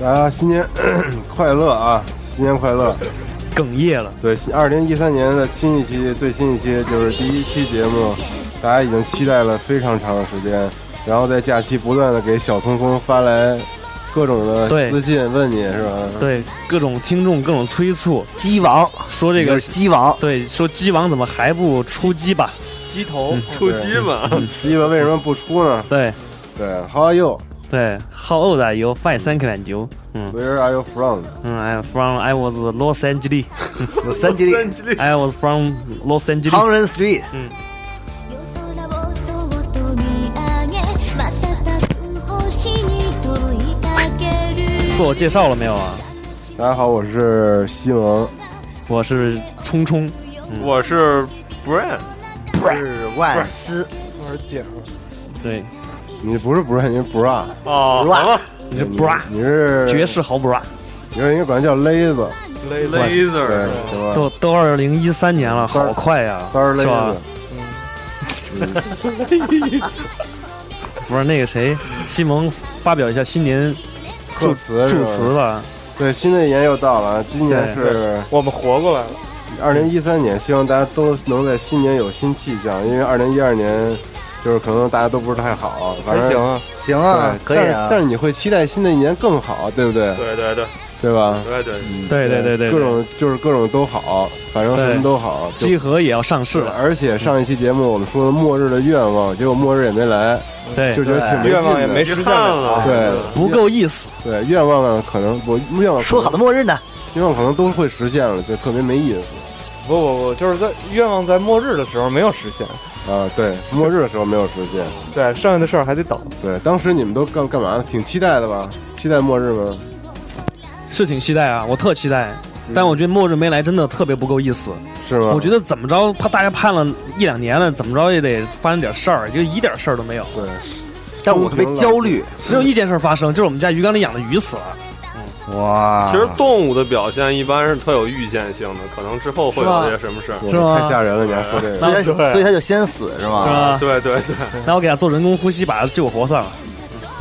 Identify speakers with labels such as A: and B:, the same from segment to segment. A: 大家新年 快乐啊！新年快乐！
B: 哽咽了，
A: 对，二零一三年的新一期，最新一期就是第一期节目，大家已经期待了非常长的时间。然后在假期不断的给小聪聪发来各种的
B: 对
A: 私信，问你是吧？
B: 对各种听众各种催促，
C: 鸡王，
B: 说这
C: 这
B: 个
C: 个是鸡王，
B: 对说鸡王怎么还不出鸡吧？
D: 鸡头
B: 嗯
E: 哦
A: 出鸡嘛，
E: 嗯
A: 鸡巴为什么不出呢？
B: 对
A: 对，How are you？
B: 对，How old are you? Five, thank you. 嗯
A: Where are you from？
B: 嗯，I'm from I was Los Angeles.
C: 有三级力，
B: I was from Los Angeles.
C: 唐
B: 嗯
C: 人 street，
F: 夜空をそっと見上げ瞬く星に問いかける
B: 自 我介绍了没有啊？
A: 大家好，我是西蒙，
B: 我是聪聪，嗯
D: 我是 Brian，
C: 日万斯
B: 对，
A: 你不是不是你是 bra，
D: 哦，
C: 乱，
B: 你是 bra
A: 你是
B: 绝，世豪 bra。
A: 你是应该管它叫勒子，对，
D: ，Laser，
A: 行吧？
B: 都都二零一三年了，
A: 三儿
B: 好快呀，
A: 三儿勒
B: 是吧
A: 子？，
B: 不是那个谁，西蒙发表一下新年
A: 贺词是
B: 祝
A: 吧
B: 词吧。
A: 对，新的一年又到了啊，今年
B: 对
A: 是
D: 我们活过来了，
A: 二零一三年，希望大家都能在新年有新气象，因为二零一二年就是可能大家都不是太好，反正
D: 还行。啊，
C: 行啊，，可
A: 对但
C: 以
A: 是
C: 啊
A: 但，是你会期待新的一年更好，对不对？
D: 对对对
A: 对吧？
D: 对对，
B: 对对对对，
A: 嗯各种就是各种都好，反正什么
B: 对
A: 都好。就
B: 集合也要上市了，
A: 而且上一期节目我们说末日的愿望，结果末日也没来，
B: 对，
A: 就觉得挺没劲的
E: 愿望也没
D: 遗
E: 实现
D: 憾了，
A: 对
B: 不够意思。
A: 对，愿望呢可能我愿望
C: 说好的末日呢？
A: 愿望可能都会实现了，就特别没意思
E: 不不不，就是在愿望在末日的时候没有实现，
A: 啊。对，末日的时候没有实现。
E: 对，剩下的事儿还得等。
A: 对，当时你们都干干嘛呢？挺期待的吧？期待末日吗？
B: 是挺期待啊，我特期待。但我觉得末日没来真的特别不够意思，
A: 是吗？
B: 我觉得怎么着，怕大家盼了一两年了，怎么着也得发生点事儿，就一点事儿都没有，
A: 对，
C: 但我特别焦虑，
B: 只有一件事儿发生，就是我们家鱼缸里养的鱼死了，
C: 哇，
D: 其实动物的表现一般是特有预见性的，可能之后会有些什么事儿。
A: 我
B: 是吗
A: 太吓人了，你还说这个？
C: 所以他所以他就先死是
B: 是
C: 吗？
B: 吧？
D: 对对对，
B: 那我给它做人工呼吸，把它救活算了。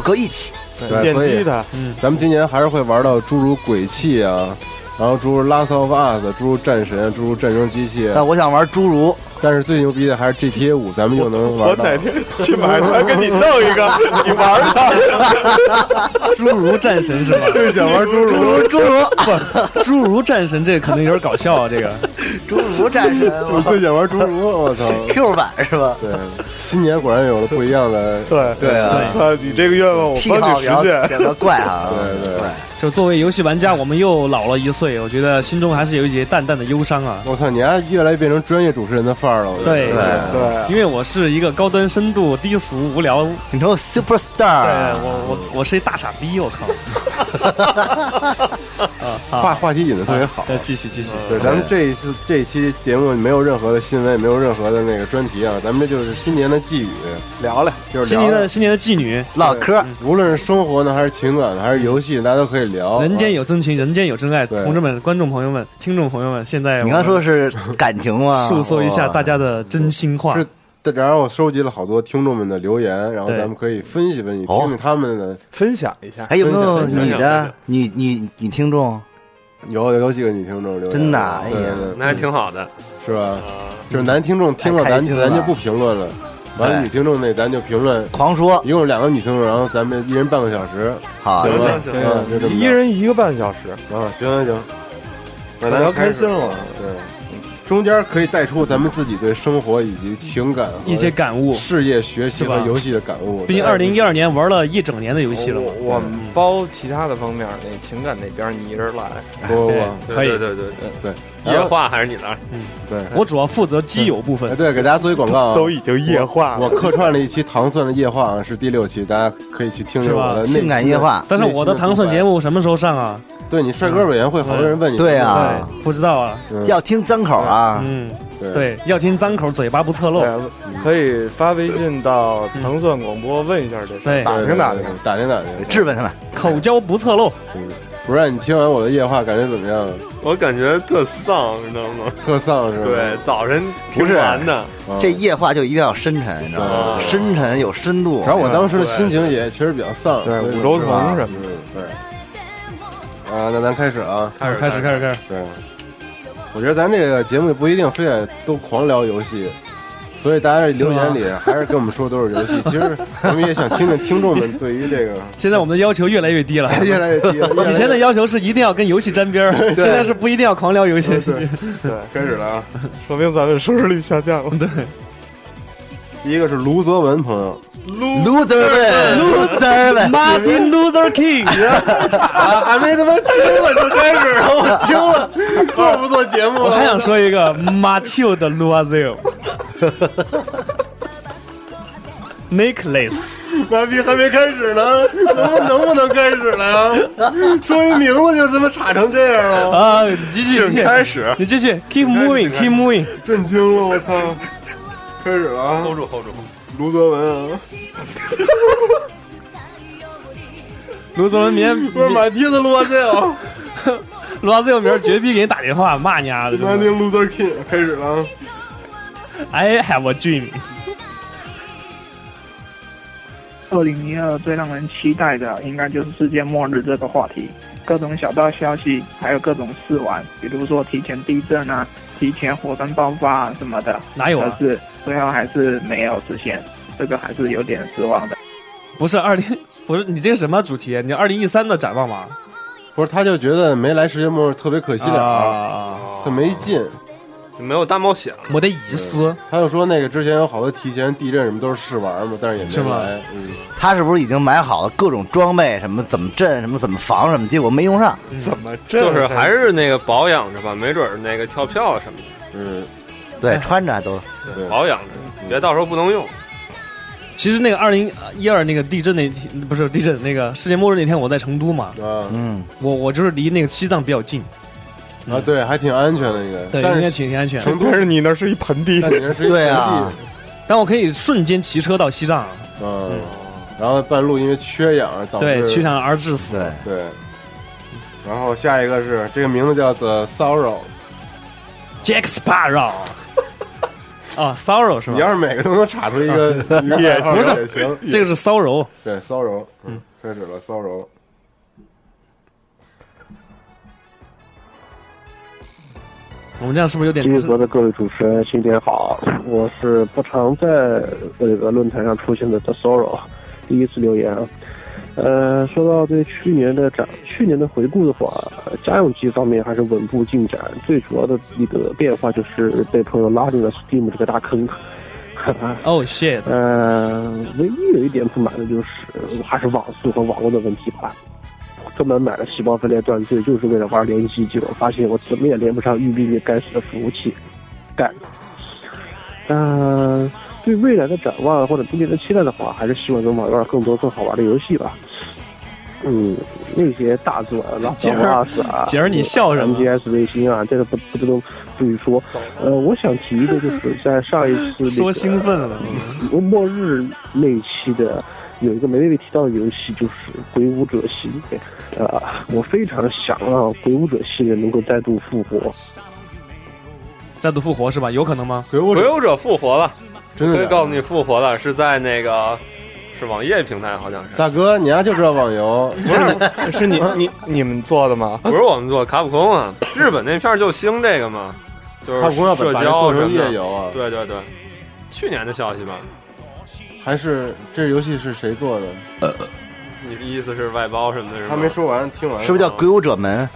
C: 搁一起，
A: 对，
E: 点
A: 所
E: 击
A: 以
E: 它，
A: 咱们今年还是会玩到诸如鬼泣啊，然后诸如 Last of Us，诸如战神，诸如战争机器，
C: 但我想玩侏儒，
A: 但是最牛逼的还是 GTA 五，咱们又能玩到。
E: 天去买它，给你弄一个，你玩它。
B: 侏儒战神是吧？
A: 就想玩诸如。
C: 侏侏 儒，
B: 侏儒战神这个可能有点搞笑啊，这个
C: 侏儒战神
A: 我
C: 我
A: 最想玩诸如，我操！
C: ，Q 版是吧？
A: 对，新年果然有了不一样的。
E: 对
C: 对啊，
E: 啊，你这个愿望我
C: 癖
E: 帮
C: 好
E: 你
C: 比
E: 实
C: 较比
E: 现。
C: 较怪啊，
A: 对对
C: 对，
B: 就作为游戏玩家，我们又老了一岁，我觉得心中还是有一些淡淡的忧伤啊。
A: 我操，你还越来越变成专业主持人的范儿了。我觉得
B: 对
C: 对
E: 对，
B: 因为我是一个高端、深度、低俗、无聊，对
C: 你成 super star，
B: 我我我是一大傻逼，我 靠！
A: 话话题引的特别好。
B: 那啊继续继续，
A: 对，咱们这一次这一期节目没有任何的新闻，也没有任何的那个专题啊，咱们这就是新年的寄语，
E: 聊聊，
A: 就是
B: 新
A: 聊
B: 年
A: 聊
B: 的新年的妓女，嗯
C: 唠嗑，
A: 无论是生活呢，还是情感呢，还是游戏，大家都可以聊。啊
B: 人间有真情，人间有真爱。
A: 对
B: 同志们、观众朋友们、听众朋友们，现在
C: 你
B: 我们
C: 刚说是感情啊吗？
B: 诉说一下
A: 哇
B: 大家的真心话。
A: 是，然后我收集了好多听众们的留言，然后
B: 对
A: 咱们可以分析分析，
C: 哦
A: 听听他们的。
E: 分享一下。
C: 哎，有没有
A: 分享
C: 你
D: 分享
C: 的女女女听众？
A: 有有几个女听众留言，
C: 真的啊
A: 对
C: 哎呀
A: 对，
D: 那还挺好的。啊
A: 是吧？就是男听众听了
C: 太开
A: 咱
C: 心
A: 咱就
C: 了
A: 不评论了，完了
C: 对
A: 女听众那咱就评论。
C: 狂说
A: 一共有两个女听众，然后咱们一人半个小时，
C: 好，
A: 行吧？
D: 行
A: 嗯就这么着
E: 一人一个半小时，
A: 啊，行行行，
E: 大家开心了。
A: 对，中间可以带出咱们自己对生活以及情感和
B: 一些感悟。
A: 事业、学习
B: 是吧
A: 和游戏的感悟。
B: 毕竟
A: 对
B: 二零一二年玩了一整年的游戏了嘛嗯
E: 我，我们包其他的方面，那情感那边你一人来，呃
A: 不不
B: 对
A: 不，
B: 哎可以
D: 对。对对对
A: 对，
D: 对，夜话还是你来，
E: 嗯
A: 对，
B: 我主要负责基友部
A: 哎
B: 分，
A: 对，给大家做一广告 啊，
E: 已经夜话
A: 我客串了一期糖蒜的夜话啊，是第六期，大家可以去听听我的
B: 是
A: 内
C: 性感夜。话，
B: 但是我的糖蒜节目什么时候上啊？嗯
A: 对你帅哥委员会，好多人问你。
C: 对啊
B: 对，不知道啊。
A: 嗯
C: 要听脏口啊，
B: 嗯，
A: 对
B: 对，要听张口，嘴巴不侧漏。
E: 可以发微信到糖蒜广播问一下这事。
B: 对，
A: 打听打听，打听打
C: 质
A: 听。
C: 问他们。
B: 口交不侧漏，
A: 不是你听完我的夜话感觉怎么样？
D: 我感觉特丧，你知道吗？
A: 特丧是吧？
D: 对，早晨
C: 不
D: 挺
C: 是
D: 难的，
A: 嗯
C: 这夜话就一定要深沉，你知道
E: 哦
C: 吗？
D: 对
C: 深沉有深度。
A: 然后我当时的心情也确实比较丧，
E: 对
A: 所以
E: 五洲
A: 是吧
E: 同什么
A: 嗯对。啊，那咱开始啊，
D: 开始
B: 开始开始开始，
A: 对。我觉得咱这个节目不一定非得都狂聊游戏，所以大家留言里还是跟我们说都是游戏。其实我们也想听听听众们对于这个
B: 现在我们的要求越来越低了。
A: 越来越 低了。
B: 以前的要求是一定要跟游戏沾边 儿，现在是不一定要狂聊游戏。
E: 对，开始了啊，说明咱们收视率下降了。对，
A: 第一个是卢泽文朋友，
C: loser 们，loser 们，
B: Martin Luther King，
A: 啊，还没他妈听了就开始了，我听了，做不做节目
B: 我还
A: 了？
B: 想说一个 Matilda Luazil。Necklace，
A: 妈逼还没开始呢，能不能不能开始了呀？说一名字就他妈岔成这样了，
B: 啊，继续继续，
D: 开始
B: 你继续，keep moving，keep moving，
A: 震惊了，我操！开始了啊，
D: ，hold 住 hold 住，
A: 卢泽文啊，
B: 卢泽文明
A: 不是满地的哦罗塞尔，
B: Luazil 明儿绝逼给你打电话骂你啊丫的真
A: 南
B: 的
A: 京 loser king 开始了啊，
B: ！I have a dream，
G: 二零一二最让人期待的，应该就是世界末日这个话题。各种小道消息，还有各种试玩，比如说提前地震啊、提前火山爆发啊什么的。
B: 哪有
G: 可
B: 啊？
G: 是最后还是没有实现，这个还是有点失望的。
B: 不是二零，不是你这是什么主题？你二零一三的展望吗？
A: 不是他就觉得没来世界末日特别可惜了，
B: 啊，
A: 他没劲，
D: 没有大冒险了，
B: 我的遗思，
A: 他就说那个之前有好多提前地震什么都是试玩嘛，但是也
B: 是
A: 没
B: 吗
A: 来，嗯，
C: 他是不是已经买好了各种装备，什么怎么震，什么怎么防，什么结果没用上？
E: 嗯怎么啊这
D: 就是还是那个保养着吧，没准儿那个跳票啊什么
A: 嗯，
C: 对，穿着
A: 哦
C: 都
D: 的，保养着，别到时候不能用。
B: 其实那个二零一二那个地震那天，不是地震那个世界末日那天，我在成都嘛，
A: 啊
C: 嗯，
B: 我我就是离那个西藏比较近，
A: 啊，对，还挺安全的应该，
B: 对，
A: 但
B: 应该
A: 是
B: 挺挺安全。
A: 成都
E: 但，是你那是一盆地
A: 但，你那是一
C: 对
A: 啊
C: 啊，
B: 但我可以瞬间骑车到西藏，啊
A: 嗯，然后半路因为缺氧导
B: 对，
A: 致
B: 去上而致死。
C: 对，
A: 对，然后下一个是这个名字叫 The Sorrow，
B: Jack Sparrow，啊，Sorrow 是
A: 你要
B: 吧？
A: 是每个都能查出 一个 也
E: 不是
A: 也行，
B: 这个是骚扰，
A: 对，骚扰，嗯，开始了骚扰。
B: 我们这样是不是有点？
H: 金玉阁的各位主持人，新年好！我是不常在这个论坛上出现的 The Sorrow，第一次留言啊。呃，说到对去年的展，去年的回顾的话，家用机方面还是稳步进展，最主要的一个变化就是被朋友拉进了 Steam 这个大坑。哈 哈，
B: 哦、shit，
H: 呃，唯一有一点不满的就是还是网速和网络的问题吧。专门买了细胞分裂断罪，就是为了玩联机，结果发现我怎么也连不上育碧那该死的服务器，干。嗯、对未来的展望或者明年的期待的话，还是希望能玩到更多更好玩的游戏吧。嗯，那些大作啊，拉
B: 姐
H: 萨
B: 儿
H: 瓦斯啊，
B: 姐儿你笑什么
H: MGS 卫星啊，这个不不不不许说。呃，我想提一个，就是在上一次、那个、嗯
B: 说兴奋了，嗯
H: 末日那一期的有一个没被提到的游戏，就是《鬼武者》系列。呃，我非常想让《鬼武者》系列能够再度复活。
B: 再度复活是吧？有可能吗？
A: 鬼武
D: 鬼
A: 者
D: 武者复活了，
A: 真
D: 可以
A: 的假
D: 告诉
A: 的，
D: 你复活了，是在那个是网页平台好像是，
A: 大哥，你丫就知道网 游，
E: 不是是你你你们做的吗？
D: 不是我们做卡普空啊，日本那片儿就兴这个嘛，就是
A: 他不要把
D: 社
A: 把这
D: 交
A: 做
D: 什
A: 成
D: 么
A: 页
D: 的。
A: 游啊？
D: 对对对，去年的消息吧，
A: 还是这游戏是谁做的？
D: 你的意思是外包什么的是吗？
A: 他没说完，听完
C: 是不是叫鬼武者门？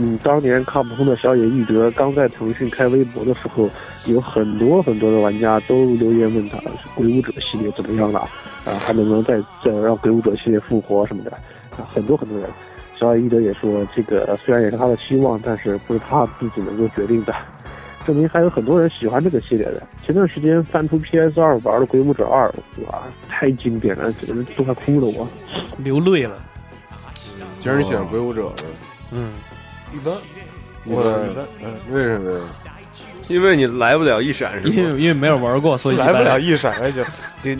H: 嗯，当年看不通的小野义德刚在腾讯开微博的时候，有很多很多的玩家都留言问他《鬼武者》系列怎么样了，啊，还能不能再再让《鬼武者》系列复活什么的，啊，很多很多人。小野义德也说，这个虽然也是他的期望，但是不是他自己能够决定的。证明还有很多人喜欢这个系列的。前段时间翻出 PS 二玩的《鬼武者二》，哇，太经典了，简直都快哭了我。
B: 流泪了。
A: 其实你喜欢鬼武者是吧
B: 嗯，
E: 一般，
A: 我为什么呀？
D: 因为你来不了一闪是
B: 因
D: 吗？
B: 为因为没有玩过，所以一
E: 来
B: 般
E: 不了一闪而且得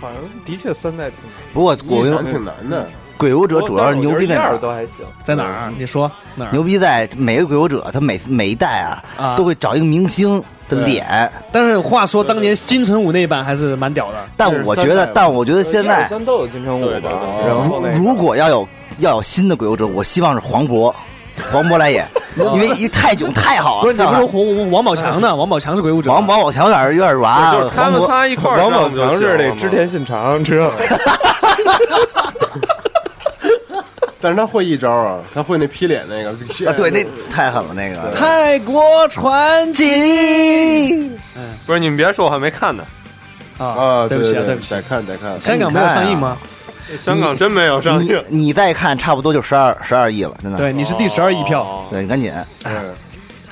E: 好像的确三代挺
C: 不过我
A: 一
C: 跟
A: 闪挺难
I: 嗯
A: 的，
C: 鬼武者主要是牛逼在哪
E: 二
C: 儿？
E: 都还行，
B: 在哪儿？啊
E: 嗯
B: 你说哪儿？
C: 牛逼在每个鬼武者，他每每一代
B: 啊
C: 啊，都会找一个明星的脸。
B: 但是话说，当年金城武那版还是蛮屌的。
C: 但我觉得，但我觉得现
E: 一二
C: 在
E: 三都有金城武
D: 对对
E: 吧
D: 对，
E: 然后
C: 如
E: 那个
C: 如果要有要有新的鬼武者，我希望是黄渤，黄渤 来演，因为因为太囧太好了。
B: 不是你
C: 太
B: 不
C: 好
B: 是
C: 了
B: 王
C: 嗯
B: 王宝强呢？王宝强是鬼武者。
C: 王王宝强有点儿有点儿娃，
D: 就是他们
C: 黄渤
D: 仨一块儿
E: 王宝
D: 上就行了嘛，
E: 强是那织田信长，知 道吗？
A: 但是他会一招啊，他会那劈脸那个，
C: 啊，对，那太狠了那个。
B: 泰国传奇
C: 金
D: 不是你们别说，我还没看呢。
A: 啊，
B: 对
A: 对
B: 不起啊，
A: 对
B: 对不起。
A: 得看得看，
B: 香港没有上映吗？
D: 啊香港真没有上映，
C: 你你再看，差不多就十二十二亿了，真的。
B: 对，你是第十二亿票。
D: 哦
C: 对，你赶紧。
A: 嗯。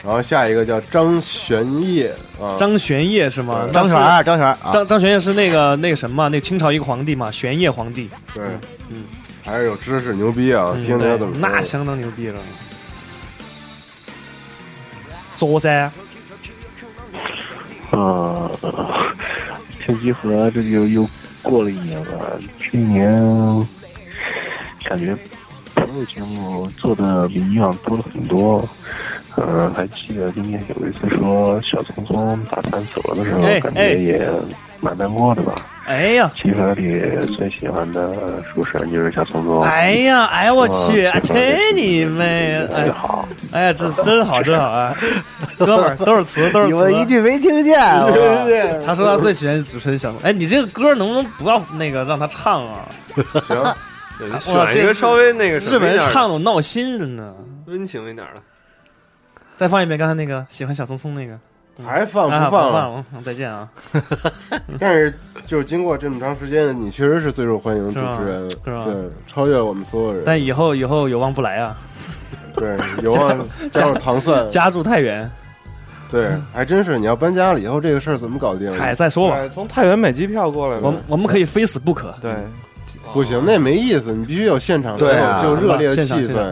A: 然后下一个叫张玄烨啊，
B: 张玄烨是吗？
C: 张悬
B: 那
C: 儿，张悬儿
B: 是
C: 啊，
B: 张张玄烨是那个那个什么嘛，那个清朝一个皇帝嘛，玄烨皇帝。
A: 对，嗯，还是有知识牛逼啊，
B: 嗯
A: 听着怎么
B: 对
A: 说
B: 那相当牛逼了。说噻，
H: 啊，天机河这就又过了一年了。去年感觉朋友节目做的比以往多了很多。嗯，还记得今天有一次说小聪聪打饭走了的时候，
B: 哎
H: 感
B: 哎
H: 觉也蛮难过的吧。
B: 哎呀，
H: 集合里最喜欢的呃主持人就是小聪
A: 哦
H: 聪。
B: 哎呀，哎呀我去，
H: 啊
B: 啊去你妹！哎
H: 最好，
B: 哎呀，这真好，真好啊！哥们儿，都是词，都是
C: 你们一
B: 词。
C: 句没听见，
B: 他说他最喜欢主持人小松。哎，你这个歌能不能不要那个让他唱啊？
A: 行，
D: 对你
B: 哇
D: 选
B: 这
D: 一个稍微那个什
B: 日
D: 么
B: 本
D: 一
B: 人
D: 点儿的
B: 唱的我闹心着呢。
D: 温情一点儿的。
B: 再放一遍刚才那个喜欢小松松那个。
A: 还放
B: 啊
A: 不
B: 不
A: 放了？
B: 放了？嗯再见啊，
A: 但是就是经过这么长时间，你确实是最受欢迎的
B: 是吧
A: 主持人，
B: 是吧
A: 对，超越我们所有人，
B: 但以后以后有望不来啊，
A: 对，有望加入糖蒜，
B: 家住太原，
A: 对，还真是，你要搬家了以后，这个事儿怎么搞定？啊
B: 嗨，再说吧，
E: 哎从太原买机票过来
B: 我
E: 的
B: 们，我们可以非死不可。
E: 对，
A: 不行，那没意思，你必须有现场，
C: 对啊
A: 有热烈的
B: 现场
A: 气
B: 现场
A: 氛。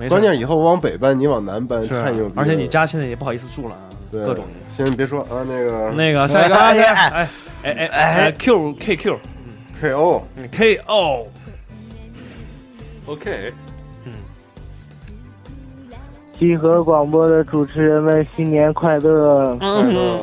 B: 没事
A: 关键以后往北搬，你往南搬，
B: 是啊
A: 太牛逼了。
B: 而且你家现在也不好意思住了啊，
A: 对
B: 各种。
A: 先别说啊，那个
B: 那个下一个，
C: 哎
B: 哎
C: 哎
B: 哎哎哎哎，Q K Q 嗯
A: KO
B: K O，
D: OK，
J: 集合广播的主持人们，新年快乐！
B: 嗯，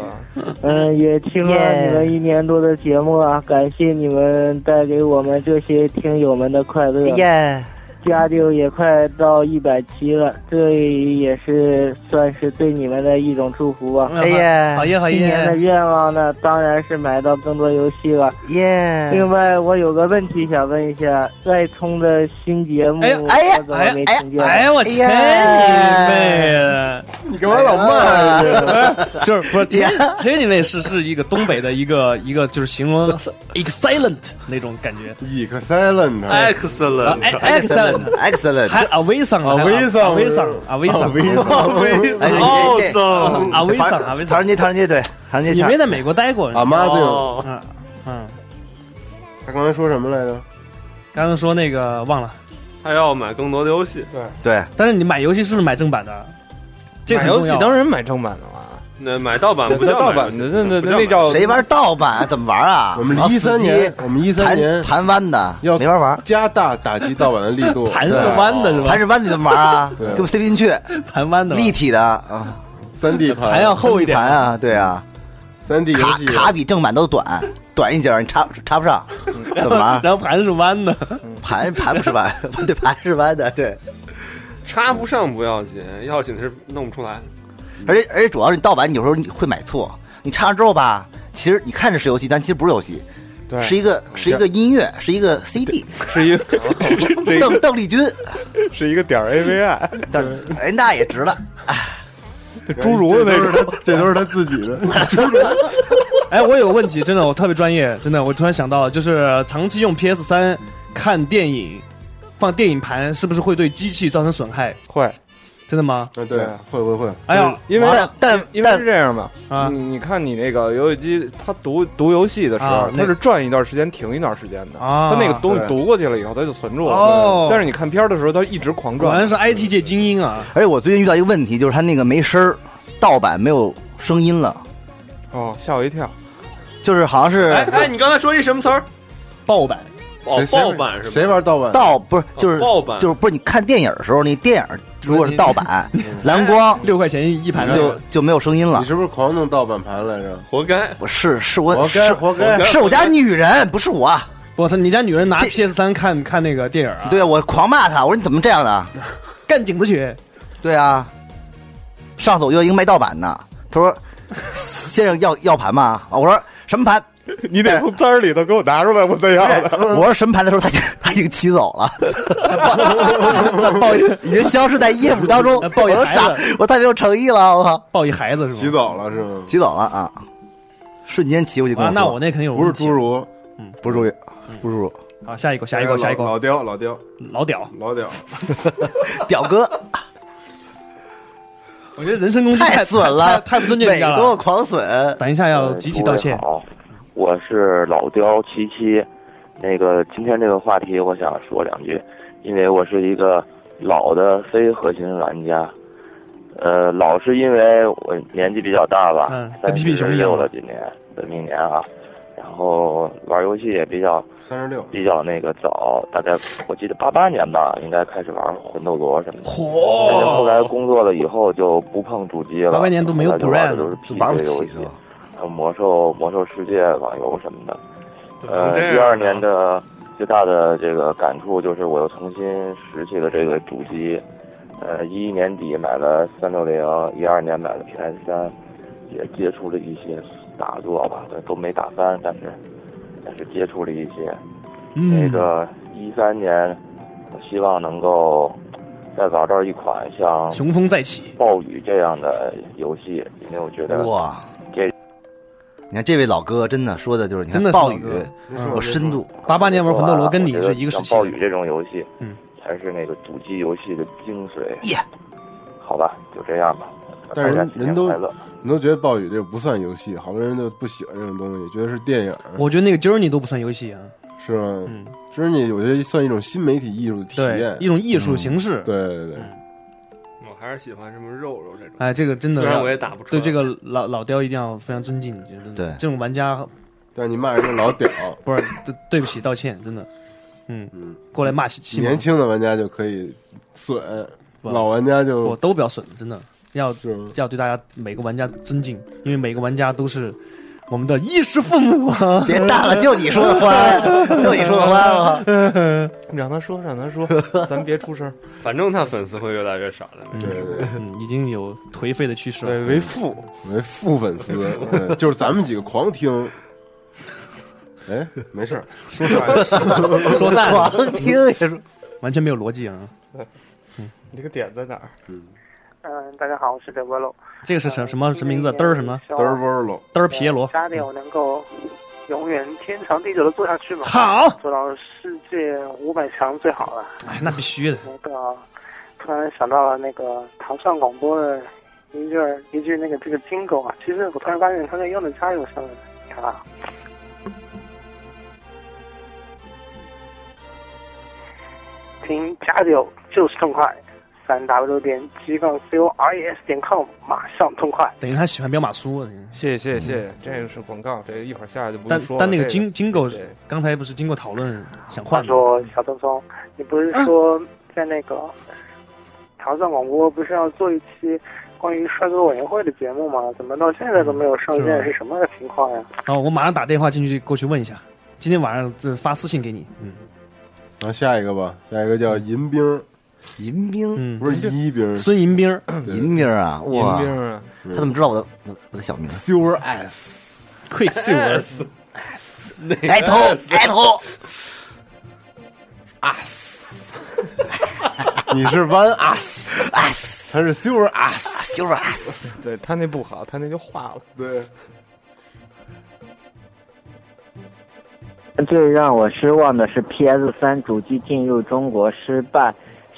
J: 嗯，也听了你们一年多的节目啊，感谢你们带给我们这些听友们的快乐。
B: 哎
C: 耶！
J: 家就也快到一百期了，这也是算是对你们的一种祝福啊。
C: 哎呀
B: 好耶好
J: 今年的
B: 耶，
J: 愿望呢，当然是买到更多游戏了。
C: 耶！
B: 嗯
J: 另外，我有个问题想问一下，外通的新节目，
B: 哎呀
C: 哎呀
J: 我怎么没听见？
B: 哎呀哎我去你妹的！
A: 你干嘛老骂人家？
B: 就是不是天天津那是是一个东北的一个一个就是形容 excellent 那种感觉啊哎
A: e x c e l l e n t
D: 哎 excellent，
B: ，excellent。
C: excellent，
B: 还 away 上
A: 啊微
B: 上
A: 上
B: away 上 away 上
A: Amazing，Amazing，
C: 哎
D: 奥
C: 这这
D: 总，
B: away 上 away
C: 唐
B: 上
C: 人，街，唐人街，对，唐人街
B: 你
C: 唱
B: 没在美国待过？
A: 啊妈这种。
D: 哦
B: 嗯嗯，
A: 他刚才说什么来着？
B: 刚刚说那个忘了，
D: 他要买更多的游戏，
C: 对，
B: 但是你买游戏是不是买正版的？这
E: 买
B: 很
E: 游
B: 重
E: 戏
B: 要。
E: 当然买正版的了，
D: 那买盗版
E: 那
D: 不叫
E: 盗
D: 买
E: 版
D: 游戏
E: 的，那那
D: 不叫
E: 那那叫
C: 谁玩盗版怎么玩啊？
A: 我们
C: 老司
A: 一三
C: 机
A: 年，我们一三
C: 盘
A: 年
C: 盘弯的，
A: 要
C: 没法玩。
A: 加大打击盗版的力度，
B: 盘是
A: 对
B: 弯的是吧
C: 盘？是弯的怎么玩啊？
A: 对
C: 根本塞不进去，
B: 盘弯的吧，
C: 立体的啊，
A: 三 D 盘，
B: 盘要厚一点
C: 盘。啊，对啊，
A: 三 D 游
C: 卡
A: 戏
C: 卡比正版都短，短一截儿，你插插 不上，怎么玩？
B: 然后盘是弯的，
C: 盘盘不是弯， 对，盘是弯的，对。
D: 插不上不要紧，要紧的是弄不出来。
C: 而且而且主要是你盗版，你有时候你会买错，你插上之后吧，其实你看着是游戏，但其实不是游戏，
A: 对
C: 是一个是一个音乐，是一个 CD，
I: 是一个是一
C: 邓
I: 个
C: 邓丽君，
I: 是一个点 AVI，
C: 但哎那也值了，哎
I: 侏儒的那
A: 这
I: 种
A: 都是他，这都是他自己的。
B: 哎，我有个问题，真的，我特别专业，真的，我突然想到了，就是长期用 PS 三看电影，放电影盘，是不是会对机器造成损害？
I: 会。
B: 真的吗？
A: 嗯，对，
E: 啊
A: 会会会。
B: 哎呀，
I: 因为
C: 但但
I: 因为
C: 但
I: 是这样吧，
B: 啊
I: 你你看你那个游戏机，它读读游戏的时候
B: 啊，那
I: 它是转一段时间停一段时间的，
B: 啊
I: 它那个东西
A: 对
I: 读过去了以后，它就存住
B: 哦
I: 了。但是你看片儿的时候，它一直狂
B: 果然
I: 转。
B: 是 IT 界精英 啊！
C: 而且我最近遇到一个问题，就是它那个没声儿，盗版没有声音了，
I: 哦，吓我一跳！
C: 就是好像
D: 哎
C: 是
D: 哎，你刚才说一什么词儿？
B: 盗版
D: 哦
A: 谁，谁
D: 盗版是吧？
A: 谁玩盗版？哦
C: 盗不是
I: 哦
C: 就是
D: 盗版
C: 就是不是你看电影的时候，你电影如果是盗版，
I: 嗯
C: 蓝光
B: 六块钱一盘的，
C: 就就没有声音了
A: 你。是不是狂弄盗版盘来着？
D: 活该。
C: 不是是我
A: 活该，
C: 是
A: 活该！
C: 是我家女人，不是我。
B: 我操！你家女人拿
C: 这
B: PS 三看看那个电影啊？
C: 对啊，我狂骂她，我说你怎么这样 的？
B: 干井子去！
C: 对啊，上次我就一个卖盗版的，他 说先生要要盘吗？啊我说什么盘？ 哎
I: 你得从字儿里头给我拿出来，我再要的。
C: 我说什么盘的时候，他已经他已经骑走了，抱 已经消失在夜幕当中。我
B: 抱一
C: 都
B: 孩子
C: 傻，我太没有诚意了，我靠，
B: 抱一孩子
A: 洗
B: 是吗？
A: 澡了是吗？
C: 骑走了啊！瞬间骑过去跟
B: 啊，
C: 我
B: 那
C: 说
B: 我那肯定有
A: 不是
B: 问题嗯
A: 侏。儒，
C: 不是注意，不是注
B: 好，下一个，下一个，
A: 哎
B: 下一
A: 老
B: 个，
A: 老刁，老刁，
B: 老屌！
A: 老刁，
C: 意，表哥
B: 我觉得人身攻击
C: 太
B: 太
C: 损了
B: 太太不尊敬
C: 每
B: 人家
C: 个都
B: 了。
C: 狂损，
B: 等一下要集体道歉。
K: 好，我是老刁七七。那个今天这个话题，我想说两句，因为我是一个老的非核心玩家。呃，老是因为我年纪比较大吧
B: 嗯，跟
K: 三
B: 皮皮
K: 十
B: 熊一样
K: 六了，今年的明年啊，然后玩游戏也比较
A: 三十六，
K: 比较那个早，大概我记得八八年吧，应该开始玩魂斗罗什么的。但是后
B: 嚯！
K: 来工作了以后就不碰主机了，
B: 八八年都没有
K: 后来就玩的
B: brand，
K: 都是 PC
C: 玩不
K: 游
C: 起
K: 戏，还有魔兽、魔兽世界、网游什么的。呃，
D: 这样
K: 第二年的最大的这个感触就是，我又重新拾起了这个主机。呃，一一年底买了三六零，一二年买了 PS 三，也接触了一些大作吧，都没打翻，但是但是接触了一些。那
B: 嗯，
K: 个一三年，我希望能够再玩到一款像
B: 雄风再起，
K: 暴雨这样的游戏，因为我觉得
C: 哇
K: 这！
C: 你看这位老哥真的说的就是，你
B: 真
C: 看
B: 的是
C: 暴
B: 老
C: 雨
B: 哥
C: 有深度，
B: 八八年玩魂斗罗跟你
K: 我觉得
B: 是一个时期
K: 像
B: 的
K: 暴雨这种游戏，
B: 嗯，
K: 才是那个主机游戏的精髓。
C: 耶！
K: 好吧，就这样吧。
A: 但是
K: 大
A: 人
K: 家新年
A: 人都
K: 快乐
A: 你都觉得暴雨这不算游戏，好多人就不喜欢这种东西，觉得是电影，
B: 我觉得那个 Journey 都不算游戏啊。
A: 是吗？
B: 嗯，
A: 其实你我觉得算一种新媒体艺术的体
B: 对
A: 验，，嗯
B: 一种艺术形式。嗯
A: 对对对，
D: 我还是喜欢什么肉肉这种。
B: 哎，这个真的
D: 虽然
B: 要
D: 我也打不出
B: 对
D: 来，
B: 这个老老刁一定要非常尊敬，觉得
C: 对
B: 这种玩家
A: 但是你骂人家老屌，
B: 不是对对不起道歉，真的，嗯，
A: 嗯，
B: 过来骂西西蒙
A: 年轻的玩家就可以损，
B: 不
A: 老玩家
B: 我
A: 就
B: 都不要损，真的要
A: 是吗
B: 要对大家每个玩家尊敬，因为每个玩家都是我们的衣食父母啊。
C: 别淡了，就你说的欢，就你说的欢啊！
I: 让他说，让他说，咱别出声。
D: 反正他粉丝会越来越少的。
A: 对对对，
B: 嗯，已经有颓废的趋势
I: 对，
B: 了。
I: 为父
A: 为副粉 丝，对就是咱们几个狂听。哎，没事儿，说啥呀？
B: 说烂了，
C: 狂听也 是
B: 完全没有逻辑啊！
I: 你这个点在哪儿？
H: 嗯，大家好，我是德波洛。
B: 这个是什什么什么名字？嘚儿什么？
A: 嘚儿嗡喽，
B: 嘚儿皮耶罗。
H: 家里我呃能够永远天长地久的做下去嘛？
B: 好，
H: 做到世界五百强最好了。
B: 哎，那必须的。
H: 那个突然想到了那个唐上广播的一句儿一句那个这个 jingle 啊，其实我突然发现它在用的加油上面。你看啊，听加油就是痛快，三 w 点 g 杠 c o r e s 点 com 马上痛快。
B: 等于他喜欢彪马苏，啊嗯
I: 谢谢谢谢谢，这个是广告，这一会儿下去就不
B: 但
I: 说了。
B: 但那个
I: 这
B: 金金狗
I: 对
B: 刚才不是经过讨论想
H: 话
B: 换吗？
H: 说小东东，你不是说在那个唐上广播不是要做一期关于帅哥委员会的节目吗？怎么到现在都没有上
B: 是
H: 线？
B: 吧
H: 是什么个情况呀？
B: 哦，我马上打电话进去过去问一下，今天晚上这发私信给你。嗯
A: 然后下一个吧，下一个叫银兵，
C: 银兵，
B: 嗯，
A: 不是一兵
B: 孙银兵儿，
C: 银兵啊！哇，
I: 银兵啊，
C: 他怎么知道我的我的我的小名？
A: ，Silver S，
B: Quicksilver，
C: 来 头来头，
A: 啊死！你是 one us us，他是 silver us
C: silver us，
I: 对他那不好，他那就化了。
A: 对，
G: 最让我失望的是 PS 3主机进入中国失败，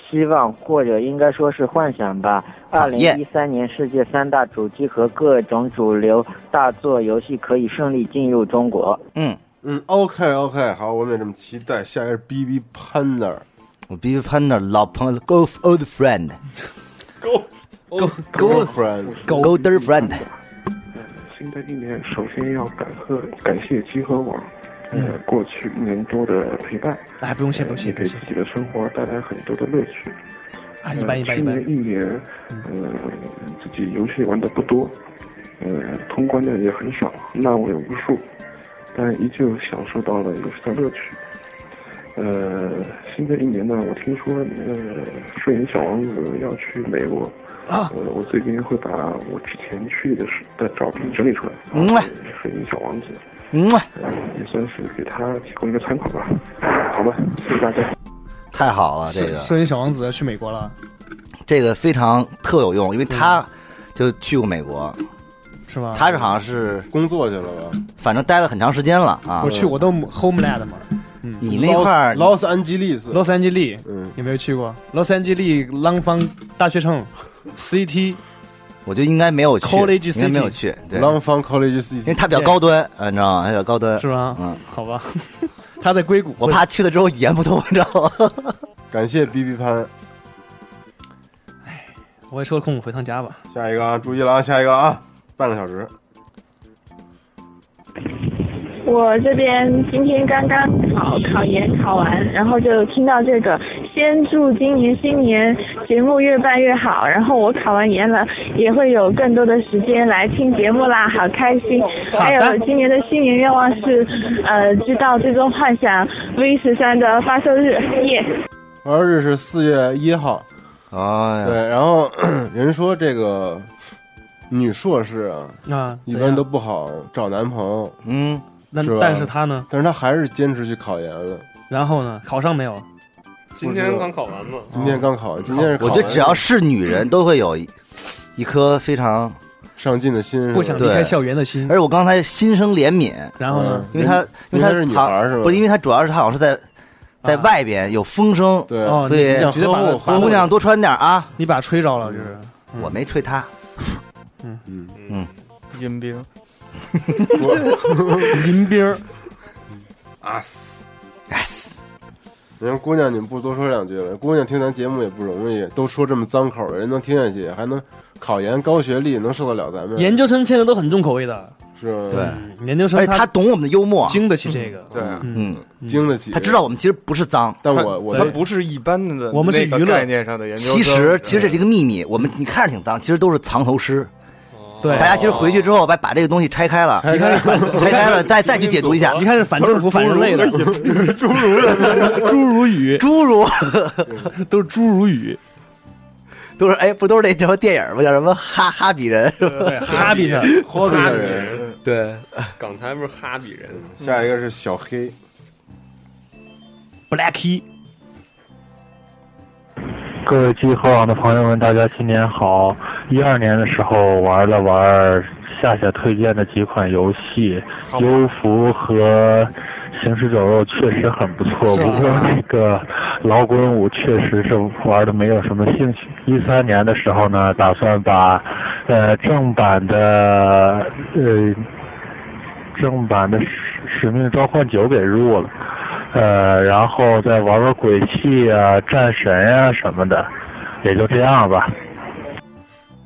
G: 希望或者应该说是幻想吧。二
C: 讨
G: 零
C: 厌
G: 一三年世界三大主机和各种主 流大作游戏可以顺利进入中国。
C: 嗯
A: 嗯，OK OK，好，我们也这么期待。下一个是 BB Panda，
C: 我 BB Panda 老朋友，Go old friend。Go
A: Go friend
C: Go old friend。
L: 新的一年，首先要感贺感谢集合网，呃，过去一年多的陪伴，
B: 哎，不用谢，不用谢，
L: 给自己的生活带来很多的乐趣。
B: 啊，一般一般一
L: 去
B: 般
L: 年。一年，呃，自己游戏玩的不多，呃，通关的也很少，烂尾无数，但依旧享受到了游戏的乐趣。呃，新的一年呢，我听说呃，摄影小王子要去美国，
B: 啊、
L: 呃，我最近会把我之前去的时的照片整理出来，
C: 嗯
L: 摄影小王子，
C: 嗯，
L: 呃，也算是给他提供一个参考吧。好吧，谢谢大家。
C: 太好
A: 啊
C: 了，这个
B: 摄影小王子去美国了，
C: 这个非常特有用，因为他就去过美国，
B: 是吗？
C: 他是好像是
A: 工作去了吧？
C: 反正待了很长时间了啊。
B: 我去我都 homeland 嘛。嗯
C: 你那块儿
A: 劳斯安吉利斯，
B: 洛杉矶利，
A: 嗯，
B: 有没有去过？洛杉矶利朗方大学城，CT，
C: 我就应该没有去
B: College
C: 应该没有
B: City
C: 去，对，
A: Long Fun College City，因
C: 为它比较高端，呃你知道吗？它比较高端，
B: 是吗？
C: 嗯，
B: 好吧， 他在硅谷，
C: 我怕去了之后语言不通，你知道吗？
A: 感谢 BB 潘。
B: 我也抽空回趟家吧。
A: 下一个啊，注意了啊，下一个啊，半个小时。
M: 我这边今天刚刚考考研考完，然后就听到这个，先祝今年新年节目越办越好。然后我考完研了，也会有更多的时间来听节目啦，好开心。
N: 好的
M: 还有今年的新年愿望是，呃，知道最终幻想 V 十三的发售日，耶、
A: 我儿子是四月一号
C: 啊，
A: 对，然后 人说这个女硕士啊，
B: 啊
A: 一
B: 怎样
A: 般都不好找男朋友，
C: 嗯，
B: 那
A: 吧
B: 但是她呢？
A: 但是她还是坚持去考研了。
B: 然后呢？考上没有？
D: 今天刚考完嘛，
A: 今天刚考完，今天是
C: 哦我觉得只要是女人都会有一一颗非常
A: 上进的心
B: 不想离开校园的心。
C: 而且我刚才心生怜悯，
B: 然后呢
C: 嗯
B: 啊
C: 因为她
A: 因为
C: 她
A: 她是女孩
C: 好
A: 是吧
C: 不是，因为她主要是她好像是在在外边有风声，
A: 对
B: 哦
C: 所
B: 你
C: 以
B: 你想直接把她
C: 姑娘多穿点啊。
B: 你把吹着了，就是
C: 我没吹她，
B: 嗯
A: 嗯
C: 嗯，
I: 阴兵，
B: 银兵儿
A: 啊死啊死！人家姑娘，你们不多说两句了？姑娘听咱节目也不容易，都说这么脏口的，人能听下去，还能考研高学历，能受得了咱们？
B: 研究生现在都很重口味的，
A: 是吧？
B: 嗯研究生
C: 而且她懂我们的幽默，
B: 经得起这个。
A: 对，
C: 嗯，
A: 经得起。
C: 她知道我们其实不是脏，
A: 但我我
I: 他不是一般的，
C: 我们是娱乐
I: 概念上的研究生。
C: 其实其实这是一个秘密，我们你看着挺脏，其实都是藏头诗。
B: 对
C: 大家其实回去之后把把这个东西拆开了，
B: 你看是反
C: 拆开了，再再去解读一下。
B: 你看是反政府、反人类的，
C: 侏儒的，
B: 侏儒语，
C: 侏儒
B: 都是侏儒语，
C: 都是哎，不都是那什么电影吗？叫什么哈哈比人是吧？
B: 对哈比人
A: 哈比
D: 哈比
A: 人
D: 人，
C: 对，
D: 港台不是哈比人吗？
A: 下一个是小黑，
B: Blacky，
H: 各位集合网的朋友们，大家新年好！一二年的时候玩了玩夏夏推荐的几款游戏，《幽浮》和《行尸走肉》确实很不错，不过那个老滚五确实是玩的没有什么兴趣。一三年的时候呢，打算把呃正版的呃正版的使《使命召唤九》给入了，呃，然后再玩玩鬼泣啊、战神啊什么的，也就这样吧。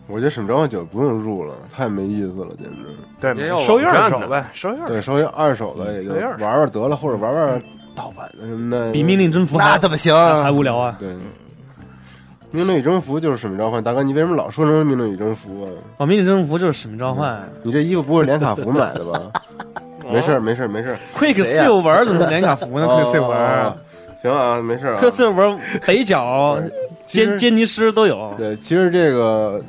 A: 我觉得沈昭九不用入了，太没意思了，简直。
I: 对也有收一二手网站呗的收一二手
A: 对，收一二手
B: 嗯
A: 的也就
I: 收一二
A: 玩
I: 手
A: 玩得了，或者玩玩盗版的什么的。
B: 比命令征服还
A: 那怎么行
B: 还还无聊啊？
A: 对，命令与征服就是使命召唤。大哥，你为什么老说成命令与征服啊？嗯
B: 哦，命令征服就是使命召唤。
A: 你这衣服不会是连卡福买的 吧？没事儿，没事儿，没事儿。
B: Quick
A: 谁呀
B: Silver 怎么是连卡 福呢？Quick
A: 哦
B: Silver，
A: 行啊，没事儿啊。
B: 克斯文北 角、坚坚尼诗都有。嗯
A: 对，其实这个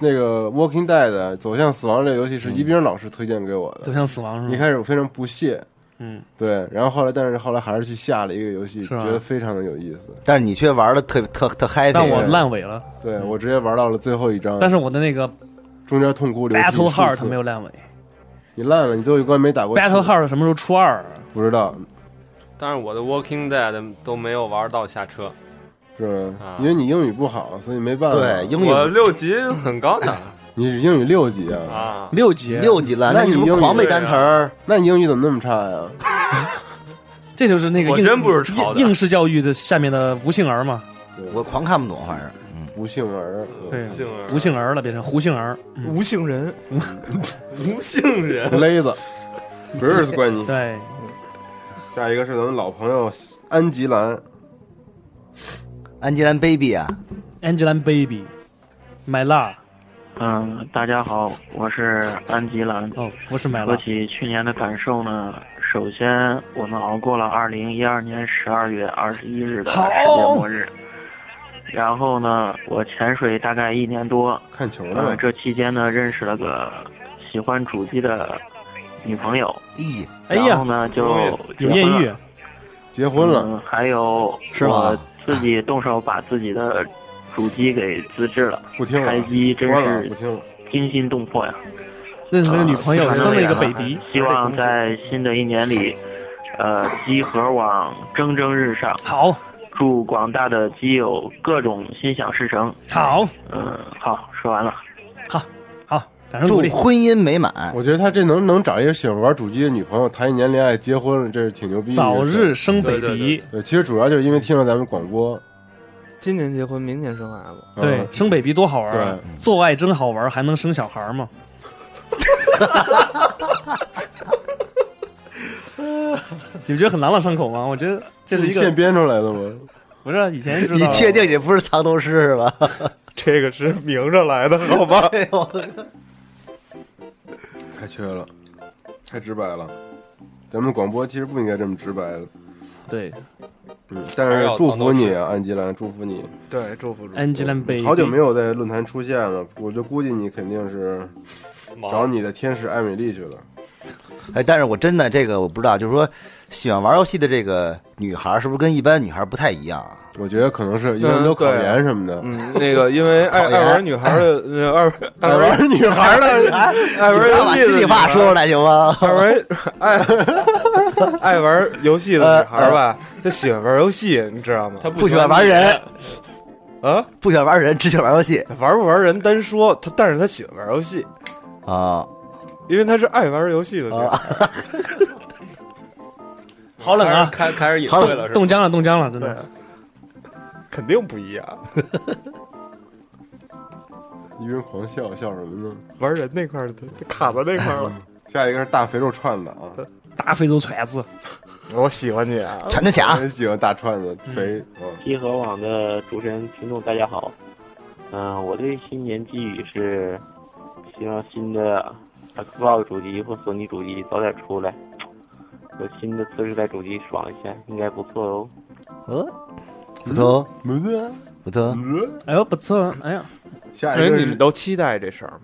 A: 那个《Walking Dead》走向死亡这个游戏是一冰老师推荐给我的。
B: 走向死亡是吗
A: 一开始我非常不屑，
B: 嗯，
A: 对，然后后来但是后来还是去下了一个游戏，
B: 吧
A: 觉得非常的有意思。
C: 但是你却玩的特特特嗨，
B: 但我烂尾了。
A: 对我直接玩到了最后一章，
B: 但是我的那个
A: 中间痛哭流涕
B: Battle
A: 数
B: Heart
A: 次
B: 没有烂尾
A: 你烂了，你最后一关没打过去。
B: ，Battle Heart 什么时候初二？啊
A: 不知道
D: 但是我的 Walking Dead 都没有玩到下车，
A: 是吧？因为你英语不好，所以没办法。
B: 啊
D: 对英语我六级很高 的。
A: 你英语六级啊？
D: 啊，
B: 六级
C: 六级了，
A: 那
C: 你
A: 英
C: 怎
A: 语啊
C: 么狂背单词儿？
A: 那你英语怎么那么差呀？
B: 这就是那个
A: 我
B: 应
A: 真不是抄的
B: 应应试教育的下面的吴杏儿嘛，
C: 我狂看不懂，反正嗯
A: 不幸 儿，
B: 对啊
D: 杏儿，
B: 吴杏儿了，变成胡杏儿，嗯
I: 无姓人，
D: 无姓人
A: 勒子，不是是关你。
B: 对，
A: 下一个是咱们老朋友安吉兰，
C: 安吉兰 baby 啊
B: Angelababy，My love，
O: 嗯，大家好，我是安吉兰。
B: 哦，我是买
O: 说
B: 了
O: 起去年的感受呢，首先我们熬过了2012年12月21日的世界末日，然后呢，我潜水大概一年多，
A: 看球
O: 嗯、
A: 呢。
O: 这期间呢，认识了个喜欢主机的女朋友，
C: 咦，
A: 哎呀
O: 然后呢就结婚了，
A: 结婚
O: 嗯
A: 了，
O: 还有
A: 是吗
O: 我自己动手把自己的主机给自制了，
A: 不听了
O: 开机真
A: 关了
O: 是
A: 不听了。
O: 惊心动魄呀！
B: 认识了个女朋友
O: 啊
B: 生了一个 baby
O: 希 望在新的一年里，呃，机核网蒸蒸日上。
B: 好，
O: 祝广大的机友各种心想事成。
B: 好，
O: 嗯，好，说完 了。
A: 祝
C: 婚姻美满。
A: 我觉得他这能能找一个喜欢玩主机的女朋友，谈一年恋爱，结婚了，这是挺牛逼的一
B: 早
A: 个事儿。
B: 日生 baby，
A: 对，其实主要就是因为听了咱们广播，
I: 今年结婚，明年生孩子。
B: 对，生 baby 多好玩啊
A: 嗯对！
B: 做爱真好玩，还能生小孩吗？你们觉得很朗朗上口吗？我觉得这是一
A: 你现
B: 个
A: 编出来的吗？
B: 不是以前知道
C: 你确定你不是藏头诗是 吧？
I: 这个是明着来的，好吧？
A: 太缺了，太直白了。咱们广播其实不应该这么直白的。
B: 对，
A: 嗯，但是祝福你啊，安吉兰，祝福你。
I: 对，祝福祝福。
B: Angelababy
A: 好久没有在论坛出现了，我就估计你肯定是找你的天使艾美丽去了。
C: 哎，但是我真的这个我不知道，就是说喜欢玩游戏的这个女孩儿是不是跟一般女孩儿不太一样啊？
A: 我觉得可能
B: 嗯
A: 是因为都考
B: 啊
A: 研什么的。
I: 嗯，那个因为爱
C: 考研
I: 爱玩女孩的， 呃爱
A: 爱玩女孩的
I: 爱玩
C: 你不要
I: 游
C: 把
I: 戏的
C: 心里
I: 女
C: 话
I: 孩
C: 说出来行吗？
I: 爱玩 爱爱玩游戏的女孩吧，她喜欢玩游戏，你知道吗？她
C: 呃不喜欢玩人。
I: 啊，
C: 不喜欢玩人，只喜欢玩游戏。
I: 玩不玩人单说，她但是她喜欢玩游戏，
C: 啊，
I: 因为她是爱玩游戏的女孩。
B: 好冷啊！
D: 开开始隐
B: 好
D: 晦
B: 冷
D: 了，是吧
B: 冻僵了，冻僵了，真的。
I: 肯定不一样。
A: 一个人狂笑，笑什么呢？
I: 玩人那块儿的卡在那块 儿了。
A: 下一个是大肥肉串子啊，
B: 大非洲锤子，
I: 我喜欢你啊，
C: 铲子侠
A: 很喜欢大串子肥。嗯，
O: 集合网的主持人听众大家好，嗯、我对新年寄语是，希望新的呃 Xbox 主机或索尼主机早点出来，有新的次世代主机爽一下，应该不错哦。
C: 呃，不错，哦
A: 嗯不错，啊
C: 不错。哦
B: 哎呦不错，哎呀，
A: 下一个
I: 你们都期待这事儿吗？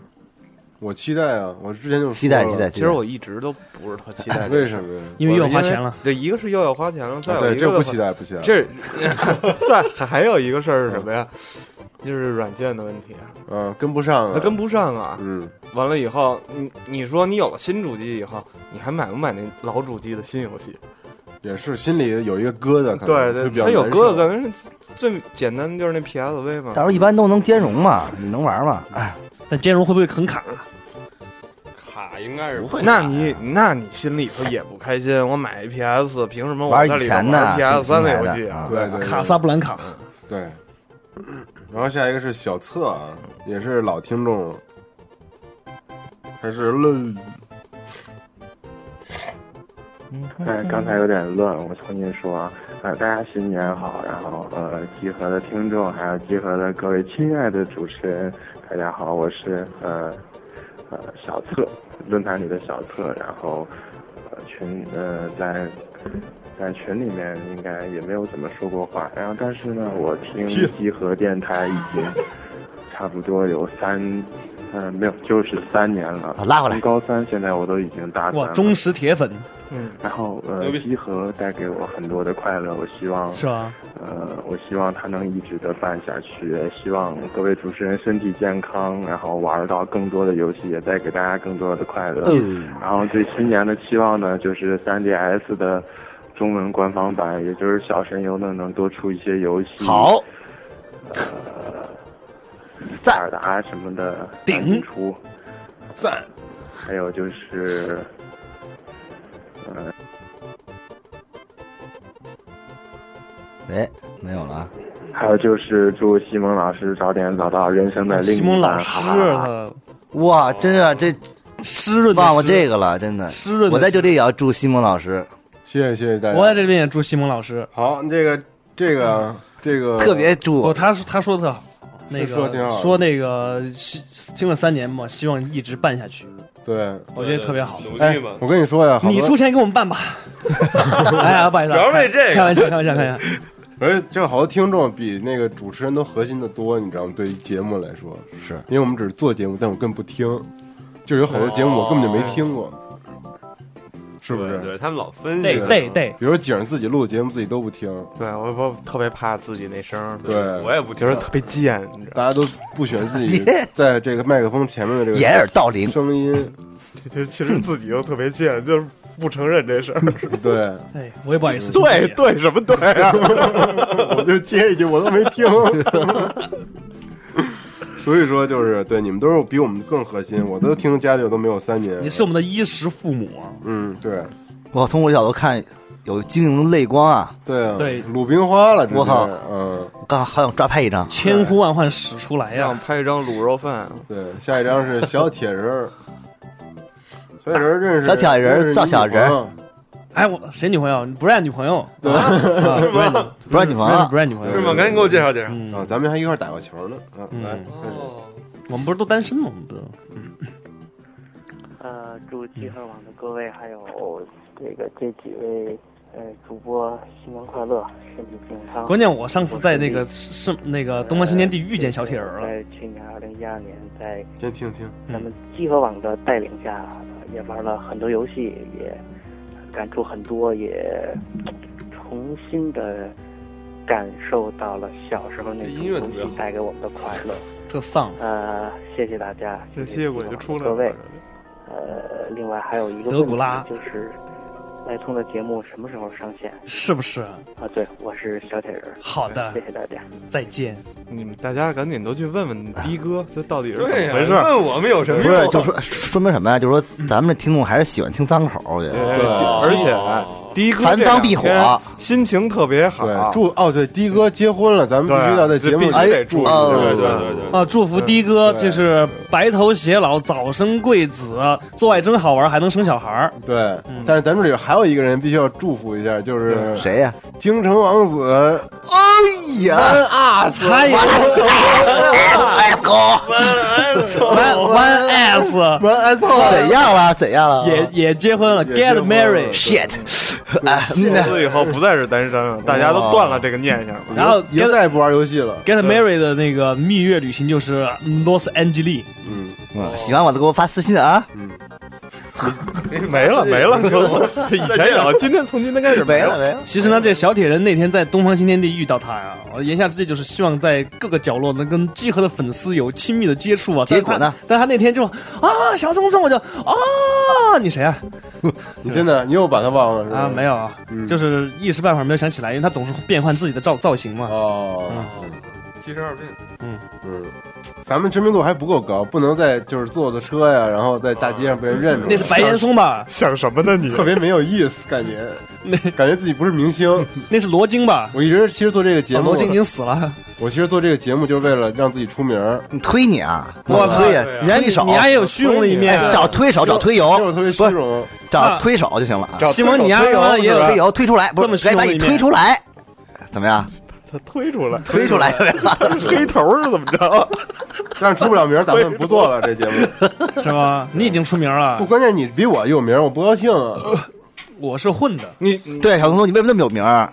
A: 我期待啊，我之前就说了
C: 期待期待
I: 其实我一直都不是特期待这事儿，
A: 为什么呀啊
B: 因为又要花钱了
I: 我因为对，一个是又要花钱了，再有
A: 对
I: 一个
A: 这不
I: 的话
A: 期待不期待
I: 这再 还有一个事儿是什么呀？就是软件的问题啊，
A: 嗯，跟不上
I: 它
A: 啊，
I: 跟不上啊。
A: 嗯，
I: 完了以后，你你说你有了新主机以后，你还买不买那老主机的新游戏？
A: 也是心里有一个疙瘩，可
I: 对
A: 能会
I: 对，
A: 比较
I: 它有
A: 难受
I: 疙瘩，但是最简单的就是那 PSV 嘛。
C: 到时候一般都能兼容嘛，你能玩吗？哎，
B: 但兼容会不会很卡？
D: 卡应该是不
I: 那你那你心里头也不开心。我买一 PS，凭什么我在里头玩 PS 三游戏啊？
A: 对对，对
B: 卡萨布兰卡，
A: 对。嗯然后下一个是小策啊，也是老听众，还是论
C: 嗯
L: 哎，刚才有点乱，我重新说啊，呃，大家新年好，然后呃，集合的听众，还有集合的各位亲爱的主持人，大家好，我是呃呃小策，论坛里的小策，然后呃群呃在在群里面应该也没有怎么说过话，然后但 是呢，我听集合电台已经差不多有三嗯，没有，就是三年了。
C: 啊拉回来。
L: 高三现在我都已经大三
B: 哇，
L: 了
B: 忠实铁粉，
I: 嗯，
L: 然后呃
B: 牛逼，
L: 集合带给我很多的快乐，我希望
B: 是吧？
L: 呃，我希望它能一直的办下去，也希望各位主持人身体健康，然后玩到更多的游戏，也带给大家更多的快乐。
C: 嗯
L: 然后对新年的期望呢，就是 3DS 的中文官方版，也就是小神游呢，能多出一些游戏。
C: 好。
L: 呃，塞尔达什么的顶出。
B: 赞。
L: 还有就是，呃，
C: 哎，没有了啊。
L: 还有就是祝西蒙老师早点找到人生的另一半。啊哈哈
C: 哇，真是啊这
B: 湿润的
C: 忘了
B: 湿
C: 这个了，真的
B: 湿润的
C: 我在这里
B: 湿
C: 也要祝西蒙老师，
A: 谢谢谢谢大
B: 我在这边也祝西蒙老师
A: 好，这个这个这个
C: 特别祝
B: 不，哦他说他说的特好，那个
A: 是说得挺好的
B: 说那个希听了三年嘛，希望一直办下去。
A: 对，
B: 我觉得特别好，努
A: 哎，我跟你说呀，好多
B: 你出钱给我们 办吧。哎呀，不好意思啊，
A: 主要为这个
B: 开玩笑，开玩笑，开 玩笑。
A: 而且这个好多听众比那个主持人都核心的多，你知道吗？对于节目来说，
C: 是
A: 因为我们只是做节目，但我根本不听，就是有好多节目我根本就没听过，是不是？
D: 对他们老分
A: 对
D: 析，
A: 对对，比如景儿自己录的节目自己都不听，
I: 对我我特别怕自己那声儿，
A: 对
D: 我也不
I: 就是特别贱，你知道吗？
A: 大家都不选自 己在这个麦克风前面的这个
I: 掩耳
C: 盗铃
A: 声 音，
I: 这这其实自己又特别贱，就是不承认这事儿。
A: 对，
B: 哎，我也不好意思。
I: 对对什么对啊？
A: 我就接一句，我都没听。所以说，就是对你们都是比我们更核心，我都听家里我都没有三年。
B: 你是我们的衣食父母啊，
A: 嗯，对
C: 我从我小时候看有晶莹的泪光啊，
A: 对啊，
B: 对
A: 鲁冰花了，直接
C: 我靠，
A: 嗯，
C: 我刚好想抓拍一张，
B: 千呼万唤始出来呀！
I: 拍一张卤肉饭，
A: 对，下一张是小铁人儿，小铁人儿认识
C: 小铁人儿
A: 认识你
C: 造小人儿
A: 女朋友
B: 哎，我谁女朋友？你不认女朋友？对
A: 是吗
C: 不认女朋友
B: 不认女朋友嗯
A: 是吗
D: 赶紧给我介绍介绍
A: 啊，咱们还一块儿打过球呢，啊，来，嗯开始
B: 我们不是都单身吗？我们不是。
J: 呃，祝集合网的各位还有这个这几位呃主播新年快乐，身体健康。
B: 关键我上次在那个
J: 是
B: 是那个呃东方新天地遇见小铁人儿了。
J: 在去年二零一二年，在
A: 先听听
J: 咱们集合网的带领下，也玩了很多游戏，也感触很多，也重新的感受到了小时候那种游戏带给我们的快乐。
B: 特丧。
J: 呃，谢谢大家，
I: 这
J: 谢
I: 谢鬼就出来
J: 各
I: 了。
J: 位。呃，另外还有一个
B: 德古拉
J: 问题就是赖通的节目什么时候上线？
B: 是不是？
J: 啊，对，我是小铁人。
B: 好的
J: 谢谢大家。
B: 再见。
I: 你们大家赶紧都去问问的哥，这到底是
D: 对
I: 怎
D: 呀
I: 么回事？
D: 问我们有什么啊
C: 不是，就说说明什么呀？就是说咱们这听众还是喜欢听脏口，我觉
I: 对，
C: 得，
I: 而且的哥
C: 凡
I: 这两
C: 脏必火
I: 天心情特别好。
A: 对，祝哦，对，的哥结婚了，咱们必须要在节目里
I: 对必须得祝
A: 哎
C: 哦
A: 嗯
I: 对对对
A: 啊
I: 对对
B: 啊，祝福的哥就是白头偕老，早生贵子，做爱真好玩，还能生小孩儿。
A: 对，但是咱们这里还有一个人必须要祝福一下，就是
C: 谁呀？
A: 京城王子，
C: 哎呀
A: 啊，
B: 他也
A: One
B: One S One
A: S
C: 怎样了？怎样了？
B: 也也结婚了，get married。
C: shit，
I: 自以后不再是单身了，大家都断了这个念想了。
B: 然后
A: 也再也不玩游戏了。
B: get married 的那个蜜月旅行就是 Los Angeles。
A: 嗯，
C: 嗯，喜欢我的给我发私信啊！
A: 哎
I: 没了没了， 就以前有，今天从今天开始
C: 没
I: 了
C: 了没了。
B: 其实呢，这小铁人那天在东方新天地遇到他呀、我言下之意就是希望在各个角落能跟集合的粉丝有亲密的接触啊。
C: 结果呢
B: 但他？但他那天就啊，小聪聪，我就啊，你谁啊？
A: 你真的，你又把他忘了是吧？嗯
B: 啊，没有，啊，就是一时半会儿没有想起来，因为他总是变换自己的造造型嘛。
A: 哦，
D: 七十二变，
B: 嗯
A: 嗯，咱们知名度还不够高，不能在就是坐坐车呀，然后在大街上被人认出来。
B: 那是白岩松吧？
I: 想什么呢你
A: 特别没有意思，感觉
B: 那
A: 感觉自己不是明星。
B: 那是罗京吧？
A: 我一直其实做这个节目，
B: 罗京已经死了。
A: 我其实做这个节目就是为了让自己出名。
C: 你推你啊！
A: 我操
C: 推呀
A: 对啊
C: 推手，
A: 你还有虚荣的一面
C: 哎找推手，找推友，
A: 就是特别虚荣，
C: 找推手就行了。
I: 找西蒙
C: 推
I: 你
C: 手
I: 丫
C: 推
I: 他妈
C: 友
I: 也有
C: 推友推出来，不
I: 这么
C: 是
I: 虚荣
C: 该把
I: 的一
C: 你
I: 面
C: 推出来，怎么样？
I: 他 推出来，
C: 推出来
I: 黑头是怎么 着？
A: 但是出不了名，咱 们不做了这节目，
B: 是吗？你已经出名了
A: 不，，关键你比我有名，我不高兴啊。
B: 我是混的。
I: 你
C: 对小彤彤，你为什么那么有名儿？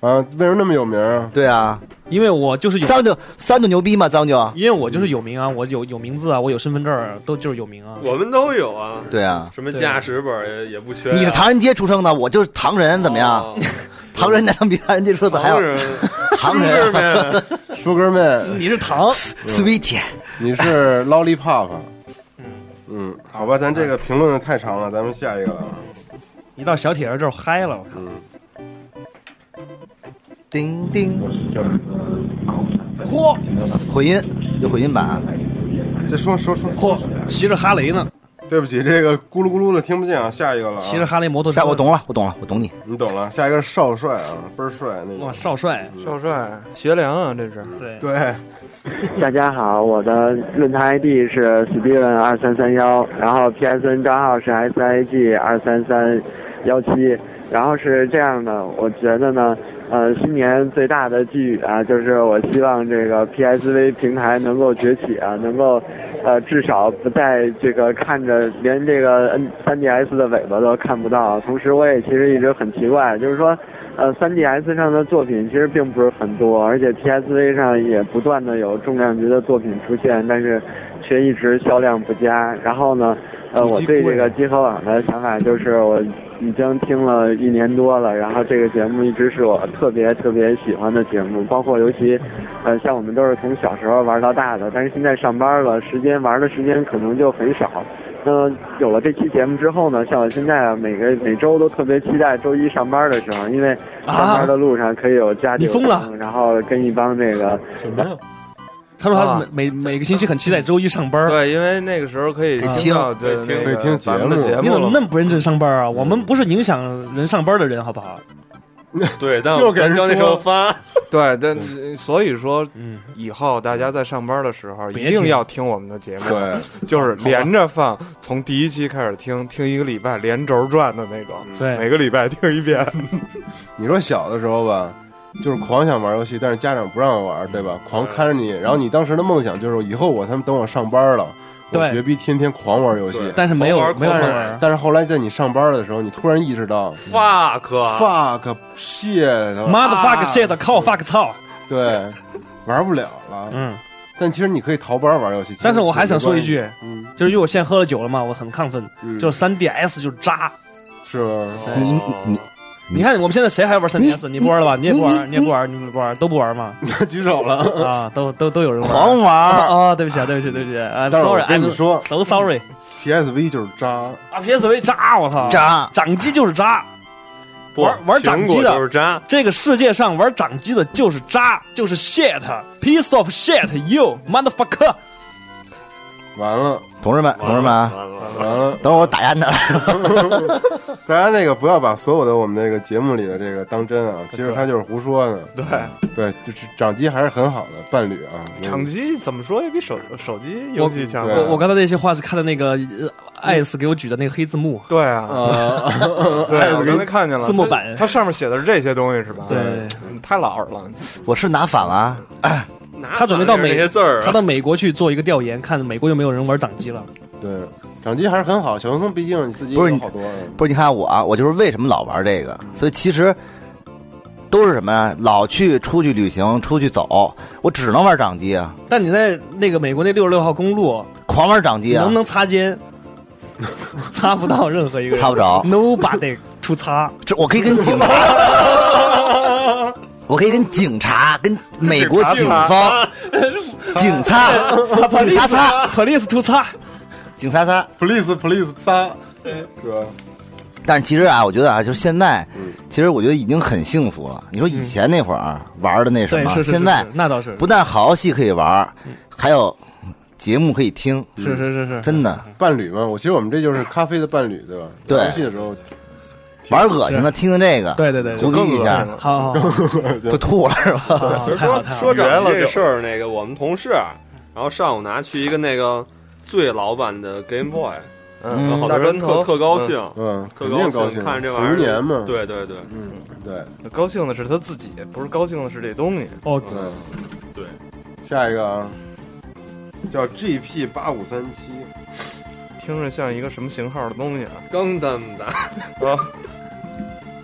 A: 啊，为什么那么有名啊？
C: 对啊，
B: 因为我就是有
C: 张九，三九牛逼嘛，张九。
B: 因为我就是有名啊，我有有名字啊，我有身份证儿，都就是有名啊。
D: 我们都有啊。
C: 对啊
D: 什么驾驶本儿也也不缺啊。
C: 你是唐人街出生的，我就是唐人，怎么样？
A: 哦
C: 唐人难道比唐人街出的还要
D: 唐人？
C: 唐人
D: Sugarman
A: 舒哥们，
B: 你是糖
C: ，sweet，
A: 嗯你是 lollipop。嗯嗯，好吧，咱这个评论太长了，咱们下一个吧。啊嗯
B: 一到小铁儿这儿嗨了，我靠！
C: 叮叮，嚯，混音有混音版，啊
A: 这说说说，
B: 嚯，骑着哈雷呢。
A: 对不起，这个咕噜咕噜的听不见啊，下一个了啊。
B: 骑着哈雷摩托车。
C: 哎，我懂了，我懂了，我懂你。
A: 你懂了，下一个是少帅啊，倍儿帅那个。
B: 哇，少帅，
I: 少帅，学良啊，这是。
B: 对
A: 对，
P: 大家好，我的论坛 ID 是 Steven 二三三幺，然后 PSN 账号是 SIG 二三三幺七，然后是这样的，我觉得呢，呃，新年最大的寄语啊，就是我希望这个 PSV 平台能够崛起啊，能够，呃，至少不再这个看着连这个 N 3DS 的尾巴都看不到。啊同时，我也其实一直很奇怪，就是说。呃，3DS 上的作品其实并不是很多，而且 PSV 上也不断的有重量级的作品出现，但是却一直销量不佳。然后呢，呃，我对这个集合网的想法就是，我已经听了一年多了，然后这个节目一直是我特别特别喜欢的节目，包括尤其，呃，像我们都是从小时候玩到大的，但是现在上班了，时间玩的时间可能就很少。那么有了这期节目之后呢，像我现在啊，每个每周都特别期待周一上班的时候，因为上班的路上可以有家里有
B: 啊你疯了
P: 人然后跟一帮这个
B: 什么呀？他说他
I: 啊
B: 每每每个星期很期待周一上班。啊
I: 对，因为那个时候可以听到这那个咱们的节目了。
B: 你怎么那么不认真上班啊？我们不是影响人上班的啊人，好不好？
I: 嗯
D: 对，但
I: 又给
D: 咱
I: 人
D: 交那时
I: 说
D: 候发，
I: 对，但呃所以说，
B: 嗯
I: 以后大家在上班的时候一定要听我们的节目，
A: 对
I: 就是连着放，从第一期开始听，听一个礼拜，连轴转的那种，
B: 对
I: 每个礼拜听一遍。
A: 你说小的时候吧，就是狂想玩游戏，但是家长不让玩，对
B: 嗯
A: 吧？狂看着你，然后你当时的梦想就是以后我他们等我上班了，我
B: 对
A: 绝逼天天狂玩游戏。
B: 但是没有狂玩没有
A: 但是
B: 狂玩
A: 但是后来在你上班的时候，你突然意识到
D: fuck
A: fuck shit，
B: 妈的 fuck
A: 啊
B: shit，靠 fuck 操！
A: 对，玩不了了。
B: 嗯，
A: 啊但其实你可以逃班玩游戏。其实
B: 但是我还想说一句
A: 没关系嗯，
B: 就是因为我现在喝了酒了嘛，我很亢奋，
A: 嗯
B: 就是三 DS 就是渣。
A: 是吧？
B: 你
C: 你
B: 你看我们现在谁还玩三 DS？你不玩了吧？你也不玩，你也不玩，你们不玩都不 玩嘛？
A: 举手了
B: 啊！都都都有人玩，
A: 狂玩
B: 啊！对不起啊，对不起，对不起啊
A: 但是我
B: ！Sorry，
A: 跟你说
B: ，so sorry。
A: PSV 就是渣，
B: 啊，PSV 渣，我操，
C: 渣，
B: 掌机就是渣，
D: 不
B: 玩玩掌机
D: 苹
B: 的
D: 果就是渣，
B: 这个世界上玩掌机的就是渣，就是 shit，piece of shit，you motherfucker。
A: 完了，
C: 同志们，同志们啊，
A: 完了，
C: 等会儿我打压他。
A: 大家那个不要把所有的我们这个节目里的这个当真啊，其实他就是胡说呢。嗯
I: 对
A: 对，就是掌机还是很好的伴侣啊。
I: 掌机怎么说也比手手机游
B: 我
I: 戏强吧。
B: 我我刚才那些话是看的那个呃艾斯给我举的那个黑字幕。呃
I: 对啊， 对，啊我刚才看见了
B: 字幕版
I: 它它上面写的是这些东西是吧？
B: 对
I: 嗯，太老实了。
C: 我是拿反了啊，
B: 他准备到美
D: 哪哪些字儿啊
B: 他到美国去做一个调研，看美国有没有人玩掌机了。
A: 对，掌机还是很好。小松松毕竟你自己
C: 不是
A: 有
C: 你
A: 好多啊，
C: 不是，你看我啊，我就是为什么老玩这个，所以其实都是什么呀？老去出去旅行，出去走，我只能玩掌机啊，
B: 但你在那个美国那六十六号公路，
C: 狂玩掌
B: 你
C: 机啊，
B: 能不能擦肩？ 擦不到任何一个人，
C: 擦不着
B: ，nobody to 擦。
C: 这我可以跟 警察，我可以跟警察，跟美国 警方，警 察，警察擦，
B: ，police to 擦，
C: 警察擦。
A: ，please please 仨，是 吧？
C: 但是其实啊，我觉得啊，就是现在，其实我觉得已经很幸福了。你说以前那会儿啊，玩的那
B: 嗯
C: 什
B: 对，
C: 么，
B: 是是是
C: 现在
B: 是那倒是，嗯
C: 不但好游戏可以玩，还有节目可以听，
B: 是是是是
C: 真的。
A: 伴侣嘛，我其实我们这就是咖啡的伴侣，对吧？
C: 对
A: 玩游戏的时候
C: 玩恶心了，听听这个，
B: 对对对，
C: 回忆一下，
B: 好好好，
C: 就吐了是 吧？
D: 其实说说掌机这事儿，那个我们同事，然后上午拿去一个那个最老版的 Game Boy，
A: 嗯
D: 然后好
A: 大
D: 多人
A: 砖头
D: 特特高兴，
A: 嗯
D: 特
A: 肯定高兴
D: 兴，看着这玩意儿，
A: 童年嘛
D: 对对对，
A: 嗯，对，
I: 高兴的是他自己，不是高兴的是这东西。嗯
B: 哦，
D: 对，
A: 下一个啊，叫 GP 八五三七，
I: 听着像一个什么型号的东西啊？
D: 钢弹的，
I: 啊，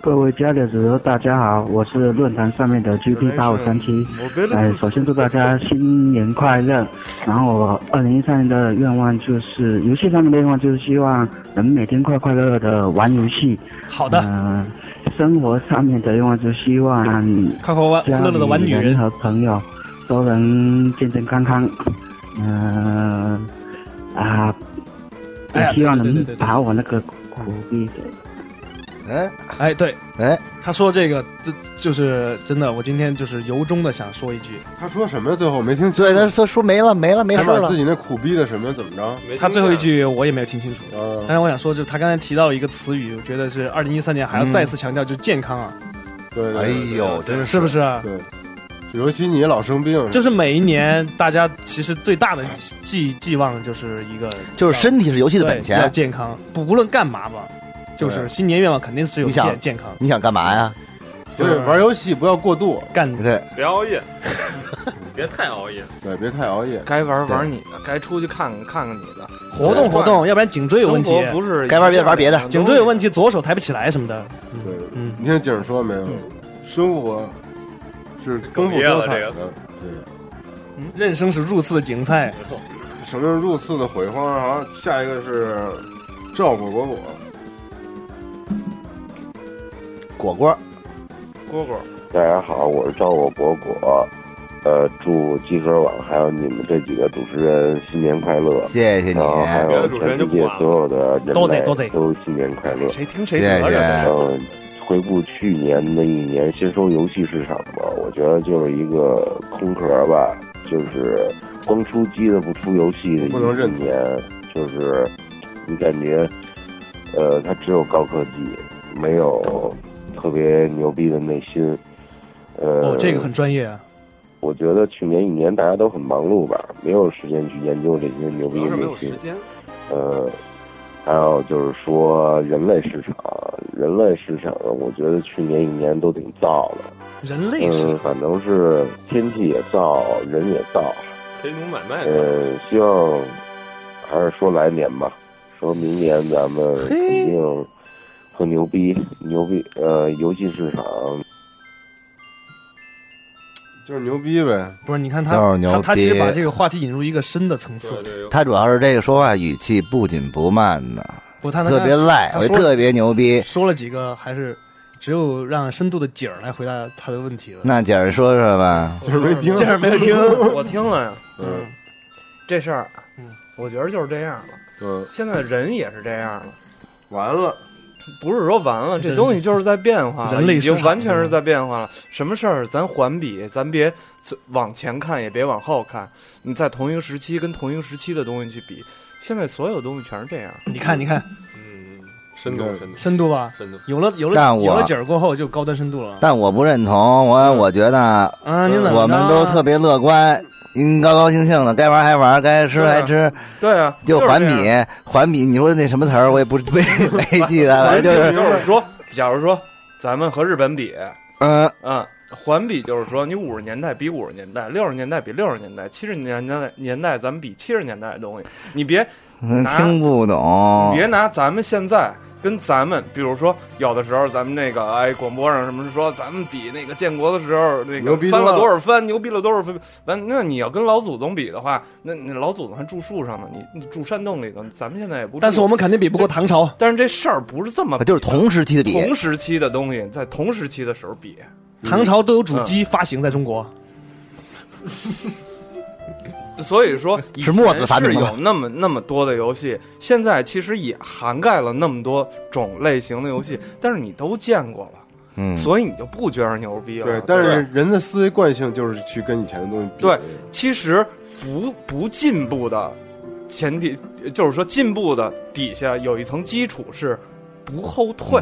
O: 各位家里的主播大家好，我是论坛上面的 GP 八五三七。哎，首先祝大家新年快乐。然后我二零一三年的愿望就是，游戏上面的愿望就是希望能每天快快乐乐的玩游戏。
B: 好的。
O: 嗯、生活上面的愿望就是希望
B: 快快玩乐乐地玩女人
O: 和朋友都能健健康康。嗯、啊，
G: 嗯
B: 哎呀
O: 我希望
B: 对对
O: 能
B: 对对对
O: 把我那个苦逼给。
C: 哎
B: 哎对
C: 哎，
B: 他说这个这就是真的，我今天就是由衷的想说一句，
A: 他说什么呀？最后没听清。
C: 对，他说说没了没了没事
A: 他把
C: 了
A: 自。己那苦逼的什么怎么着？
B: 他最后一句我也没有听清楚。
A: 嗯
B: 但是我想说，就是他刚才提到一个词语，我觉得是二零一三年还要再次强调，就是健康啊。
A: 对，
C: 哎呦，真
B: 是不是啊？
A: 对，尤其你老生
C: 嗯
A: 病，
B: 就是每一年大家其实最大的寄寄望就是一个，
C: 就是身体是游戏的本钱
B: 对要健康，不无论干嘛吧，就是
C: 对
B: 新年愿望肯定是有
C: 你想
B: 健健康。
C: 你想干嘛呀？
A: 就是玩游戏不要过度，
B: 干
C: 对
D: 别熬夜，别太熬夜。
A: 对，别太熬夜，
I: 该玩玩你的，该出去看看看看你的，
B: 活动活动，要不然颈椎有问题
I: 生活。不是
B: 颈椎有问题，左手抬不起来什么的。
A: 对，
B: 嗯，
A: 你听景儿说没有？生活是丰富多彩的
D: 哽咽了这个，
A: 对，
B: 嗯人生是入刺的芹菜。
A: 什么入刺的悔慌，好像下一个是赵果果果
C: 果果，
A: 果果，
Q: 大家好，我是赵我果果，呃，祝鸡哥网还有你们这几个主持人新年快乐，
C: 谢谢你
Q: 然后还有全世界所有的人
B: 多谢
Q: 类
B: 多谢
Q: 都新年快乐，谁
I: 听谁得着谢谢
Q: 然后回顾去年那一年，先说游戏市场吧，我觉得就是一个空壳吧，就是光出机子不出游戏的
A: 不能认
Q: 一年，就是你感觉，呃，它只有高科技，没有特别牛逼的内心。呃，
B: 哦，这个很专业啊。
Q: 我觉得去年一年大家都很忙碌吧，没有时间去研究这些牛逼的内心。
D: 间。
Q: 呃，还有就是说人类市场，人类市场，我觉得去年一年都挺燥的。
B: 人类是
Q: 嗯，反正是天气也燥，人也燥。
D: 陪奴买卖的，
Q: 呃，希望还是说来年吧，说明年咱们肯定会牛逼，牛逼。呃，游戏市场
A: 就是牛逼呗。
B: 不是，你看他
C: 就是牛
B: 他他其实
C: 逼
B: 把这个话题引入一个深的层次。
C: 他主要是这个说话语气不紧不慢的，
B: 不，他
C: 特别赖，我觉得特别牛逼。
B: 说了几个，还是只有让深度的景儿来回答他的问题了。
C: 那姐儿说说吧，
A: 就是没听
B: 这样没有 听
I: 我听了呀。
A: 嗯，
I: 这事儿，
B: 嗯
I: 我觉得就是这样了。
A: 嗯，
I: 现在人也是这样了，
A: 完了。
I: 不是说完了，这东西就是在变化了，
B: 人类
I: 已
B: 市场
I: 经完全是在变化了。什么事儿，咱环比，咱别往前看，也别往后看。你在同一个时期跟同一个时期的东西去比，现在所有东西全是这样。
B: 你看，你看，
A: 嗯
D: 深度深度
B: 深度吧，
D: 深度
B: 有了有了
C: 但我
B: 有了景儿过后就高端深度了。
C: 但我不认同，我我觉得，
B: 嗯您怎么着啊
C: 我们都特别乐观，应高高兴兴的，该玩还玩，该吃还吃，
I: 对啊，
C: 就
I: 就是
C: 环
I: 这
C: 比
I: 样
C: 环比，你说那什么词儿，我也不 没没记得，反正
I: 就是
C: 就是
I: 说，假如说咱们和日本比，
C: 嗯
I: 嗯，环比就是说，你五十年代比五十年代，六十年代比六十年代，七十年代年代咱们比七十年代的东西，你别
C: 嗯
I: 拿
C: 听不懂
I: 你，别拿咱们现在跟咱们，比如说有的时候咱们那个哎广播上什么说咱们比那个建国的时候那
A: 牛
I: 个
A: 逼多
I: 翻
A: 了
I: 了多少番，牛逼了多少分，完那你要跟老祖宗比的话，那那老祖宗还住树上呢，你你住山洞里头，咱们现在也不住。
B: 但是我们肯定比不过唐朝。
I: 但是这事儿不是这么比的，
C: 啊就是同时期的比，
I: 同时期的东西，在同时期的时候比，
B: 唐朝都有主机发行在中国，
I: 嗯所以说以
C: 是
I: 前
C: 墨子发明
I: 是
C: 的吗
I: 有那么那么多的游戏，现在其实也涵盖了那么多种类型的游戏，但是你都见过了，
C: 嗯
I: 所以你就不觉得牛逼了。
A: 对
I: 对，，
A: 但是人的思维惯性就是去跟以前的东西比。
I: 对，其实不不进步的前提，就是说进步的底下有一层基础是不后退。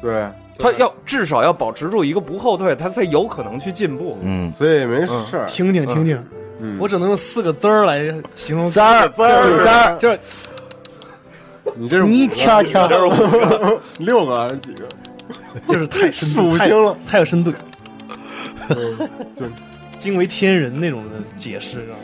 A: 对，
I: 他要至少要保持住一个不后退，他才有可能去进步。
C: 嗯，
A: 所以没事儿。
B: 听听听听，
A: 嗯
B: 我只能用四个字儿来
I: 嗯
B: 形容
C: 滋儿
B: 滋儿
C: 滋儿
B: 就是
A: 你这是
C: 你
A: 五个
C: 瞧瞧
A: 你这是五个 六个还是几个？
B: 就是太深
A: 数
B: 度
A: 不
B: 太
A: 清了，
B: 太有深度，
A: 嗯就是
B: 惊为天人那种的解释，知道吗？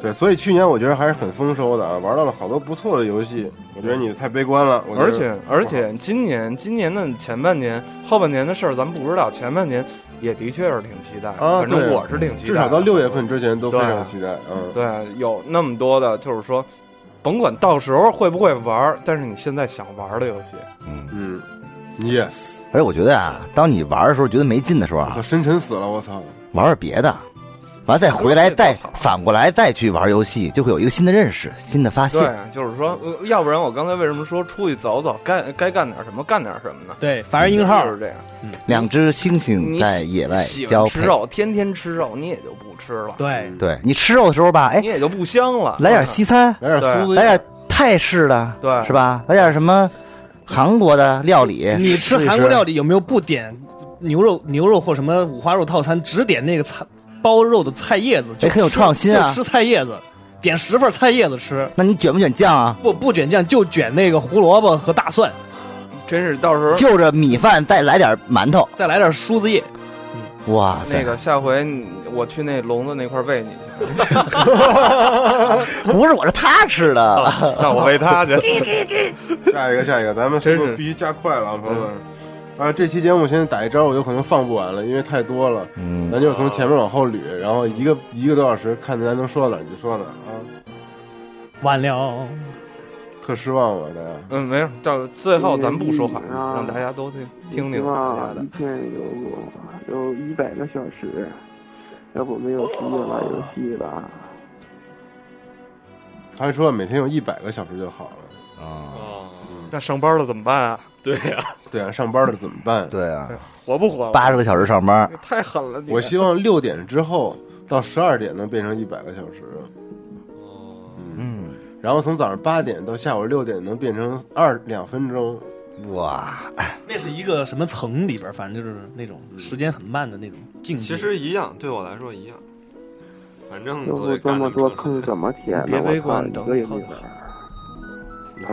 A: 对，所以去年我觉得还是很丰收的啊，玩到了好多不错的游戏。我觉得你太悲观了，我觉得
I: 而且而且今年今年的前半年、后半年的事儿咱们不知道，前半年也的确是挺期待的，
A: 啊，
I: 反正
A: 对
I: 我是挺期待的，
A: 至少到六月份之前都非常
I: 对
A: 期待。嗯，
I: 对，有那么多的，就是说，甭管到时候会不会玩儿，但是你现在想玩儿的游戏，
A: 嗯，yes，
C: 而且我觉得啊，当你玩的时候觉得没劲的时候啊，
A: 我深沉死了，我操！
C: 玩玩别的，完了再回来再反过来再去玩游戏，就会有一个新的认识、新的发现。
I: 对，就是说，呃要不然我刚才为什么说出去走走，该该干点什么干点什么呢？
B: 对反正硬号
I: 就是这样。
C: 两只猩猩
I: 你
C: 在
I: 喜
C: 野外
I: 喜欢
C: 哎交
I: 吃
C: 配，
I: 肉，天天吃肉，你也就不吃了，
B: 对，
C: 对你吃肉的时候吧，哎
I: 你，也就不香了，
C: 来点西餐，
I: 来点对苏子
C: 来点泰式的，
I: 对
C: 是吧？来点什么韩国的料理？
B: 你吃
C: 试一试
B: 韩国料理有没有不点牛肉、牛肉或什么五花肉套餐，只点那个菜包肉的菜叶子？就
C: 哎很有
B: 吃
C: 创新啊
B: 就吃菜叶子，点十份菜叶子吃。
C: 那你卷不卷酱啊？
B: 不不卷酱，就卷那个胡萝卜和大蒜，
I: 真是到时候
C: 就着米饭再来点馒头，
B: 再来点梳子叶。
C: 哇塞！
I: 那个下回你我去那笼子那块儿喂你去，
C: 不是我是他吃的，
I: 啊那我喂他 去
A: 下一个，下一个，咱们速度必须加快了，啊，朋友们。啊，这期节目现在打一招，我就可能放不完了，因为太多了。
C: 嗯，
A: 咱就是从前面往后捋，然后一个一个多小时，看咱能说到哪儿就说哪儿啊。
B: 完了，哦
A: 特失望吧，大家。
I: 嗯，没事，到最后咱们不说话，
A: 嗯
I: 让大家都听听听大
P: 啊
I: 家的
R: 一。天有有一百个小时，要不没有时间玩游戏吧？
A: 他说每天有一百个小时就好了。嗯
I: 啊，那上班了怎么办啊？对呀、
A: 对啊，上班了怎么办？
C: 对啊，
I: 活不活了？
C: 八十个小时上班，
I: 太狠了你！
A: 我希望六点之后到十二点能变成一百个小时。
C: 嗯，
A: 然后从早上八点到下午六点能变成二两分钟。
C: 哇，
B: 那是一个什么层里边儿，反正就是那种时间很慢的那种境界。
D: 其实一样，对我来说一样，反正
R: 要
D: 都
R: 不
D: 得
R: 这
D: 干
R: 么
D: 点
R: 多坑怎么填呢？
A: 别悲观
R: 我操
A: 等
R: 一个也
A: 以后
R: 没
A: 再
R: 玩儿。
I: 嗯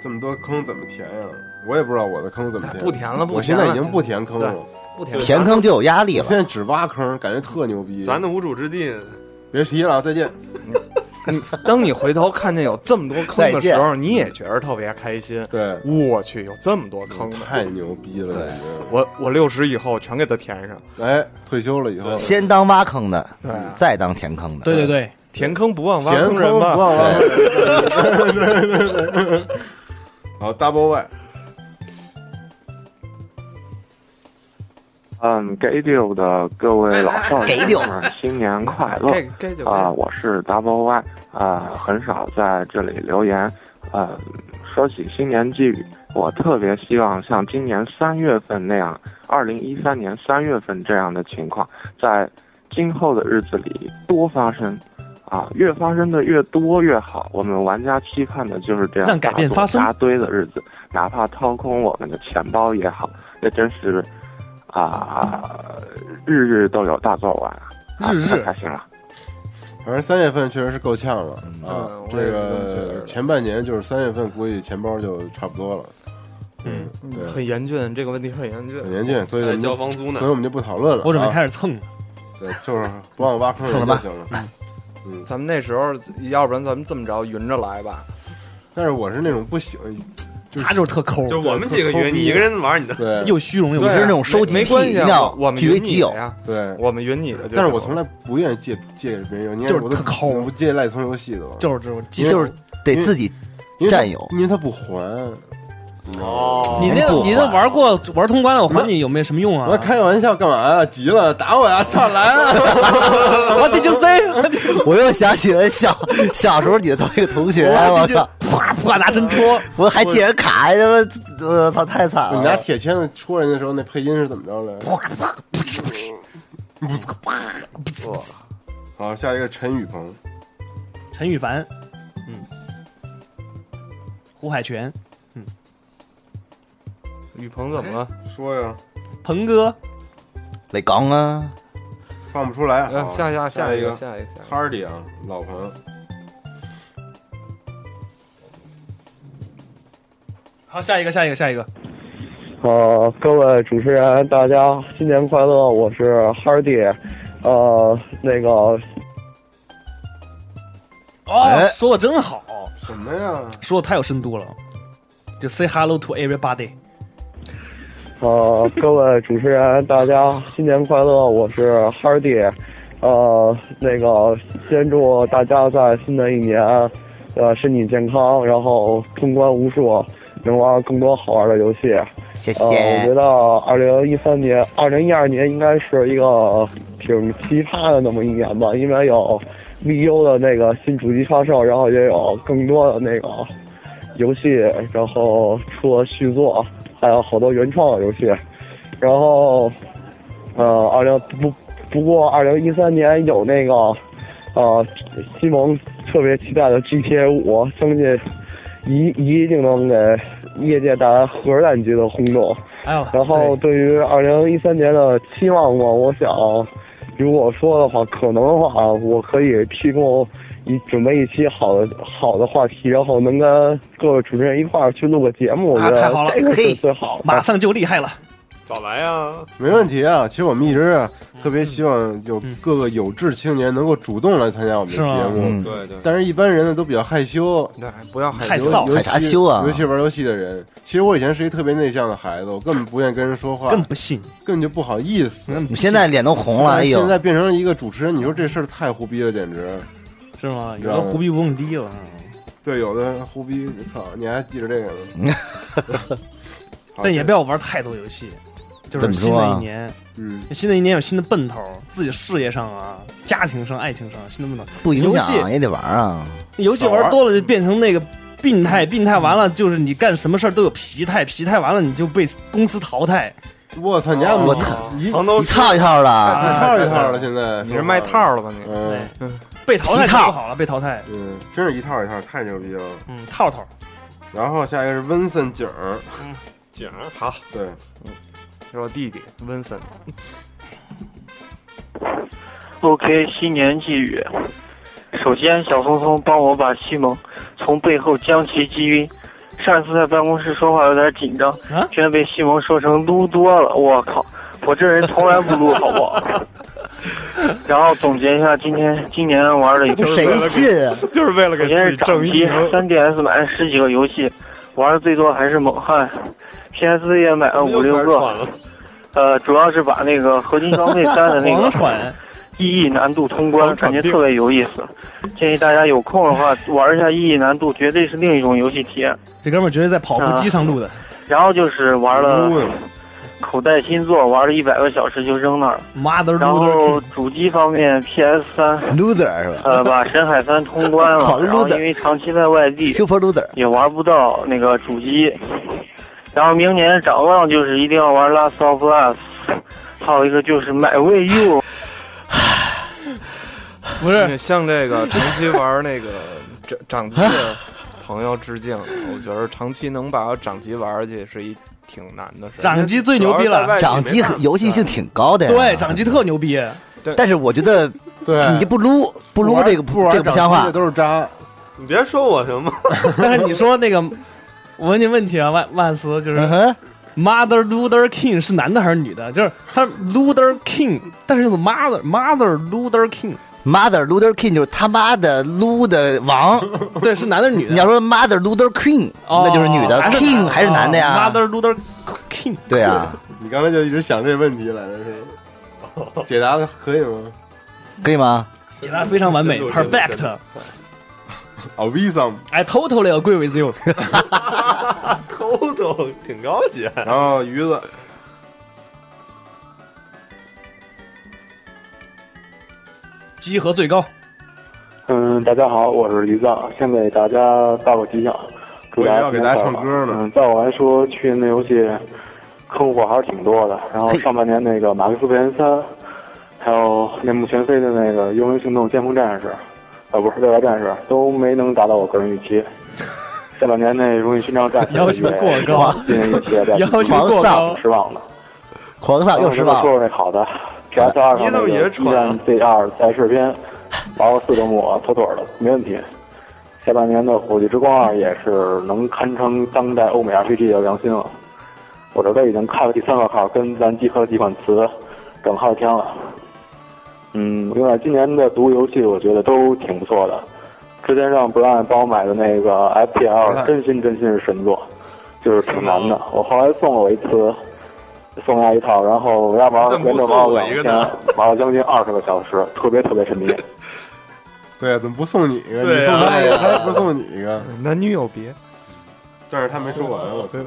A: 这么多坑怎么填呀、我也不知道我的坑怎么填。
I: 不填了不填了
A: 我现在已经不填坑了
I: 对，不填了
C: 填坑就有压力了
A: 我现在只挖坑，感觉特牛逼。
D: 咱的无主之地，
A: 别提了，再见。
I: 你当你回头看见有这么多坑的时候，你也觉得特别开心。
A: 对，
I: 我去，有这么多坑，
A: 太牛逼了！对，
I: 我我六十以后全给它填上。
A: 哎，退休了以后，
C: 先当挖坑的
I: 对啊，
C: 再当填坑的。
B: 对对对，
I: 填坑不忘挖
A: 填
I: 坑人
A: 坑
I: 嘛，
A: 不忘挖坑人对对对对 好，Double Y，
R: 嗯，给丢的各位老少
C: 给
R: 爷
C: 丢
R: 们儿，新年快乐
I: 给给丢！
R: 啊、我是 Double Y，啊、很少在这里留言。呃，说起新年寄语，我特别希望像今年三月份那样，二零一三年三月份这样的情况，在今后的日子里多发生。啊，越发生的越多越好。我们玩家期盼的就是这样，
B: 让改变发生
R: 大堆的日子，哪怕掏空我们的钱包也好，那真是啊，日日都有大作玩，啊
A: 日日
R: 太开心了。
A: 反正三月份确实是够呛了啊
I: 嗯。我
A: 这
I: 也是这么觉
A: 个前半年就是三月份，估计钱包就差不多了。嗯，对，
I: 很严峻，这个问题很严峻，
A: 很严峻，所以我
D: 还
A: 们
D: 得
A: 就
D: 交房租呢
A: 所以我们就不讨论了。
B: 我准备
A: 啊
B: 开始蹭了。
A: 对，就是不忘挖坑人
I: 蹭了
A: 就
I: 吧
A: 行了。嗯，
I: 咱们那时候，要不然咱们这么着匀着来吧。
A: 但是我是那种不喜欢，就是
B: 他就是特抠
D: 就我们几个约你一个人玩你的
A: 对，
B: 又虚荣又
I: 对啊
C: 你是那种收集
I: 没没
C: 癖
I: 关系
C: 一定要
I: 啊，我们
C: 据为
I: 匀你
C: 己有
I: 的呀，
A: 对，
I: 我们匀你的就行了。
A: 但是我从来不愿意借借别人，你看
B: 就是
A: 我都
B: 特抠
A: 我不借赖聪游戏的，
B: 就是这种
A: 因为
B: 就是
C: 得自己占有，
A: 因为他不还。哦
B: 你那你那玩过玩通关了，我还你有没有什么用
A: 我
B: 啊？
A: 开玩笑干嘛呀？急了，打我呀！操，来啊！
B: 我 did you say？
C: 我又想起了小小时候你的同一个同学，我操，
B: 啪啪拿针戳，
C: 我 还借人卡，他妈，
A: 呃
C: 我操，太惨
A: 你拿
C: 了。
A: 铁签子戳人的时候，那配音是怎么着来着？好，下一个陈宇鹏，
B: 陈羽凡，嗯，胡海泉，嗯，
I: 雨鹏怎么了？
A: 说呀，
B: 鹏哥，
C: 得刚啊，
A: 放不出来啊。
I: 嗯下下
A: 下
I: 下
A: 一
I: 一
A: 个
I: 个下一个下一个
A: Hardy 啊，老朋友，
B: 好，下一个，下一个，下一个，
S: 呃，各位主持人，大家新年快乐！我是 Hardy，呃，那个
B: 哦
A: 哎，
B: 说的真好，
A: 什么呀？
B: 说的太有深度了。就 say hello to everybody。
S: 呃，各位主持人，大家新年快乐！我是 Hardy，呃，那个先祝大家在新的一年，呃，身体健康，然后通关无数，能玩更多好玩的游戏。
C: 谢
S: 呃，我觉得二零一三年、二零一二年应该是一个挺奇葩的那么一年吧，因为有 VU 的那个新主机发售，然后也有更多的那个游戏，然后出了续作，还有好多原创游戏。然后，呃，二零不不过二零一三年有那个，呃，西蒙特别期待的 GTA 五，相信一一定能给业界带来核弹级的轰动。
B: 哎呦，
S: 然后对于二零一三年的期望吧，我想，如果说的话，可能的话，我可以提供一准备一期好的好的话题，然后能跟各位主持人一块儿去录个节目，我觉
B: 啊，
S: 得
B: 太好了，
S: 这个
B: 嘿
S: 是最好的。
B: 马上就厉害了。
D: 早来啊！
A: 没问题啊，其实我们一直啊特别希望有各个有志青年能够主动来参加我们的
D: 是吗
A: 节目，
D: 嗯对对
A: 但是一般人呢都比较害羞，
I: 那不要
D: 害臊
A: 尤
D: 害
A: 其
D: 啥羞啊
A: 尤其玩游戏的人，其实我以前是一特别内向的孩子，我根本不愿意跟人说话，
B: 更不信，
A: 根本就不好意思。
C: 你现在脸都红了，哎呦
A: 现，在变成了一个主持人，你说这事儿太胡逼了，简直。
B: 是吗？
A: 你知
B: 有
A: 道吗
B: 的胡逼不蹦迪了。
A: 对，有的胡逼，操，你还记着这个 呢？好
B: 但也
A: 这
B: 不要玩太多游戏，就
C: 怎
B: 是
C: 么
B: 新
C: 说
B: 的一
C: 啊
B: 年，
A: 嗯，
B: 新的一年有新的奔头，自己事业上啊、家庭上、爱情上新的奔头。
C: 不影
B: 游戏
C: 响也得玩啊。
B: 游戏玩多了就变成那个病态，病态完了就是你干什么事儿都有疲态，疲态完了你就被公司淘汰。
A: 我操，你家
B: 我
A: 一
B: 藏头
C: 一套一套的
A: 一
C: 啊
A: 套一套的，现在
I: 你是卖套了吧你
A: 嗯，
B: 被淘汰就不好了，被淘汰。
A: 嗯，真是一套一套，太牛逼了。
B: 嗯，套嗯套。
A: 然后下一个是温森景儿，
D: 景儿好，
A: 对，
I: 是我弟弟温森。
T: OK，新年寄语。首先，小聪聪帮我把西蒙从背后将其击晕。上一次在办公室说话有点紧张，
B: 啊
T: 居然被西蒙说成撸多了。我靠，我这人从来不撸，好不好？ 然后总结一下今天今年玩的游戏，
C: 谁信啊？
I: 就是为了
T: 给自己
I: 挣一
T: 手。三 DS 买了十几个游戏，玩的最多还是猛汉，PS 也买了五六个。呃，主要是把那个《合金装备三》的那个
B: 狂喘
T: 意义难度通关，感觉特别有意思。建议大家有空的话玩一下意义难度，绝对是另一种游戏体验。
B: 这哥们儿绝对在跑步机上
A: 啊
B: 录的。
T: 然后就是玩了
B: 撸呀
T: 口袋新作，玩了一百个小时就扔那儿了。
B: Mother
T: 然
B: loser
T: 后主机方面，PS 三
C: loser 是吧？
T: 呃，把《神海三》通关
C: 好
T: 了，然后
C: loser
T: 因为长期在外地
C: Super loser
T: 也玩不到那个主机。然后明年展望就是一定要玩《Last of Us》，还有一个就是买 Wii U。
B: 不是
I: 向这个长期玩那个 掌掌机的朋友致 敬，我觉得长期能把掌机玩下去是一挺难的事儿。
B: 掌机最牛逼了，
C: 掌机很游戏性挺高的呀。
B: 对，掌机特牛逼。
C: 但是我觉得，
A: 对
C: 你就不撸不撸这个这个不像话。
A: 都是渣。
D: 你别说我行吗？
B: 但是你说那个，我问你问题啊，万万斯就是、Mother Luther King 是男的还是女的？就是他 Luther King，但是又是 Mother Mother Luther King，
C: Mother Luther King 就是他妈的撸的王，
B: 对，是男的女的？
C: 你要说 Mother Luther King，
B: 哦
C: 那就是女的
B: 还是
C: ，King 还是男的
B: 哦
C: 呀？
B: ？Mother Luther King，
C: 对啊，
A: 你刚才就一直想这问题来着，是解答的可以吗？
C: 可以吗？
B: 解答非常完 美
A: 深度深度深
B: ，perfect
A: 度。啊，Visa
B: I 哎 totally agree with you。
D: 偷偷挺高级。啊
A: 然后鱼子，
B: 集合最高。
P: 嗯，大家好，我是于藏，先给大家道个吉祥，祝大家
A: 我以为要给大家唱歌
P: 呢。嗯，在我来说，去年那游戏坑货还是挺多的。然后上半年那个《马克思佩恩三》，还有面目全非的那个《幽灵行动：先锋战士》，呃，不是未来战士，都没能达到我个人预期。下半年那《荣誉勋章战士》
C: 要求过高
P: 今年预期的
C: 要求过高
P: 失望的。
C: 狂放又失望
P: 说说那好的，PS 二上那个《一战 C 二赛事篇》，玩过四个我妥妥的，没问题。下半年的《火炬之光二》也是能堪称当代欧美 RPG 的良心了。我这都已经开了第三个号，跟咱集合了几款词，整号天了。嗯，另外今年的独游戏我觉得都挺不错的，之前让 Brian 帮我买的那个 FPL，真心真心是神作，就是啊挺难的。我后来送了我一次，送他一套，然后要玩
D: 怎么
P: 连
D: 不
P: 着
D: 送
P: 玩
D: 我
P: 了
D: 一个
P: 两
D: 呢
P: 天，玩了将近二十个小时，特别特别沉迷。
A: 对啊，怎么不送你一个？
I: 对
A: 你
I: 啊
A: 送他一个，他不送你一个。
I: 男女有别，
A: 但是他没说完，啊我操！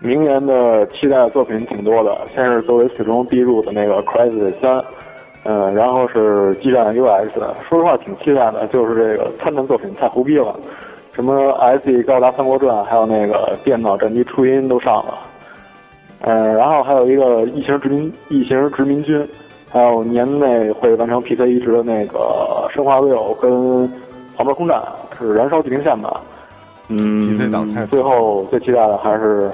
P: 明年的期待的作品挺多的，先是作为死忠必入的那个《Crisis 三》，嗯，然后是《激战 US》，说实话挺期待的，就是这个参战作品太胡逼了，什么《SE 高达三国传》，还有那个电脑战机初音都上了，嗯，然后还有一个《异形殖民异形殖民军》，还有年内会完成 PC 移植的那个《生化六》跟《黄牌空战》是《燃烧地平线》吧，嗯
A: ，PC 档菜
P: 最后最期待的还是，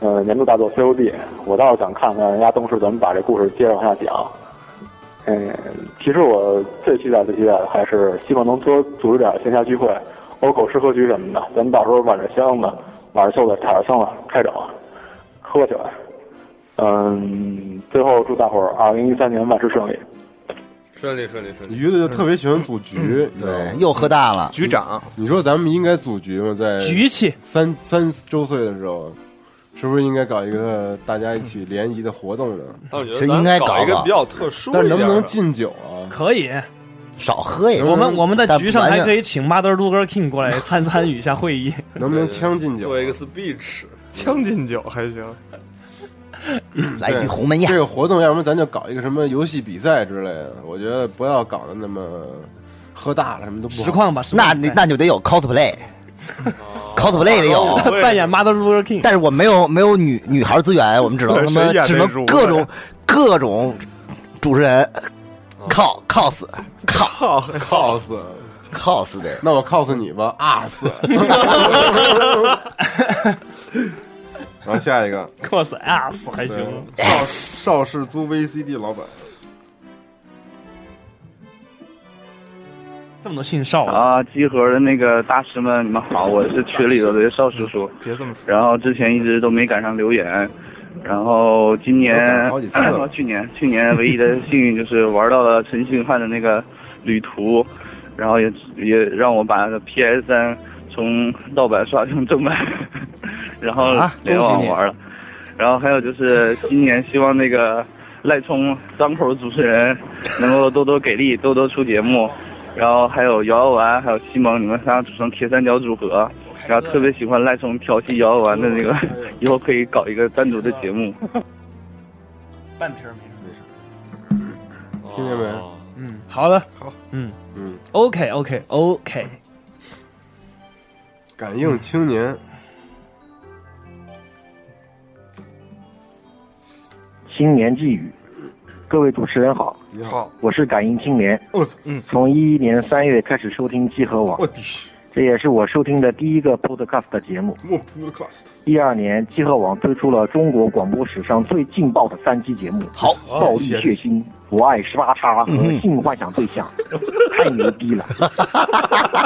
P: 呃，年度大作 COD，我倒是想看看人家东市怎么把这故事接着往下讲。嗯，其实我最期待、最期待的还是希望能多组织点线下聚会，欧口吃喝局什么的，咱们到时候挽着箱子、挽着袖子、踩着箱子开整，喝起来。嗯，最后祝大伙儿二零一三年万事顺利。
D: 顺利顺利顺利。嗯
A: 鱼子就特别喜欢组局，对，
C: 又喝大
B: 嗯
C: 了。
A: 局长，你说咱们应该组局吗？在
B: 局气
A: 三三周岁的时候，是不是应该搞一个大家一起联谊的活动呢？
D: 但我觉得咱们搞一个比较特殊一
A: 但
D: 点的，
A: 能不能禁酒啊？
B: 可以
C: 少喝
B: 我们我们在局上还可
A: 以，
B: 以请 Mother Luger King 过 来参参与一下会议，
A: 能不能呛进酒？
D: 做一个 speech？
I: 将进酒还行，
C: 嗯来一句鸿门宴
A: 这个活动，要不然咱就搞一个什么游戏比赛之类的。我觉得不要搞得那么喝大了，什么都不好。
C: 那你那你就得有 cosplay，cosplay
A: 哦
C: 得有
B: 扮演 Mother Luger King。
C: 但是我没有没有女女孩资源，我们只能
B: 对
C: 他
B: 谁
C: 妈
B: 演
C: 只
B: 那
C: 能
B: 主
C: 各种各种主持人嗯靠 cos
A: 靠 cos
C: cos 的，
A: 那我 cos 你吧 啊死！然后下一个
B: cos
I: 啊
B: us 还行
A: 对邵邵氏租 VCD 老板，
B: 这么多姓邵啊！
U: 啊，集合的那个大师们，你们好，我是群里头的邵叔叔。
I: 别这么说。
U: 然后之前一直都没赶上留言，然后今
I: 都赶
U: 年
I: 了好几次了
U: 去年去年唯一的幸运就是玩到了陈星汉的那个旅途，然后也也让我把 PS 三从盗版刷成正版， 然后
G: 啊
U: 联
G: 恭
U: 网
G: 喜你
U: 玩了。然后还有就是今年希望那个赖聪张口主持人 能够多多给力，多多出节目。然后还有姚姚丸，还有西蒙，你们仨组成铁三角组合。然后特别喜欢赖聪调戏姚姚丸的那个， 以后可以搞一个单独的节目。
B: 半瓶没
A: 听见没？
B: 嗯，好的，
A: 好，
B: 嗯
A: 嗯，
B: ，OK OK OK，
A: 感应青年，
H: 新年寄语，各位主持人好，
A: 你好，
H: 我是感应青年。
A: 我操，嗯，
H: 从一一年三月开始收听集合网，
A: 我去，
H: 这也是我收听的第一个 Podcast 节目。
A: 我 podcast，
H: 一二年，集合网推出了中国广播史上最劲爆的三期节目，
C: 好
H: 暴力血腥，我爱十八叉和
C: 嗯
H: 性幻想对象，太牛逼了！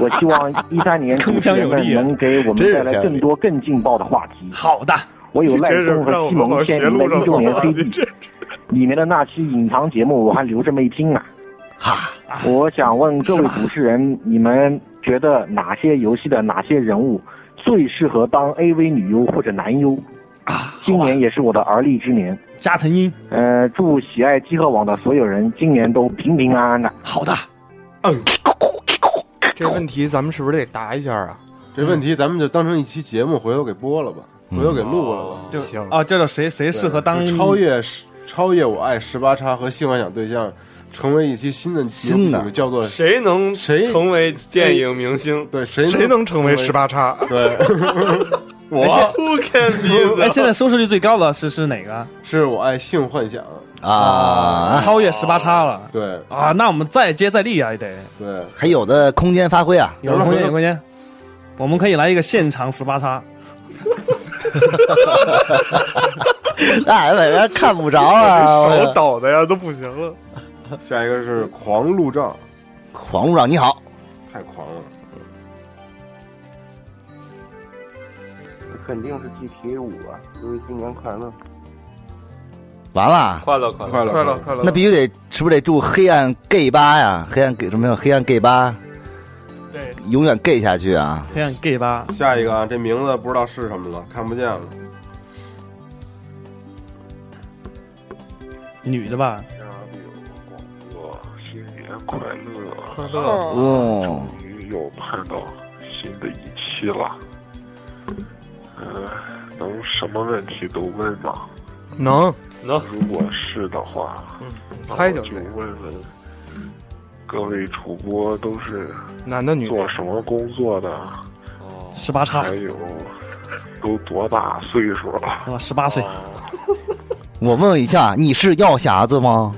H: 我希望一三年主 铿持锵人有们力啊能给我们带来更多更劲爆的话题。
B: 好的，
H: 我有赖这是松让和我西们往蒙签邪名路的上一周年走啊 CD，里面的那期隐藏节目我还留着没听呢。我想问各位主持人，你们觉得哪些游戏的哪些人物最适合当 AV 女优或者男优？今年也是我的而立之年。
B: 啊加藤鹰，
H: 呃，祝喜爱集合网的所有人今年都平平安安的。
B: 好的，
I: 这问题咱们是不是得答一下啊？
A: 这问题咱们就当成一期节目，回头给播了吧，
D: 嗯
A: 回头给录了吧，
B: 就啊，这叫谁谁
A: 对
B: 适合当
A: 就 超越十超越我爱十八叉和性幻想对象，成为一期新的
D: 新的
A: 节目叫做
D: 谁能
A: 谁
D: 成为电影明星？
A: 对，谁
I: 谁能成为十八叉？
A: 对， 我
B: 哎现
D: Who can be？the-
B: 哎，现在收视率最高的是是哪个？
A: 是我爱性幻想
C: 啊
B: 超越十八叉了
A: 对
B: 啊！那我们再接再厉啊，也得
A: 对，
C: 还有的空间发挥啊，
B: 有空间有空间，我们可以来一个现场十八 叉，
C: 那在那哎看不着
B: 哎
C: 啊！
I: 手
C: 我
I: 抖的呀都不行了。
A: 下一个是狂路障，
C: 狂路障你好，
A: 太狂了，
Q: 肯定是 GTA 五啊！祝新年快乐！
C: 完了，
D: 快乐快乐
A: 快乐快乐快乐
C: 那必须得是不是得住黑暗 gay 吧呀？黑暗 gay 什么呀？黑暗 gay 吧，
B: 对，
C: 永远 gay 下去啊！
B: 黑暗 gay 吧。
A: 下一个啊，这名字不知道是什么了，看不见了。
B: 女的吧？
H: 新年快乐！
B: 快
H: 乐
C: 哦！
H: 终于又盼到新的一期了。嗯、能什么问题都问吗？
I: 能能，
H: 如果是的话，嗯，
I: 猜就
H: 就问问各位主播都是
B: 啊
I: 男的女
H: 做什么工作的？
B: 十八叉
H: 还有哎都多大岁数了？
B: 啊，十八岁。
C: 我问一下，你是药匣子吗？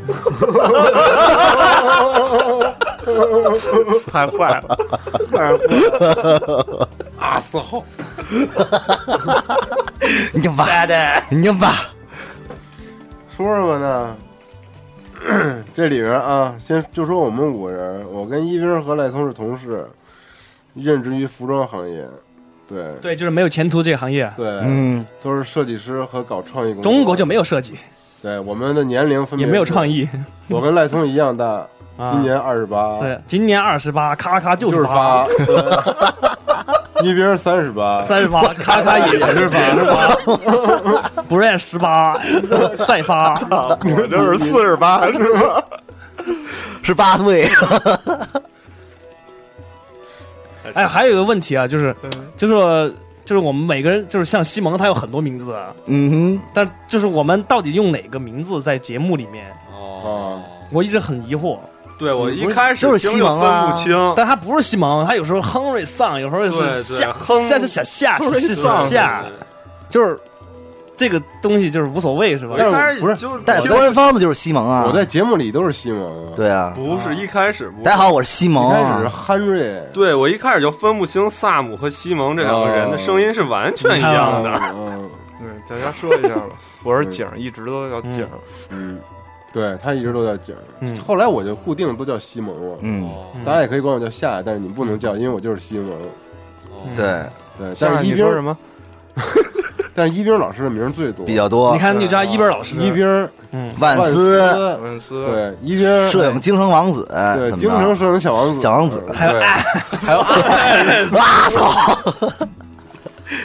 I: 太 坏了，
C: 太坏了！
A: 阿四号，
C: 你拧吧，你拧吧。
A: 说什么呢？ 这里边啊，先就说我们五个人，我跟一冰和赖聪是同事，任职于服装行业，对
B: 对，就是没有前途这个行业。
A: 对，
B: 嗯，
A: 都是设计师和搞创意工作。
B: 中国就没有设计，
A: 对我们的年龄分别
B: 也没有创意。
A: 我跟赖聪一样大，
B: 啊
A: 今年二十八，
B: 对，今年二十八，咔咔就
A: 就是
B: 发
A: 发，一冰三十八，
B: 38咔咔也
A: 是发，
B: 不认十 八，再发，
O: 我这是四十八是吧？
C: 十八岁。
B: 哎，还有一个问题啊，就是，就是我，就是我们每个人，就是像西蒙，他有很多名字，啊
C: 嗯哼，
B: 但就是我们到底用哪个名字在节目里面？
D: 哦，
B: 我一直很疑惑。
D: 对我一开始就是西蒙啊听就分不清
B: 但他不是西蒙，啊他有时候 Henry Sun，有时候
D: 对
B: 是
D: 对
B: 夏，
D: 亨
B: 这是小夏，
D: Henry
B: 是
D: Sun
B: 小夏，就是这个东西就是无所谓是吧？
C: 不是， 但官方的就是西蒙啊！
A: 我在节目里都是西蒙啊。
C: 对啊，
D: 不是一开始不。
C: 大家好，我是西蒙。
D: 一开始是
A: 汉瑞，
D: 对我一开始就分不清萨姆和西蒙这两个人的声音是完全一
B: 哦
D: 样的。
I: 嗯，大家说一下吧。我是景儿，一直都叫景儿。
A: 嗯，对他一直都叫景儿。
D: 嗯
A: 后来我就固定都叫西蒙了。哦
C: 嗯，
A: 大家也可以管我叫夏，但是你们不能叫，因为我就是西蒙。
D: 嗯
C: 对
A: 对，但
I: 夏，
A: 是一
I: 你
A: 冰
I: 说什么？
A: 但是一冰老师的名儿最多，啊
C: 比较多你看
B: 你知道一冰老师
A: 一冰，
B: 嗯
C: 万斯
A: 万斯，对，一冰
C: 摄影精神王子，
A: 对
C: 怎么着
A: 京城摄影小王子，
C: 小王子，
A: 还有
C: 还 有，哎 哇操！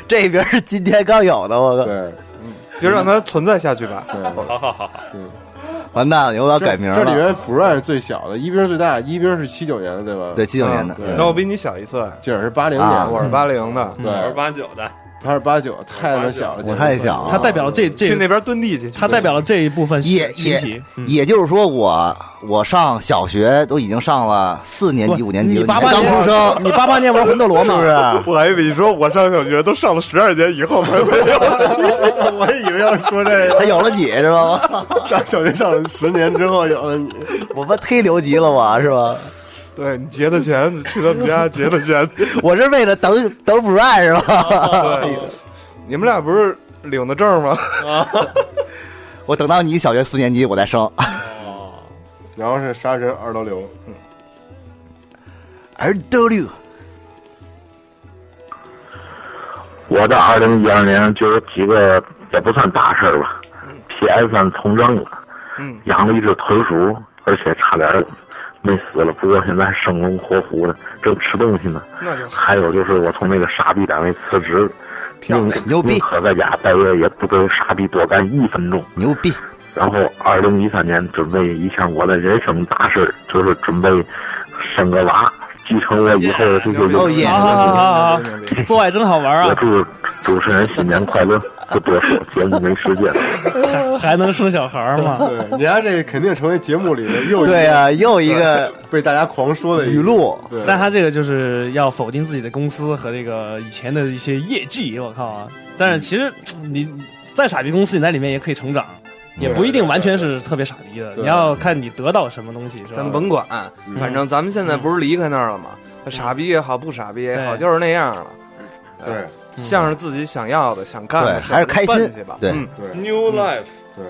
C: 这边是今天刚有的，我靠！
A: 对，
I: 就让它存在下去吧。
D: 好好好好，
C: 完蛋了，以后我要改名了。
A: 这里边不算是最小的，一冰是最大，一冰是七九年的对吧？
C: 对79年的
A: 嗯对
I: 那我比你小一岁，
A: 景儿是八零
I: 啊
A: 年，
I: 我是80的
A: 对，
D: 我是八九的，
A: 他是八九，太他妈小了，
C: 我太小了他代
B: 代表了这这
I: 去那边蹲地去，
B: 他代表了这一部分
C: 也
B: 群体
C: 也。也就是说我，我上小学都已经上了四年级、
B: 不
C: 五年级了，
B: 你88
C: 还刚
B: 年
C: 出生，
B: 你88年玩魂斗罗吗
C: 是不是？
I: 我还以为你说我上小学都上了十二年以后才没有，
A: 我也以为要说这个，
C: 还有了你是吧？
A: 上小学上了十年之后有了你，
C: 我们忒留级了，我是吧？
I: 对你结的钱去他们家结的钱，
C: 我是为了等等补办是吧？
I: 对你们俩不是领的证吗？
C: 我等到你小学四年级我再生。
A: 然后是杀人二刀流，嗯，
C: 二刀流，
P: 我的二零一二年就有几个也不算大事儿吧，PS 上从政了，
I: 嗯，
P: 养了一只豚鼠，而且差点儿没死了，不过现在生龙活虎的，正吃东西呢。
I: 那就好。
P: 还有就是我从那个傻逼单位辞职，宁
C: 牛逼，
P: 宁可在家待着，也不跟傻逼多干一分钟，
C: 牛逼。
P: 然后二零一三年准备一项我的人生大事儿，就是准备生个娃，继承我以后的这个有
B: 哦耶！好好好好好，
H: 啊
B: 做爱真好玩
P: 我
B: 啊！
P: 祝主持人新年快乐，不多说，节目没时间了。
B: 还能生小孩吗？
A: 对，你看这肯定成为节目里的又一个
C: 对啊又一个
A: 被大家狂说的一个
C: 语录
A: 对，
B: 但他这个就是要否定自己的公司和这个以前的一些业绩，我靠啊！但是其实你在傻逼公司，你在里面也可以成长，也不一定完全是特别傻逼的。
I: 对
B: 你要看你得到什么东西，是吧？嗯
I: 咱甭管，反
A: 嗯
I: 正咱们现在不是离开那儿了吗？傻逼也好，不傻逼也好，就是那样了。呃
A: 对，
I: 像是自己想要的、想干的，
A: 对还是开心
I: 去吧。
A: 对
I: 嗯
A: 对
D: New Life，
A: 对，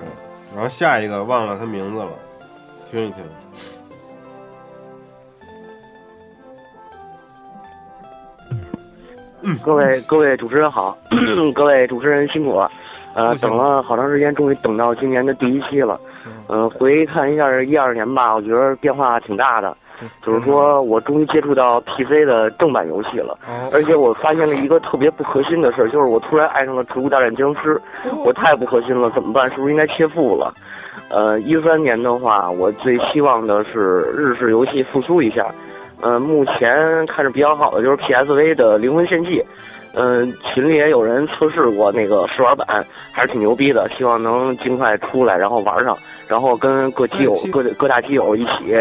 A: 然后下一个忘了他名字了，听一听，
J: 各位各位主持人好， 各位主持人辛苦了，呃，等了好长时间，终于等到今年的第一期了。呃，回看一下一二年吧，我觉得变化挺大的。就是说我终于接触到 PC 的正版游戏了，
E: 嗯
J: 而且我发现了一个特别不核心的事儿，就是我突然爱上了《植物大战僵尸》，我太不核心了，怎么办？是不是应该切腹了？呃，一三年的话，我最希望的是日式游戏复苏一下。呃，目前看着比较好的就是 PSV 的《灵魂献祭》，嗯、群里也有人测试过那个试玩版，还是挺牛逼的，希望能尽快出来，然后玩上，然后跟各基友、各各大基友一起。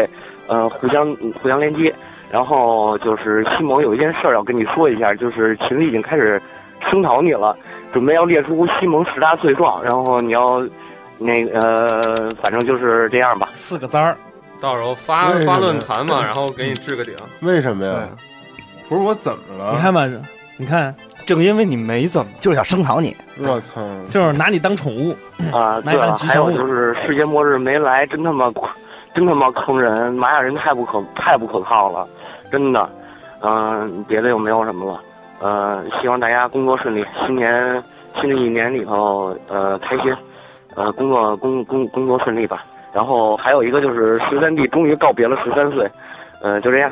J: 呃，互相互相连接。然后就是西蒙有一件事儿要跟你说一下，就是群里已经开始声讨你了，准备要列出西蒙十大罪状，然后你要那个、呃，反正就是这样吧。
B: 四个字儿，
D: 到时候发
A: 为什么
D: 发论坛嘛，然后给你置个顶。
A: 为什么呀？不是我怎么了？
B: 你看吧，你看，
I: 正因为你没怎么，
C: 就是想声讨你。
A: 我操！
B: 就是拿你当宠物
J: 啊！
B: 拿
J: 对
B: 你当
J: 了，
B: 吉
J: 还
B: 祥
J: 有就
B: 物。
J: 是世界末日没来，真他妈苦，真他妈坑人！玛雅人太不可太不可靠了，真的。嗯、别的又没有什么了。呃，希望大家工作顺利，新年新的一年里头呃开心，呃工作工工工作顺利吧。然后还有一个就是十三弟终于告别了十三岁，呃就这样。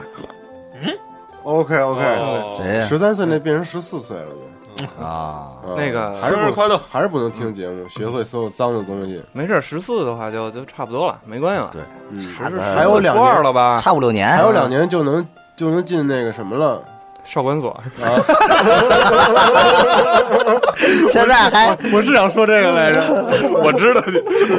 A: OK
C: 谁呀
D: 哦
A: OK，十三岁那变成十四岁了
C: 啊
A: 就，
I: 那个
A: 还是
I: 生日快
A: 乐，嗯还是不能听节目，学会所有脏的东西。
I: 没事，十四的话就就差不多了，没关系了。对，
A: 嗯，
I: 十
C: 哎
I: 四
A: 还有两
I: 初
A: 年
I: 二了吧？
A: 还有两。年就能就能进那个什么了，啊
I: 少管所。
C: 现在还
A: 我是想说这个 来着，
I: 我知道，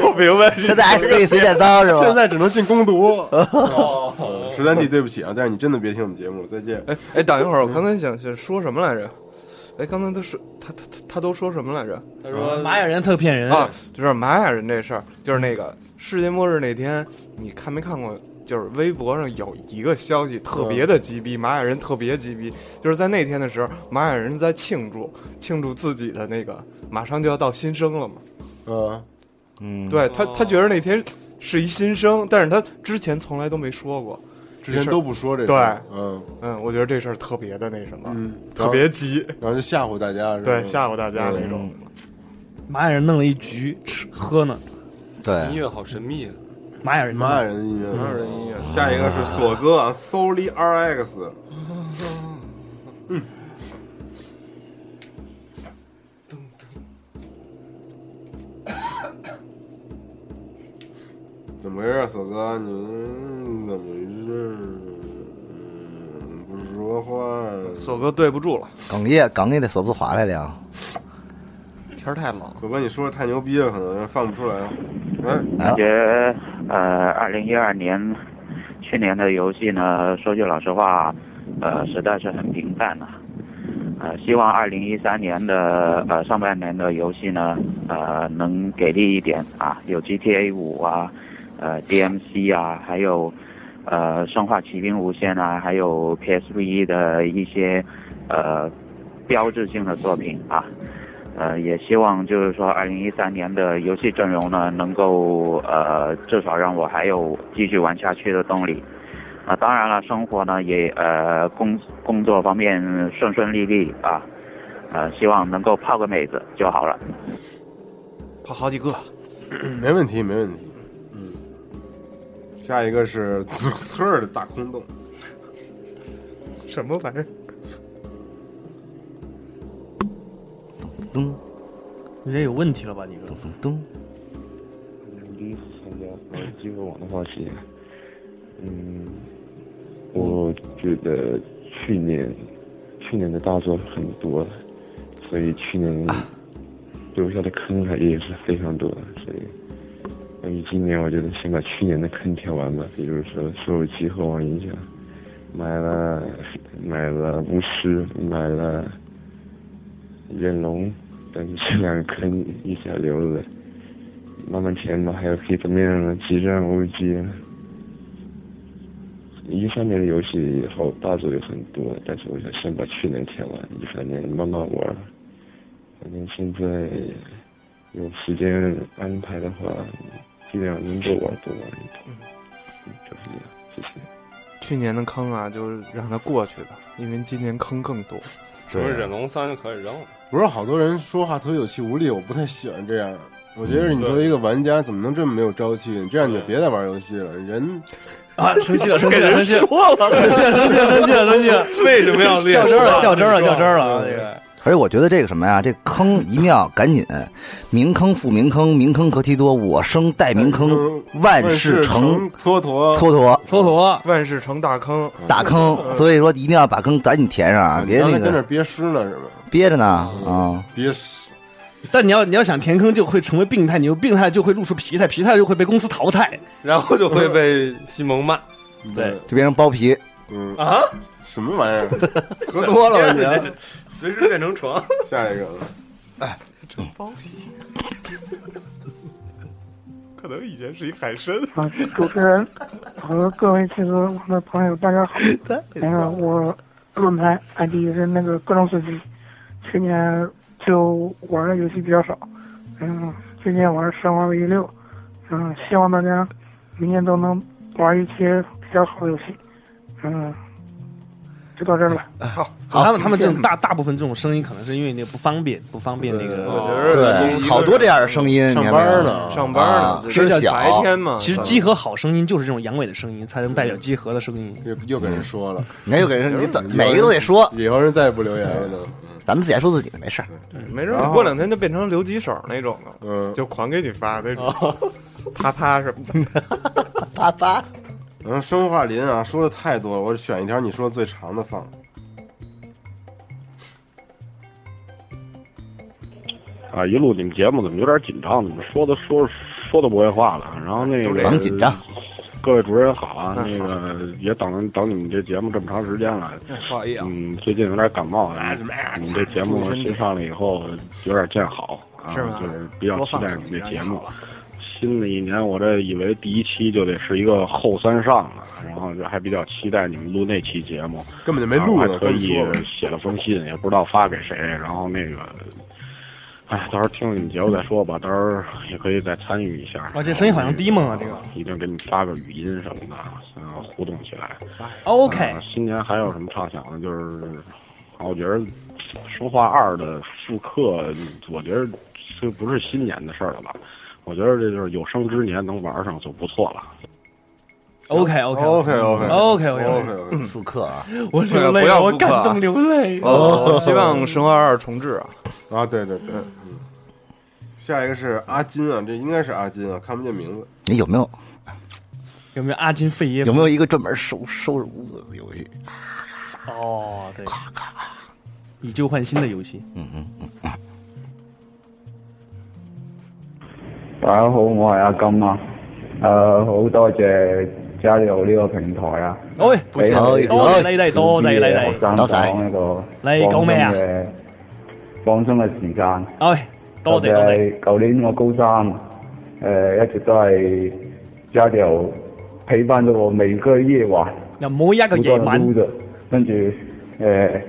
I: 我明白。
C: 现在还是可以随便当是吧
A: 现在只能进攻 读。哦十三弟，对不起啊，但是你真的别听我们节目了，再见。
I: 哎哎，等一会儿，我刚才想想说什么来着？哎，刚才他说他他他他都说什么来着？
B: 他说玛雅人特骗人
I: 啊，就是玛雅人这事儿，就是那个世界末日那天，你看没看过？就是微博上有一个消息特别的鸡逼，玛雅人特别鸡逼，就是在那天的时候，玛雅人在庆祝庆祝自己的那个马上就要到新生了嘛。
A: 嗯
C: 嗯
I: 对他，他觉得那天是一新生，但是他之前从来都没说过，
A: 之前都不说这事
I: 对
A: 儿，嗯
I: 嗯，我觉得这事儿特别的那什么，
A: 嗯，
I: 特别急，
A: 然后就吓唬大家，是吧嗯
I: 对，吓唬大家那种。
B: 玛雅人弄了一局吃喝呢，
D: 音乐好神秘啊！
B: 玛雅人
A: 玛雅人的音乐，
D: 玛雅人音乐
I: 嗯
A: 下一个是索哥啊，Soli RX。怎么回事，索哥？你怎么回事？嗯不说话。
I: 索哥对不住了，
C: 哽咽哽咽的手不滑来了。
I: 天儿太冷。
A: 索哥，你说的太牛逼了，可能放不出来。
G: 感觉呃，二零一二年去年的游戏呢，说句老实话，呃，实在是很平淡了、呃，希望二零一三年的呃上半年的游戏呢，呃，能给力一点啊，有 GTA 五啊，呃，DMC 啊，还有呃《生化奇兵无限》啊，还有 PSV 的一些呃标志性的作品啊。呃，也希望就是说，二零一三年的游戏阵容呢，能够呃，至少让我还有继续玩下去的动力。啊、当然了，生活呢也呃工工作方面顺顺利利啊，呃，希望能够泡个妹子就好了。
I: 跑好几个，
A: 没问题，没问题。嗯，下一个是紫色儿的大空洞。
I: 什么玩意儿？
C: 咚，
B: 你这有问题了吧？你哥，
C: 咚，
G: 第一次参加
V: 机会网的话题，嗯，我觉得去年去年的大作很多，所以去年留下的坑还也是非常多，所以。所以今年我觉得先把去年的坑填完吧，比如说手机和网银响，买了买了巫师，买了忍龙，但是这两个坑一下留了，慢慢填吧。还有皮特面了，激战无极。一三年的游戏好大作有很多，但是我想先把去年填完，一三年慢慢玩。反正现在有时间安排的话，尽量能多玩多玩一点。嗯，就是这样，谢谢。
I: 去年的坑啊，就是让它过去吧，因为今年坑更多。
D: 是不是忍龙三就可以扔了？
A: 我说好多人说话特别有气无力，我不太喜欢这样。我觉
B: 嗯
A: 得你作为一个玩家，怎么能这么没有朝气？你这样你就别再玩游戏了。人
B: 啊，生 气了，生气了，生气了，生气了，生气了，生气了，生气了，较真儿了，较真儿了，较真儿了，啊这个。
C: 而且我觉得这个什么呀，这坑一定要赶紧，民坑复民坑，民坑何其多，我生待民坑，万事成
A: 蹉跎，
C: 蹉跎，
B: 蹉跎，
I: 万事成大坑，嗯
C: 大坑。所以说一定要把坑赶紧填上啊，别
A: 刚
C: 那
A: 才嗯跟这
C: 个
A: 憋湿呢是吧？
C: 憋着呢啊。
A: 憋湿，
B: 但你要你要想填坑，就会成为病态，你有病态就会露出疲态，疲态就会被公司淘汰。
D: 然后就会被西蒙骂。
B: 对，
C: 就变成包皮，
A: 嗯
D: 啊，
A: 什么玩意儿？
D: 喝
A: 多了你啊
D: 随时变成 床。
A: 下一个，
I: 哎，这包皮， 可能以前是一海参。
H: 啊，主持人和各位汽车的朋友，大家 好。那个我论坛 ID 是那个各种随机，去年就玩的游戏比较少，嗯，今年玩《生化危机六》，嗯，希望大家明年都能玩一些比较好的游戏，嗯，就到这儿了。
B: 好，他们他们 这种大大部分这种声音，可能是因为那个不方便，不方便那个。
C: 对，好多这样的声音，
B: 上
C: 你看没有
B: 班呢
I: 上班呢
C: 啊
I: 这
C: 声
I: 叫
C: 小，
I: 白天嘛
B: 哦其实集合好声音就是这种阳痿的声音，才能代表集合的声音。嗯
A: 又又给人说了，
C: 你看又给人说，你怎每个都得说，
A: 以后人再也不留言了都。
C: 咱们自己爱说自己的，没事儿。
B: 嗯
I: 没准你过两天就变成留几手那种了，
A: 嗯，
I: 就狂给你发那种，
B: 哦
I: 啪啪什么的。
C: 啪啪。
A: 然后生化林啊，说的太多了，我选一条你说最长的放。
P: 啊，一录你们节目怎么有点紧张？怎么说的说说的不会话了？然后那个
C: 咱们紧张，
P: 各位主持人好啊，那个也等等你们这节目这么长时间了，
I: 不好意思，
P: 嗯，最近有点感冒，你们这节目
I: 注意身体
P: 新上了以后有点见好啊，
I: 是吗
P: 就是比较期待你们这节
I: 多放点
P: 目。新的一年，我这以为第一期就得是一个后三上了，然后就还比较期待你们录那期节目，
A: 根本就没录呢
P: 然后还可
A: 跟你
P: 以
A: 说吧
P: 写了封信，也不知道发给谁，然后那个，哎，到时候听了你们节目再说吧，到时候也可以再参与一下。
B: 哇，这声音好像低萌啊，这个。
P: 一定给你发个语音什么的，嗯，互动起来。
B: 哦 OK
P: 啊新年还有什么畅想的？就是，啊我觉得《生化二》的复刻，我觉得这不是新年的事儿了吧？我觉得这就是有生之年能玩上就不错了。
B: OK OK
P: OK，OK，OK
B: OK
P: OK，OK，OK
C: 复刻啊
B: 哦 我
I: 对
B: 流泪
I: 不
B: 了，
I: 要
B: 我
I: 复刻
B: 感
I: 啊
B: 动流泪。哦
I: 哦，希望《生化二》重置啊！
A: 啊，对对对，嗯。下一个是阿金啊，这应该是阿金啊，看不见名字。
C: 你有没有
B: 有没有阿金肺炎？
C: 有没有一个专门收收拾屋子的游戏？
B: 哦，对，以旧换新的游戏。
C: 嗯嗯嗯。
G: 大家好，我係阿金啊。誒、好多謝加入呢個平台啊！
B: 喂，
G: 俾我哋
B: 多謝你哋，多謝你
G: 俾我哋學生
B: 哋，
G: 黨一個
B: 你講咩啊
G: 放鬆嘅？放鬆嘅時間。
B: 哎，多
G: 特
B: 謝多
G: 別
B: 謝。
G: 係舊年我高三，啊誒、一直都係加入陪伴咗我每個夜晚。
B: 又每一個夜
G: 好
B: 晚
G: 多人都 loser，跟住呃誒。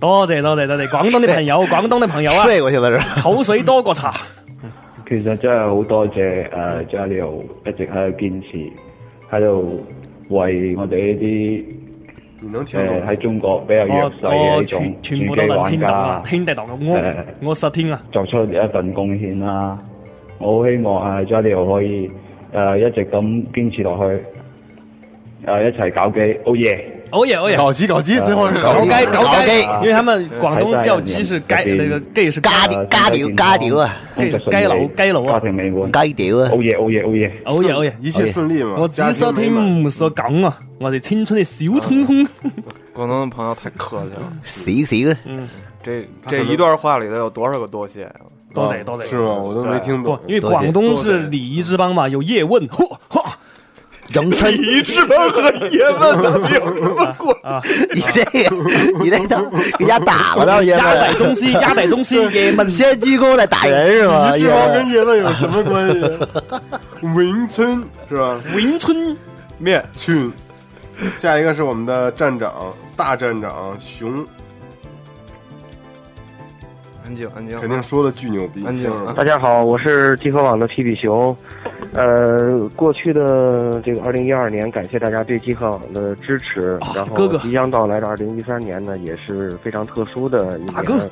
B: 多謝多謝多謝，廣東的朋友，廣東的朋友啊，
G: 睡過去了
C: 是
B: 口水多過茶。
G: 其實真係好多謝誒 j a l i 一直喺度堅持，喺度為我哋呢啲誒喺中國比較弱
B: 我
G: 勢嘅
B: 我
G: 呢種
B: 全
G: 主
B: 全部
G: 機
B: 都能
G: 玩
B: 聽到啊
G: 家，
B: 聽得到啊，
G: 誒
B: 我我實聽啊。
G: 作出一份貢獻啦。我好希望誒 j a l i 可以誒、一直咁堅持落 去，誒、一齊搞機，哦耶！
B: 哦耶哦耶，
G: 搞基搞基最後是搞
B: 搞
G: 基
B: 雞搞
G: 搞
B: 雞
G: 雞，
B: 因為他們廣東叫雞是雞，那個雞是咖喱咖喱咖喱啊，雞雞佬雞佬啊，
C: 雞屌啊，
G: 哦耶哦耶哦耶，
B: 好嘢好嘢，
G: 一切順利嘛
B: 哦我只所聽唔所講啊，我哋青春嘅小匆匆。
I: 广东的朋友太客气了，
C: 死死的，
B: 嗯，
I: 这这一段话里头有多少个多谢啊？
B: 多謝多謝。
I: 对
B: 不因为廣東是礼仪之邦嘛，有叶问，嚯嚯，
C: 迎春
I: 礼仪之邦和叶问 到底有什么关
B: 啊？
C: 你这个，你这都给人家打了，倒是爷们儿
B: 压在中西压在中西爷们
C: 先鞠躬再
B: 哎
C: 打人是吗？
A: 你这帮跟
C: 爷
A: 叶问有什么关系？ 咏春是吧？
B: 咏春
I: 面
A: 去。下一个是我们的站长，大站长熊，
I: 安静安静，
A: 肯定说的巨牛逼。
I: 安静
A: 是吧
J: 大家好，我是集合网的皮皮熊。
O: 呃，过去的这个二零一二年，感谢大家对极客网的支持。然
B: 哦哥
O: 后
B: 哥
O: 即将到来的二零一三年呢，也是非常特殊的一
B: 哥
O: 年。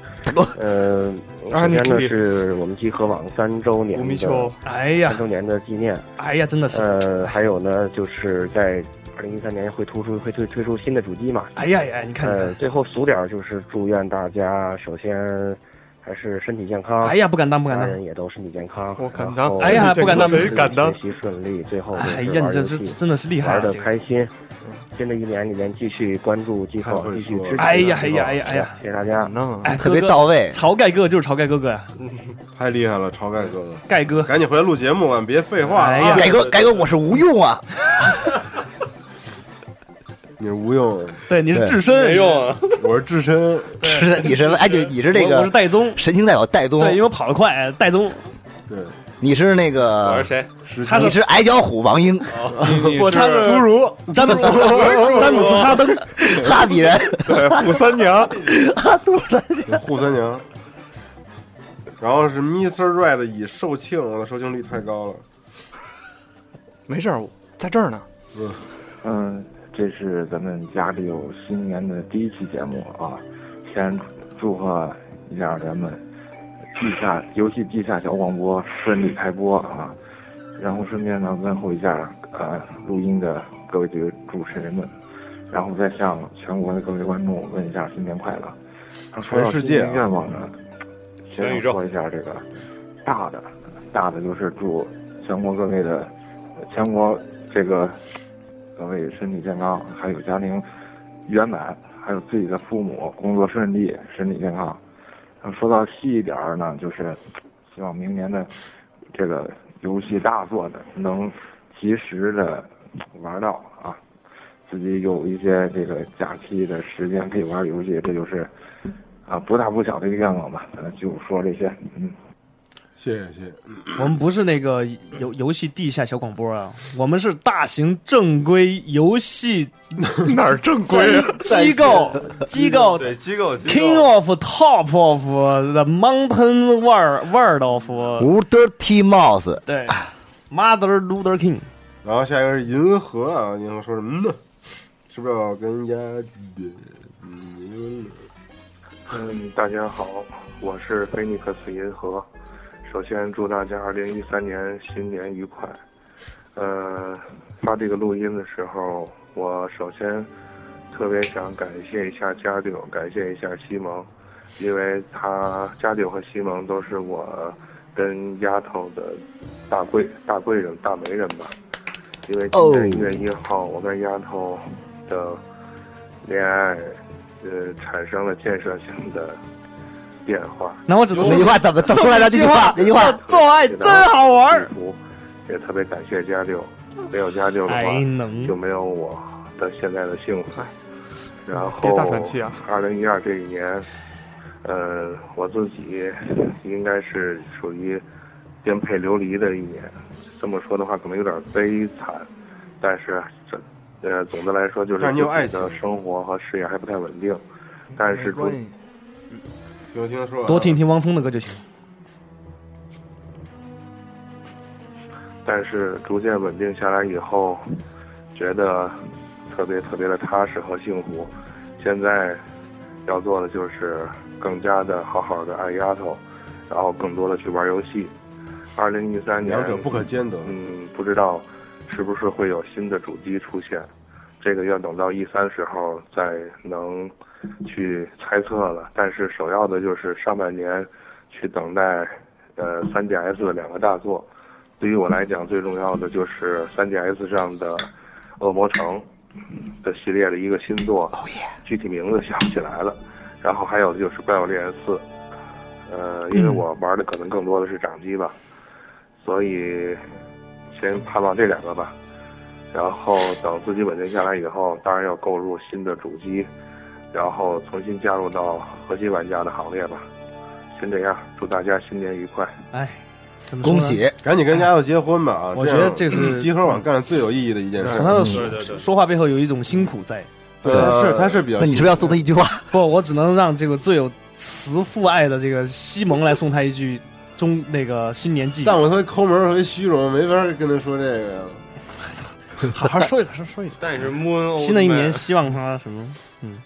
O: 呃，
B: 啊
O: 首
B: 你
O: 先呢
B: 注意
O: 是我们集合网三周年
B: 我们
O: 的
B: 求，哎呀
O: 三周年的纪念。
B: 哎呀，真的是，
O: 呃，还有呢，就是在二零一三年会突出会推推出新的主机嘛。
B: 哎呀呀，你看，你
O: 呃，
B: 看，
O: 最后俗点儿就是祝愿大家，首先还是身体健康。
B: 哎呀不敢当不敢当
O: 家人也都身体健康。我
B: 敢当哎呀不敢当
O: 学
B: 敢当
O: 习顺利。最后就是
B: 哎呀你这
O: 玩游戏
B: 这真的是厉害啊
O: 玩的
B: 这个嗯
O: 开心。新的一年里面继续关注机构，继续支持。
B: 哎呀哎呀哎呀哎呀，
O: 谢谢大家。
B: 哎，哥哥。晁盖哥哥就是晁盖哥哥呀，
A: 太厉害了，晁盖哥哥，
B: 盖哥，
A: 赶紧回来录节目啊，别废话
B: 哎
A: 啊
B: 呀！盖哥
C: 盖哥，我是无用啊，
A: 你是无用，
B: 对，你是智深没用 啊，
A: 我是智深，
C: 是你是哎，你你是这个，
B: 我我是戴宗，
C: 神行代表戴宗，
B: 对，因为我跑得快，戴宗，
A: 对，
C: 你是那个，
W: 我是谁？
B: 他是
C: 你是矮脚虎王英，
B: 不，他是
C: 侏儒
B: 詹姆斯
C: 侏儒，
B: 詹姆斯哈登，
C: 哈比人，
A: 对，扈三 娘，扈三娘，然后是 Mr. Red 已售罄，我的售罄率太高了，
D: 没事儿，我在这儿呢。
A: 嗯，
L: 嗯，这是咱们家里有新年的第一期节目啊，先祝贺一下咱们地下游戏地下小广播顺利开播啊，然后顺便呢问候一下呃录音的各位主主持人们，然后再向全国的各位观众问一下新年快乐。然后说到
A: 全世界啊
L: 新年愿望呢，先
A: 全宇
L: 要说一下这个大的，大的就是祝全国各位的全国这个各位身体健康，还有家庭圆满，还有自己的父母工作顺利，身体健康。然后说到细一点儿呢，就是希望明年的这个游戏大作呢，能及时的玩到啊，自己有一些这个假期的时间可以玩游戏，这就是啊不大不小的一个愿望吧。呃，就说这些，嗯。
A: 谢谢谢谢，
B: 我们不是那个游游戏地下小广播啊，我们是大型正规游戏
D: 哪儿正规啊
B: 机构机构
D: 对机构机构
B: King of Top of the Mountain World World of
C: 无 dirty mouse，
B: 对 Mother Luther King，
A: 然后下一个是银河啊，银河说什么呢？是不是要跟人家的嗯？
X: 嗯，大家好，我是菲尼克斯银河。首先祝大家二零一三年新年愉快。呃，发这个录音的时候，我首先特别想感谢一下家柳，感谢一下西蒙，因为他家柳和西蒙都是我跟丫头的大贵大贵人大媒人吧。因为今年一月一号，我跟丫头的恋爱，呃，产生了建设性的变化。
B: 那我只能
C: 那句话怎么怎么来着？这句话，这句话，
B: 做爱真好玩儿。
X: 也特别感谢家六，没有家六的话
B: 哎能，
X: 就没有我的现在的幸
C: 哎
X: 福。然
D: 别
X: 后
D: 大喘气啊，
X: 二零一二这一年，呃，我自己应该是属于颠沛流离的一年。这么说的话，可能有点悲惨，但是这呃，总的来说就是
A: 但
X: 自
A: 你有爱
X: 己的生活和事业还不太稳定。但哎是祝
A: 听听他说完
B: 多听听汪峰的歌就行。
X: 但是逐渐稳定下来以后，觉得特别特别的踏实和幸福。现在要做的就是更加的好好的爱丫头，然后更多的去玩游戏。二零一三年，
A: 两者不可兼得。
X: 嗯，不知道是不是会有新的主机出现，这个要等到一三时候再能去猜测了。但是首要的就是上半年去等待呃 3DS 的两个大作。对于我来讲，最重要的就是 3DS 上的《恶魔城》的系列的一个新作，具体名字想不起来了。然后还有就是《怪物猎人四》，呃，因为我玩的可能更多的是掌机吧，所以先盼望这两个吧。然后等自己稳定下来以后，当然要购入新的主机，然后重新加入到核心玩家的行列吧。先这样，祝大家新年愉快。
B: 哎，怎么说呢
A: 恭喜！赶紧跟丫头结婚吧啊！
B: 我觉得这是
A: 集合网干的最有意义的一件事。
B: 他
C: 嗯
B: 的说说话背后有一种辛苦在，
A: 对呃是他是比较那你是不是要
C: 送他 一句话？
B: 不，我只能让这个最有慈父爱的这个西蒙来送他一句中那个新年寄语。
A: 但我他抠门儿和虚荣，没法跟他说这个呀。
B: 好好说一个，说说一个。
L: 但是摸欧
B: 新的一年希望他什么？嗯，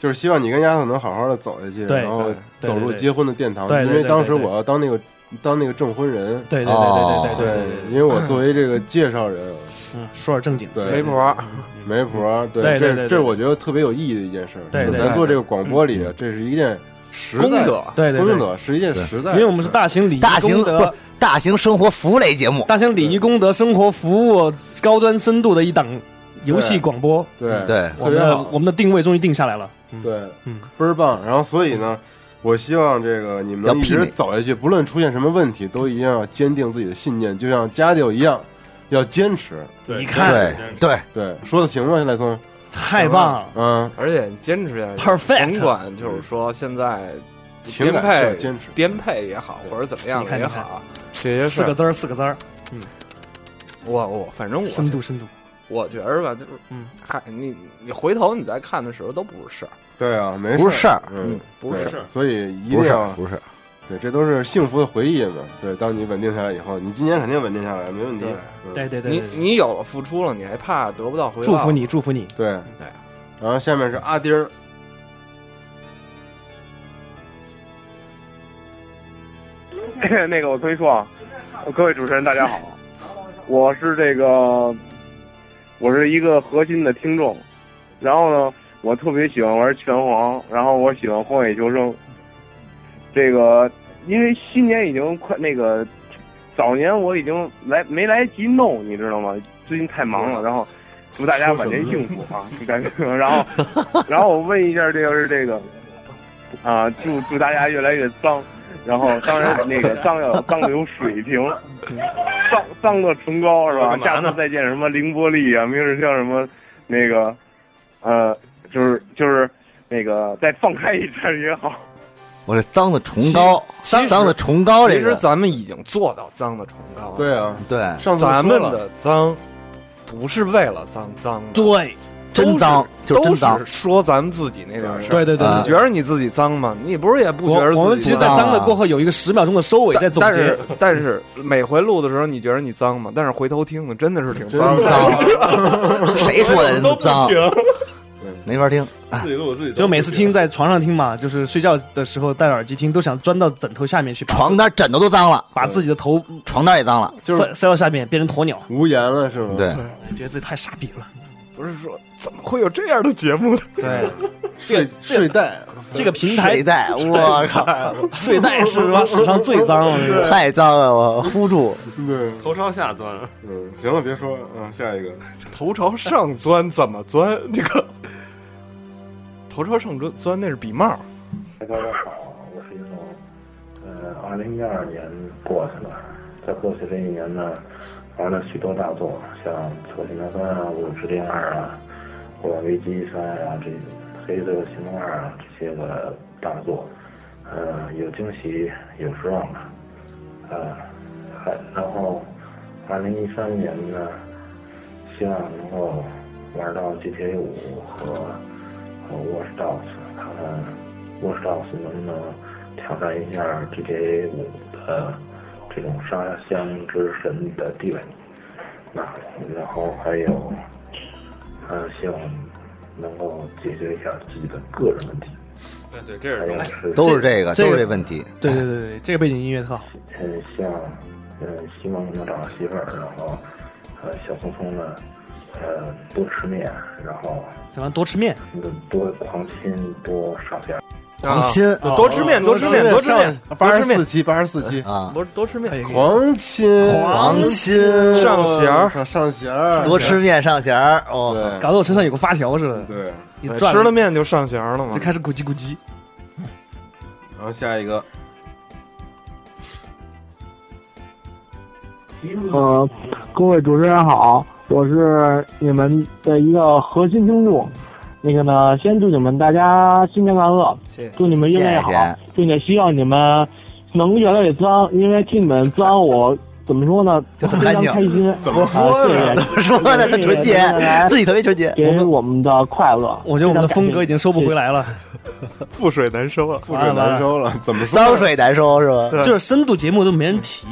A: 就是希望你跟丫头能好好的走下去，
B: 对
A: 然后
B: 对对
A: 走入
B: 对对
A: 结婚的殿堂。
B: 对对
A: 因
B: 对
A: 为当时
B: 对对
A: 我要当那个当那个证婚人，啊
B: 对对对对对对对对对
A: 因为我作为这个介绍人，
B: 嗯，说点正经
A: 对，
B: 媒婆，
A: 媒婆，
B: 对对对
A: 这
B: 对
A: 这我觉得特别有意义的一件事儿。
B: 对
A: 就
B: 对
A: 咱
B: 对嗯
A: 做这个广播里，这是一件实在
C: 功德
B: 对对对
A: 功德是一件实在，
B: 嗯因为我们是大型礼仪
C: 大型
B: 功
C: 不是
B: 德、
C: 大型生活服务类节目，
B: 大型礼仪功德、生活服务、高端深度的一档游戏广播。
A: 对
C: 对
B: 我
A: 特
B: 们
A: 别
B: 的
A: 好
B: 我们的定位终于定下来了。
A: 对，嗯，倍儿棒。然后所以呢，我希望这个你们能一
C: 要媲
A: 直
C: 美
A: 走下去，不论出现什么问题，都一定要坚定自己的信念，就像家教一样，要坚持。
L: 对你
C: 看对对
A: 对，说的行吗？现在聪
B: 太棒了，
A: 嗯，
I: 而且你坚持下去
B: Perfect
I: 甭管就是说现在
A: 情
I: 颠
A: 感是要
I: 沛
A: 坚持
I: 颠沛也好，或者怎么样
B: 你看
I: 也
B: 你看
I: 好，啊这些事
B: 四
I: 儿
B: 个字儿，四个字儿，嗯，
I: 我我反正我
B: 深度深度，
I: 我觉着吧，就是
B: 嗯，
I: 嗨，你你回头你再看的时候都不是事儿，
A: 对啊，没
C: 不是事儿
A: 嗯
I: 嗯，不是
A: 对
I: 事儿
A: 所以一
C: 不
A: 定
C: 是
A: 要
C: 不是。
A: 对，这都是幸福的回忆嘛。对，当你稳定下来以后，你今年肯定稳定下来，没问题。嗯
B: 对对对，
I: 你你有了付出了，你还怕得不到回报？
B: 祝福你，祝福你。
A: 对
I: 对。
A: 然后下面是阿丁儿，
O: 那个我推说啊，各位主持人大家好，我是这个，我是一个核心的听众，然后呢，我特别喜欢玩拳皇，然后我喜欢荒野求生，这个因为新年已经快那个，早年我已经来没来及弄，你知道吗？最近太忙
B: 嗯
O: 了，然后祝大家晚年幸福啊，感谢。 然后，然后我问一下，这个是这个。啊，祝祝大家越来越脏，然后当然那个脏要有脏的有水平，脏脏的唇膏是吧？下次再见什么凌波丽啊，明日香什么那个，呃，就是就是那个再放开一点也好。
C: 我这脏的崇高，脏的崇高这
I: 其实
C: 个，
I: 咱们已经做到脏的崇高了。
A: 对啊，
C: 对，
I: 咱们的脏不是为了脏脏的，
B: 对，
C: 真脏就是真
I: 都
C: 脏
I: 是说咱们自己那点事儿。
B: 对对对对
I: 你觉得你自己脏吗？你不是也不
B: 我
I: 觉得自己
B: 我们其实，在脏的过后有一个十秒钟的收尾，在总
I: 但
B: 结
I: 是。但是每回录的时候，你觉得你脏吗？但是回头听呢，真的是挺脏的。
C: 啊 谁说的人脏？嗯没法听。啊
L: 自己录我自己
B: 就每次听在床上听嘛，就是睡觉的时候戴耳机听，都想钻到枕头下面去。
C: 床单、枕头都脏了，嗯
B: 把自己的头、
C: 床单也脏了，嗯
B: 塞塞到下面，变成鸵鸟，
A: 无言了是吗？
C: 对，
B: 觉得自己太傻逼了。
I: 不是说怎么会有这样的节目呢？
B: 对，
A: 睡睡袋，
B: 这个平台
C: 睡袋，我靠，
B: 哎睡袋是吧？史上最 脏了，这个
C: 太脏了，我呼住。
A: 对，
L: 头朝下钻，
A: 嗯，行了，别说了，嗯，下一个，
I: 头朝上钻怎么钻？那个 头朝上钻钻那是笔帽。
P: 大家好，我是一龙。呃，二零一二年过去了，在过去这一年呢，玩了许多大作，像《错行三》啊，《五指恋二》啊，《我危机三》啊，这《黑色行动二》啊，这些个大作，呃，有惊喜，有失望吧，呃，还然后二零一三年呢，希望能够玩到 GTA 五和和 Watch Dogs，看看 Watch Dogs 能不能挑战一下 GTA 五的这种沙箱之神的地位。那然后还有，呃，希望能够解决一下自己的个人问题。
L: 哎，对，这是重点。
C: 都是这个，
B: 这
C: 都
B: 个
C: 是这问题。
B: 对对对对，这个背景音乐特好。
P: 嗯，希望，嗯，希望能找到媳妇儿，然后，呃，小松松呢，呃，多吃面，然后，
B: 什么多吃面，
P: 嗯，多狂亲，多上线。
C: 狂亲
I: 啊多吃面多吃面多吃面
A: 八
I: 多
A: 十
I: 吃面
A: 四期，八十四期
C: 啊，
I: 多多吃
B: 哎
I: 面，
A: 狂亲，
C: 狂亲
A: 上弦儿，
C: 啊上
A: 上弦
B: 哎
A: 儿，
C: 多吃面上弦儿哦，
B: 搞得我身上有个发条似的。
A: 对，
B: 你
I: 对
B: 转
I: 吃了面就上弦儿了嘛
B: 就。开始咕叽咕叽。
A: 然后下一个，
O: 呃，各位主持人好，我是你们的一个核心听众。那个呢，先祝你们大家新年快乐，祝你们越来越好，
C: 谢谢
O: 并且希望你们能越来越脏，因为听你们脏，我怎么说呢，
C: 就很
O: 非
C: 干
O: 常
C: 净
O: 开心。
C: 怎么说呢
O: 啊谢谢
C: 怎么说呢他纯
O: 谢
C: 洁
O: 谢大家
C: 自己特别纯洁
O: 给我们的快乐。
B: 我觉得我们的
O: 非常感谢
B: 风格已经收不回来了。
I: 覆水难收啊，
B: 覆水难收了怎么说
C: 脏水难收是吧？
B: 就是深度节目都没人提，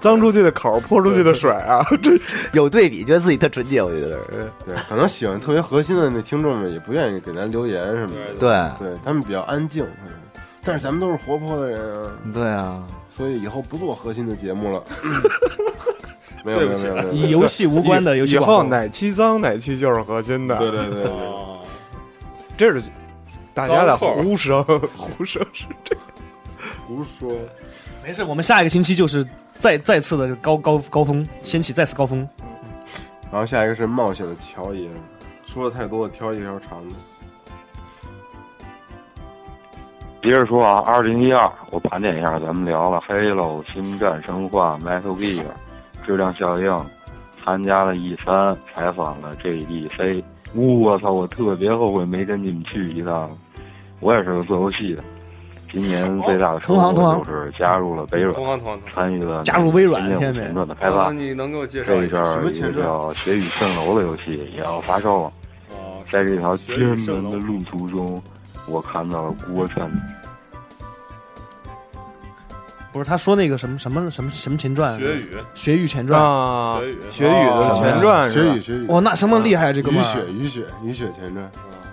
I: 脏出去的口泼出去的水啊，这
C: 有对比，觉得自己特纯洁，我觉得是。
A: 对，可能喜欢特别核心的那听众们也不愿意给咱留言什么的，
C: 对
A: 对，他们比较安静，但是咱们都是活泼的人啊，
C: 对啊，
A: 所以以后不做核心的节 目了。没有
I: 对
A: 没有
I: 不起啊
A: 没有没有，
B: 啊以游戏无关的游戏
I: 以
B: 广告
I: 后哪期脏哪期就是核心的。
A: 对对对对对
I: 这是大家的
B: 脏扣
I: 呼声，呼 声是这个
A: 胡说。
B: 没事，我们下一个星期就是再再次的高高高峰，掀起再次高峰。
A: 然后下一个是冒险的乔爷，说的太多了，挑一条长的。
K: 接着说啊，二零一二，我盘点一下，咱们聊了《Halo》《星战生化》《Metal Gear》《质量效应》，参加了 E 三，采访了 GDC。我操！我特别后悔没跟你们去一趟，我也是个做游戏的。今年最大的收获
B: 同行同行
K: 就是加入了微软，
D: 哦同行同行同行
K: 参与了
B: 加入微软
K: 任务
B: 天哪
K: 前传的开发。
D: 啊你能给我介绍
K: 这
D: 一
K: 一阵
D: 下
K: 儿
D: 什么
K: 一个
D: 前传
K: 叫《血雨圣楼》的游戏也要发售了。
D: 哦
K: 在这条艰难的路途中，我看到了郭灿
B: 不是他说那个什么什么什么什么前传？
D: 学语
B: 学语前传
I: 啊学语的前传是吧
A: 哦学
I: 啊
A: 语学语。
B: 哇那相当厉害啊这哥
A: 雨
B: 们儿啊
A: 雪雨雪雨雪前传，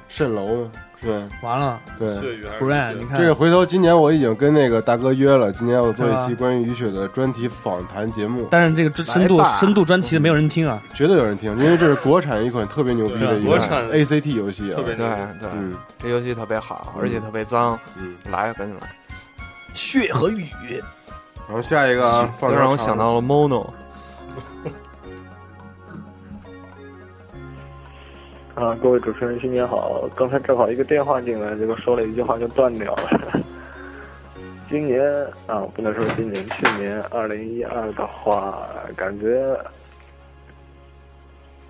A: 蜃楼嘛是吧？
B: 完了
A: 对
B: 血雨还是 Brian，血雨你看
A: 这个回头今年我已经跟那个大哥约了，今年我做一
B: 是
A: 期
B: 吧
A: 关于雨雪的专题访谈节目。
B: 但是这个这深度
A: 来吧
B: 深度专题的没有人听啊。
A: 绝对有人听，因为这是国产一款特别牛逼的一
I: 国
A: 款
I: 产
A: ACT 游戏啊，
I: 特别对对
A: 嗯，
I: 这游戏特别好，
A: 嗯
I: 而且特别脏。来，赶紧来。
B: 血和雨，
A: 然后下一个啊，放
I: 都
A: 点
I: 嗯让我
A: 长
I: 想
A: 的
I: 到了 Mono。
S: 啊，各位主持人新年好！刚才正好一个电话进来，结果说了一句话就断掉了。今年啊，不能说今年，去年二零一二的话，感觉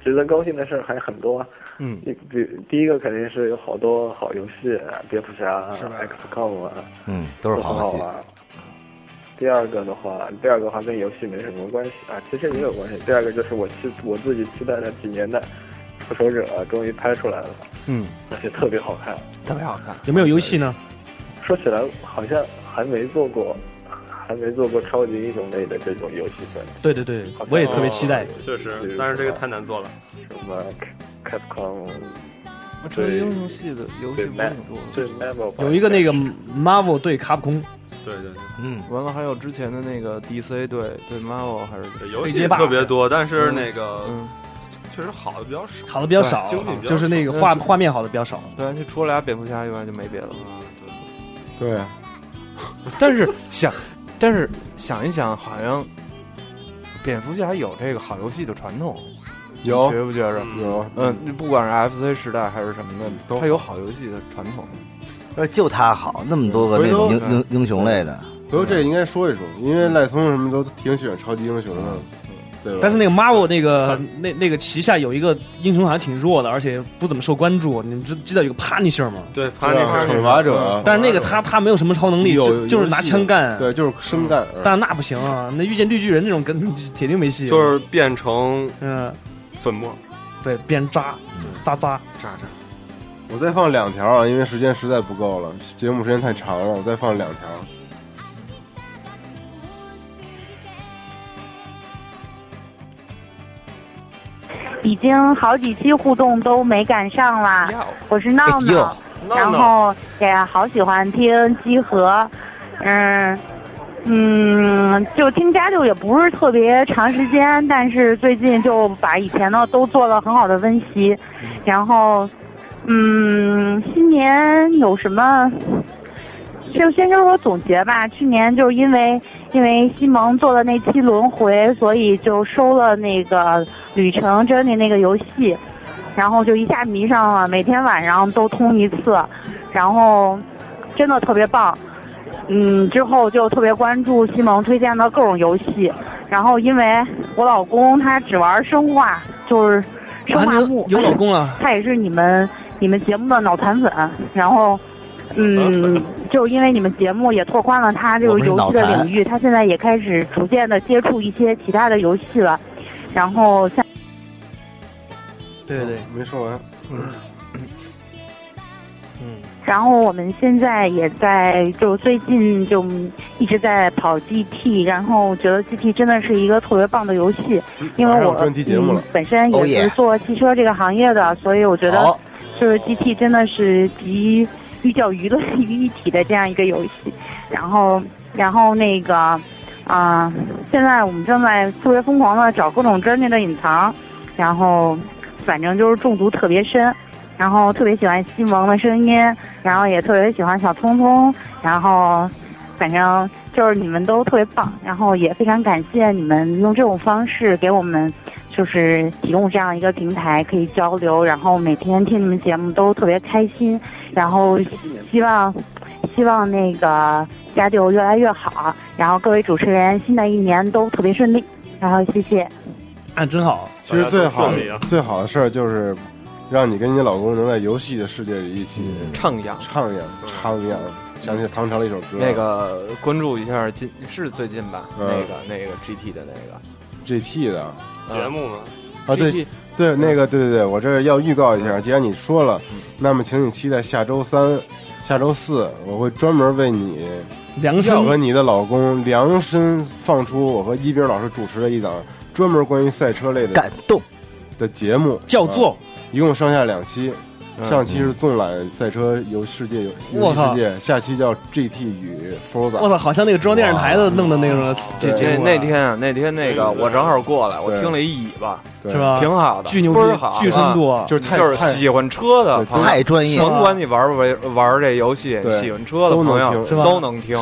S: 值得高兴的事儿还很多。啊
I: 嗯
S: 一比第一个肯定是有好多好游戏，啊蝙蝠侠、XCOM 啊，
C: 嗯，都是
S: 很
C: 好游戏。
S: 玩。第二个的话，第二个的话跟游戏没什么关系啊，其实也有关系。第二个就是我期我自己期待了几年的《复仇者》啊终于拍出来了，
I: 嗯，
S: 而且特别好看。
I: 特别好看。
B: 有没有游戏呢？
S: 说起来好像还没做过，还没做过超级英雄类的这种游戏本，
B: 对对对，我也特别期
S: 哦
B: 待。
D: 确实，但是这个太难做了。
S: 什么 Capcom
D: 这
S: 对
D: 英雄
I: 系的游
S: 对
I: 戏不是
S: Map
I: 很多
S: 对 Marvel
B: 有一个那个 Marvel 对卡普空，
D: 对对，
I: 嗯，完了还有之前的那个 DC 对对 Marvel 还是
D: 游戏特别多，但是那个
I: 嗯
D: 确实好的比较少，
B: 好的比较少
D: 精品比，较
B: 就是那个
I: 嗯
B: 画画面好的比较少。
I: 对，就除了俩蝙蝠侠以外就没别的了。
A: 对，
I: 但是想，但是想一想，好像蝙蝠侠有这个好游戏的传统，
A: 有
I: 你觉不觉着？
A: 有
I: 嗯，不管是 FC 时代还是什么的，它有好游戏的传统。
C: 而就他好，那么多个那种
A: 回
C: 英
A: 头
C: 英英雄类的，
A: 回头这个应该说一说，因为赖聪什么都挺喜欢超级英雄的，对吧？
B: 但是那个 Marvel 那个那那个旗下有一个英雄好像挺弱的，而且不怎么受关注。你们知记得有个 Punisher 吗？
D: 对啊 Punisher
A: 惩罚者啊
B: 但是那个他他没有什么超能力，
A: 有
B: 就就是拿枪干。
A: 对，就是生干。嗯
B: 但那不行啊，那遇见绿巨人这种跟铁定没戏。啊
D: 就是变成
B: 嗯
D: 粉末，嗯
B: 对变渣渣渣
D: 渣渣。
A: 我再放两条啊，因为时间实在不够了，节目时间太长了，我再放两条。
T: 已经好几期互动都没赶上啦。我是闹
C: 哎呦
T: 闹，然后也好喜欢听集合，嗯。嗯，就听家就也不是特别长时间，但是最近就把以前的都做了很好的温习，然后，嗯，新年有什么就先跟我总结吧，去年就是因为因为西蒙做了那期轮回，所以就收了那个旅程 Journey 那个游戏，然后就一下迷上了，每天晚上都通一次，然后真的特别棒。嗯，之后就特别关注西蒙推荐的各种游戏，然后因为我老公他只玩生化，就是生化木、
B: 啊有老公了，
T: 他也是你们你们节目的脑残粉，然后。嗯，就因为你们节目也拓宽了他这个游戏的领域，他现在也开始逐渐的接触一些其他的游戏了。然后像
A: 嗯
B: 对对，嗯
A: 没说完。
T: 然后我们现在也在，就最近就一直在跑 GT，然后觉得 GT 真的是一个特别棒的游戏，因为
A: 嗯马上
T: 我
A: 有专题节目了
T: 嗯本身
A: Oh
T: 也是
A: yeah
T: 做汽车这个行业的，所以我觉得
A: 好
T: 就是 GT 真的是集寓教于乐于一体的这样一个游戏。然后，然后那个，啊、现在我们正在特别疯狂的找各种真 e 的隐藏，然后反正就是中毒特别深。然后特别喜欢西蒙的声音，然后也特别喜欢小聪聪，然后反正就是你们都特别棒，然后也非常感谢你们用这种方式给我们就是提供这样一个平台可以交流，然后每天听你们节目都特别开心，然后希望希望那个家就越来越好，然后各位主持人新的一年都特别顺利，然后谢谢。
B: 啊，真好。
A: 其实最好
B: 大家都顺利啊
A: 最好的事儿就是，让你跟你老公能在游戏的世界里一起
I: 徜徉、
A: 徜徉、徜徉。
B: 嗯
A: 想起唐朝的一首歌，
I: 那个关注一下近是最近吧，
A: 嗯
I: 那个那个 GT 的那个嗯
A: GT 的
B: 呃
D: 节目嘛，
A: 啊，对
I: GT
A: 对，
B: 嗯
A: 那个对对对，我这儿要预告一下，既然你说了，那么请你期待下周三、下周四，我会专门为你
B: 量身
A: 要和你的老公量身放出我和一冰老师主持的一档专门关于赛车类的感
C: 动
A: 的节目，
B: 叫做
A: 啊一共上下两期。
B: 嗯
A: 上期是纵览赛车游世界游游
B: 我
A: 戏
B: 靠
A: 世界，下期叫 GT 与 Forza。
B: 我操，好像那个中央电视台的弄的那种这
I: 那
B: 这
I: 那天啊，那天那个我正好过来，我
B: 对
I: 听了一尾巴，
B: 对是吧
I: 挺好的，
B: 巨牛逼
I: 倍儿好，
B: 巨深度
I: 啊
B: 就是太
I: 就是
B: 太
I: 喜欢车的，
B: 对
I: 朋友
B: 太专业了
I: 甭管你玩不玩玩这游戏，
C: 对
I: 喜欢车的朋友
C: 是吧
I: 都能听。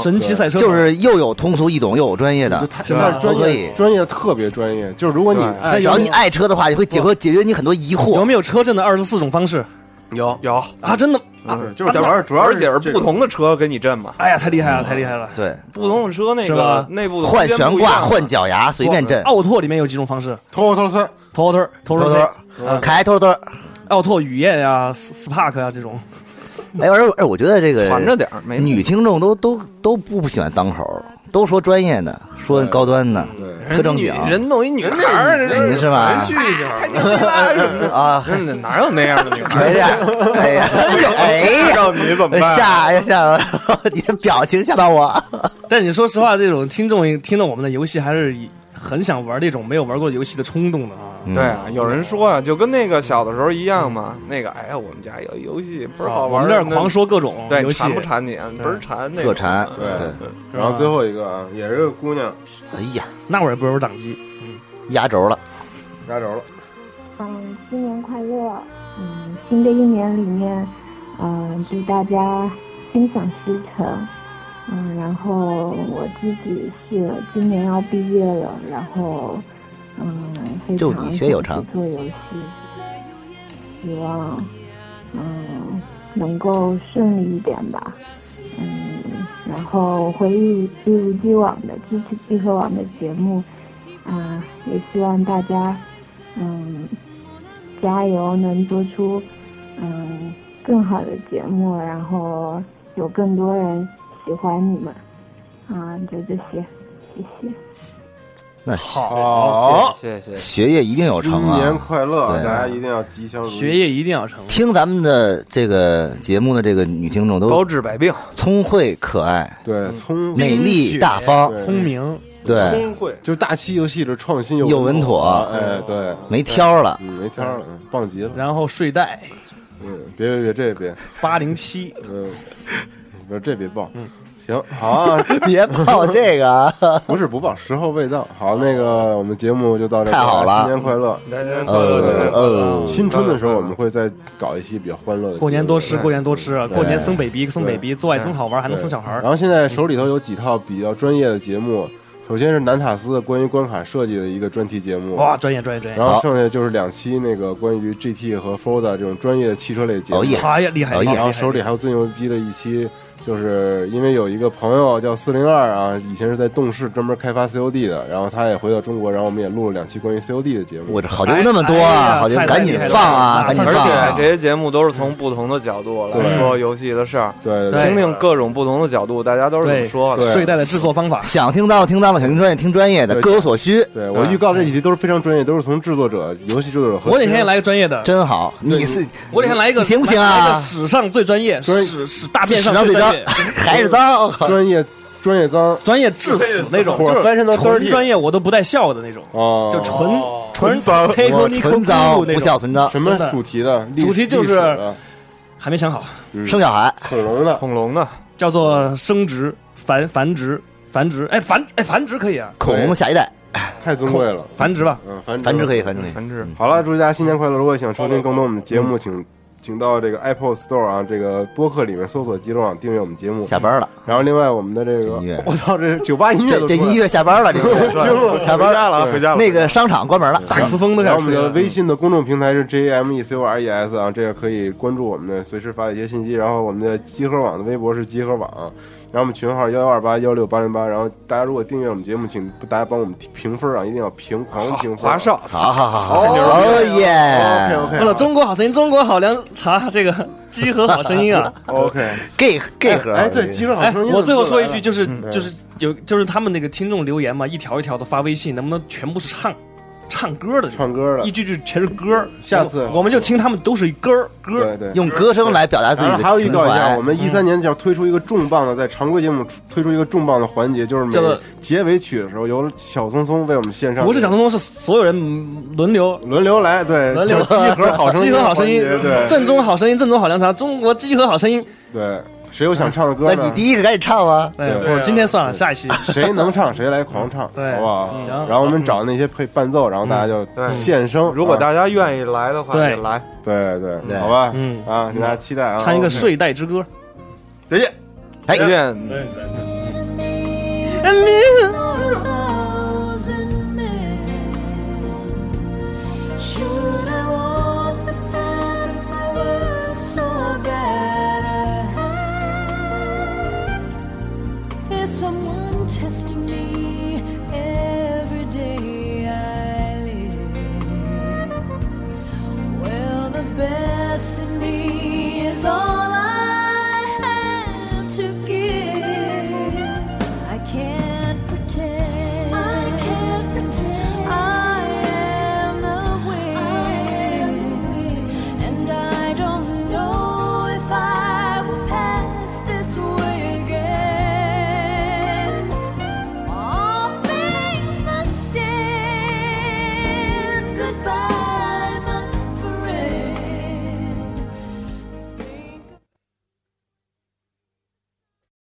C: 就是又有通俗易懂，又有专业的，
A: 是吧？
C: 都
A: 专
C: 可以
A: 业。专业特别专业，就是如果你哎爱
C: 只要你哎爱车的话，就会解
A: 不
C: 决解决你很多疑惑。
B: 有没有车震的二十四种方式？
A: 有
I: 有
B: 啊，真的啊，
I: 但
B: 啊
I: 而且是不同的车给你震嘛。
B: 哎呀，太厉害了，太厉害了！
C: 对，
I: 不同的车那
B: 是
I: 个
B: 吧
I: 内部的
C: 换
I: 空间
C: 悬
I: 不一样
C: 挂、换脚牙，随便震。
B: 奥拓里面有几种方式？
A: 头头丝、
B: 头头头
C: 头头
B: 头
C: 开头头。
B: 奥拓雨夜呀、Spark 呀这种，
C: 哎，而而我觉得这个
B: 攒着点儿没
C: 女听众都都都不不喜欢脏口儿，都说专业的，说高端的，特正经。
I: 人弄一女孩儿，
C: 人家是吧
I: 人去一下，太牛逼 了什么的
C: 啊，
I: 哪有那样的女 孩？
C: 哎呀，哎呀，哎呀，
I: 让你怎么办？
C: 吓呀吓我！ 你的表情吓到我。
B: 但你说实话，这种听众听到我们的游戏，还是以很想玩这种没有玩过游戏的冲动的啊。
C: 嗯
I: 对啊，有人说啊，就跟那个小的时候一样嘛。那个，哎呀，我们家有游戏倍儿好
B: 啊
I: 玩
B: 我
I: 儿，
B: 们这儿狂说各种
I: 对，
B: 哦游戏
I: 馋不馋你啊？倍儿馋那种，
A: 对。然后最后一个啊，也是个姑娘，
C: 哎呀，
B: 那我也不是党机，
C: 压轴了，
A: 压轴了。
U: 嗯，新年快乐！嗯，新的一年里面，嗯，祝大家心想事成。嗯，然后我自己是今年要毕业了，然后嗯，非常
C: 就你学有成
U: 想去做游戏，希望嗯能够顺利一点吧。嗯，然后回忆一如既往的支持集合网的节目，啊、也希望大家嗯，加油，能做出嗯更好的节目，然后有更多人喜欢你们，啊，就这些，谢谢。
C: 那
B: 嗯
C: 哦
A: 好
I: 谢谢谢谢
C: 学业一定有成啊！
A: 新年快乐，
C: 对
A: 大家一定要吉祥如意。
B: 一定要成。
C: 听咱们的这个节目的这个女听众都
I: 包治百病，
C: 聪慧可爱，
B: 嗯
A: 对，聪
C: 美丽大方，
A: 对
C: 对，
A: 慧，就是大气游戏的创新
C: 又
A: 稳
C: 稳妥
A: 哎，对，
C: 没挑了，
A: 嗯没挑了，嗯棒极了。
B: 然后睡袋，
A: 嗯，别别别，这别
B: 八零七，
A: 嗯，不是这别报，行，好啊
C: 别报这个啊，
A: 不是不报，时候未到。好，那个我们节目就到这儿，
C: 太好了
A: 新年快乐，
I: 新年
B: 快乐嗯新年快
A: 呃
B: 乐
A: 新春的时候我们会再搞一期比较欢乐的节目，
B: 过年多吃，过年多吃，
A: 对
B: 过年生 baby，
A: 对
B: 生 baby，做爱
A: 对
B: 生好玩，还能
A: 对
B: 生小孩儿
A: 然。后现在手里头有几套比较专业的节目，首先是南塔斯的关于关卡设计的一个专题节目，
B: 哇，专业专业专业！
A: 然后剩下就是两期那个关于 GT 和 Forza 这种专业的汽车类节目，
B: 哦耶哎呀厉害哦耶
A: 然后手里还有最牛逼的一期，就是因为有一个朋友叫四零二啊，以前是在动视专门开发 COD 的，然后他也回到中国，然后我们也录了两期关于 COD 的节目。
C: 我这好节目那么多啊哎哎呀好节目太赶紧厉害了放啊赶紧
I: 而
C: 放
I: 且
C: 啊
I: 这些节目都是从不同的角度来
C: 对
I: 说游戏的事儿，
A: 对
B: 对
I: 听听各种不同的角度，大家都是怎么
B: 对
I: 说的。
B: 睡袋的制作方法，
C: 想听到听到了小金专业，听专业的，
A: 对
C: 各有所需。
A: 对我预告这几题都是非常专业，都是从制作者、游戏制作者和
B: 我哪天也来个专业的，
C: 真好，你是
B: 我得先来一个，
C: 行不行
B: 来一个
C: 啊？
B: 史上最专业，史史大便
C: 史
B: 上
C: 上
B: 最
C: 最
B: 专业，
C: 还是脏，
A: 专业专业 脏，
B: 专业致死那种，
A: 或
B: 就
A: 者翻身
B: 是
A: 到
B: 纯
A: dirty
B: 专业我都不带笑的那种，
A: 哦，
B: 就纯纯
A: 脏
B: t a k e n i
A: 纯脏
B: 那
A: 不笑
B: 种
A: 存章什么
B: 真的
A: 主题的历
B: 主题就
A: 历史
B: 是
A: 的嗯
B: 还没想好，啊
C: 生小孩，
A: 恐龙的，
I: 恐龙的，
B: 叫做生殖繁繁殖繁殖，哎繁哎繁殖可以啊，
C: 恐龙下一代，
A: 太尊贵了，
B: 繁殖吧，
A: 嗯，繁殖
C: 繁殖可以，繁殖可以，
I: 繁殖。
A: 好了，祝大家新年快乐！如果想收听更多我们的节目，请请到这个 Apple Store 啊，这个播客里面搜索“激动网”订阅我们节目。
C: 下班了。
A: 然后另外我们的这个，我操，这酒吧音乐都
C: 这这
A: 出来
C: 音乐下班了，这
A: 我惊了
C: 个下班
A: 对
C: 那个商场关门了，
A: 然后我们
C: 啊
A: 的微信的公众平台是 J M E C O R E S 啊，这个可以关注我们的，随时发一些信息。然后我们的集合网的微博是集合网，然后我们群号幺幺二八幺六八零八。然后大家如果订阅我们节目，请大家帮我们评分啊，一定要评狂评分。啊
I: 华少
C: 好好好
A: 好
C: 哦耶
A: OK，OK，
B: 为了中国好声音，中国好凉茶，这个集合好声音 啊
A: 哦 OK
C: gay gay 盒
A: 哎对集合好声音
B: 哎我最后说一句，就是
A: 嗯
B: 就是有就是他们那个听众留言嘛，一条一条的发微信，能不能全部是唱唱歌的，
A: 唱歌的，
B: 一句句全是歌儿。
A: 下次
B: 我们就听他们都是歌儿歌儿，
A: 对对，
B: 情
A: 还有预告一下，
B: 怀嗯
A: 我们一三年就要推出一个重磅的，在常规节目推出一个重磅的环节，就是
B: 叫做
A: 每结尾曲的时候，由小松松为我们献上。
B: 不是小松松，是所有人轮流
A: 轮流来，对，
B: 轮流
A: 就是集 合好声音
B: 集合好声音
A: 环节，对
B: 正宗好声音，正宗好凉茶，中国集合好声音。
A: 对，谁有想唱的歌呢？
C: 一个赶紧唱啊！
B: 哎，
A: 对
B: 不是今天算了，下一期
A: 谁能唱谁来狂唱，
B: 对
A: 好不好
B: 嗯？
A: 然后我们找那些配伴奏，然后大家就
I: 嗯对
A: 献声。
I: 如果
A: 啊
I: 大家愿意来的话，
A: 对
I: 也来。
A: 对对
I: 对
A: 好吧，
I: 嗯
A: 啊，给大家期待啊，
B: 唱一个
A: OK
B: 《睡哎袋之歌》。
A: 再见，
C: 再
I: 见。
E: There's someone testing me every day I live. Well, the best in me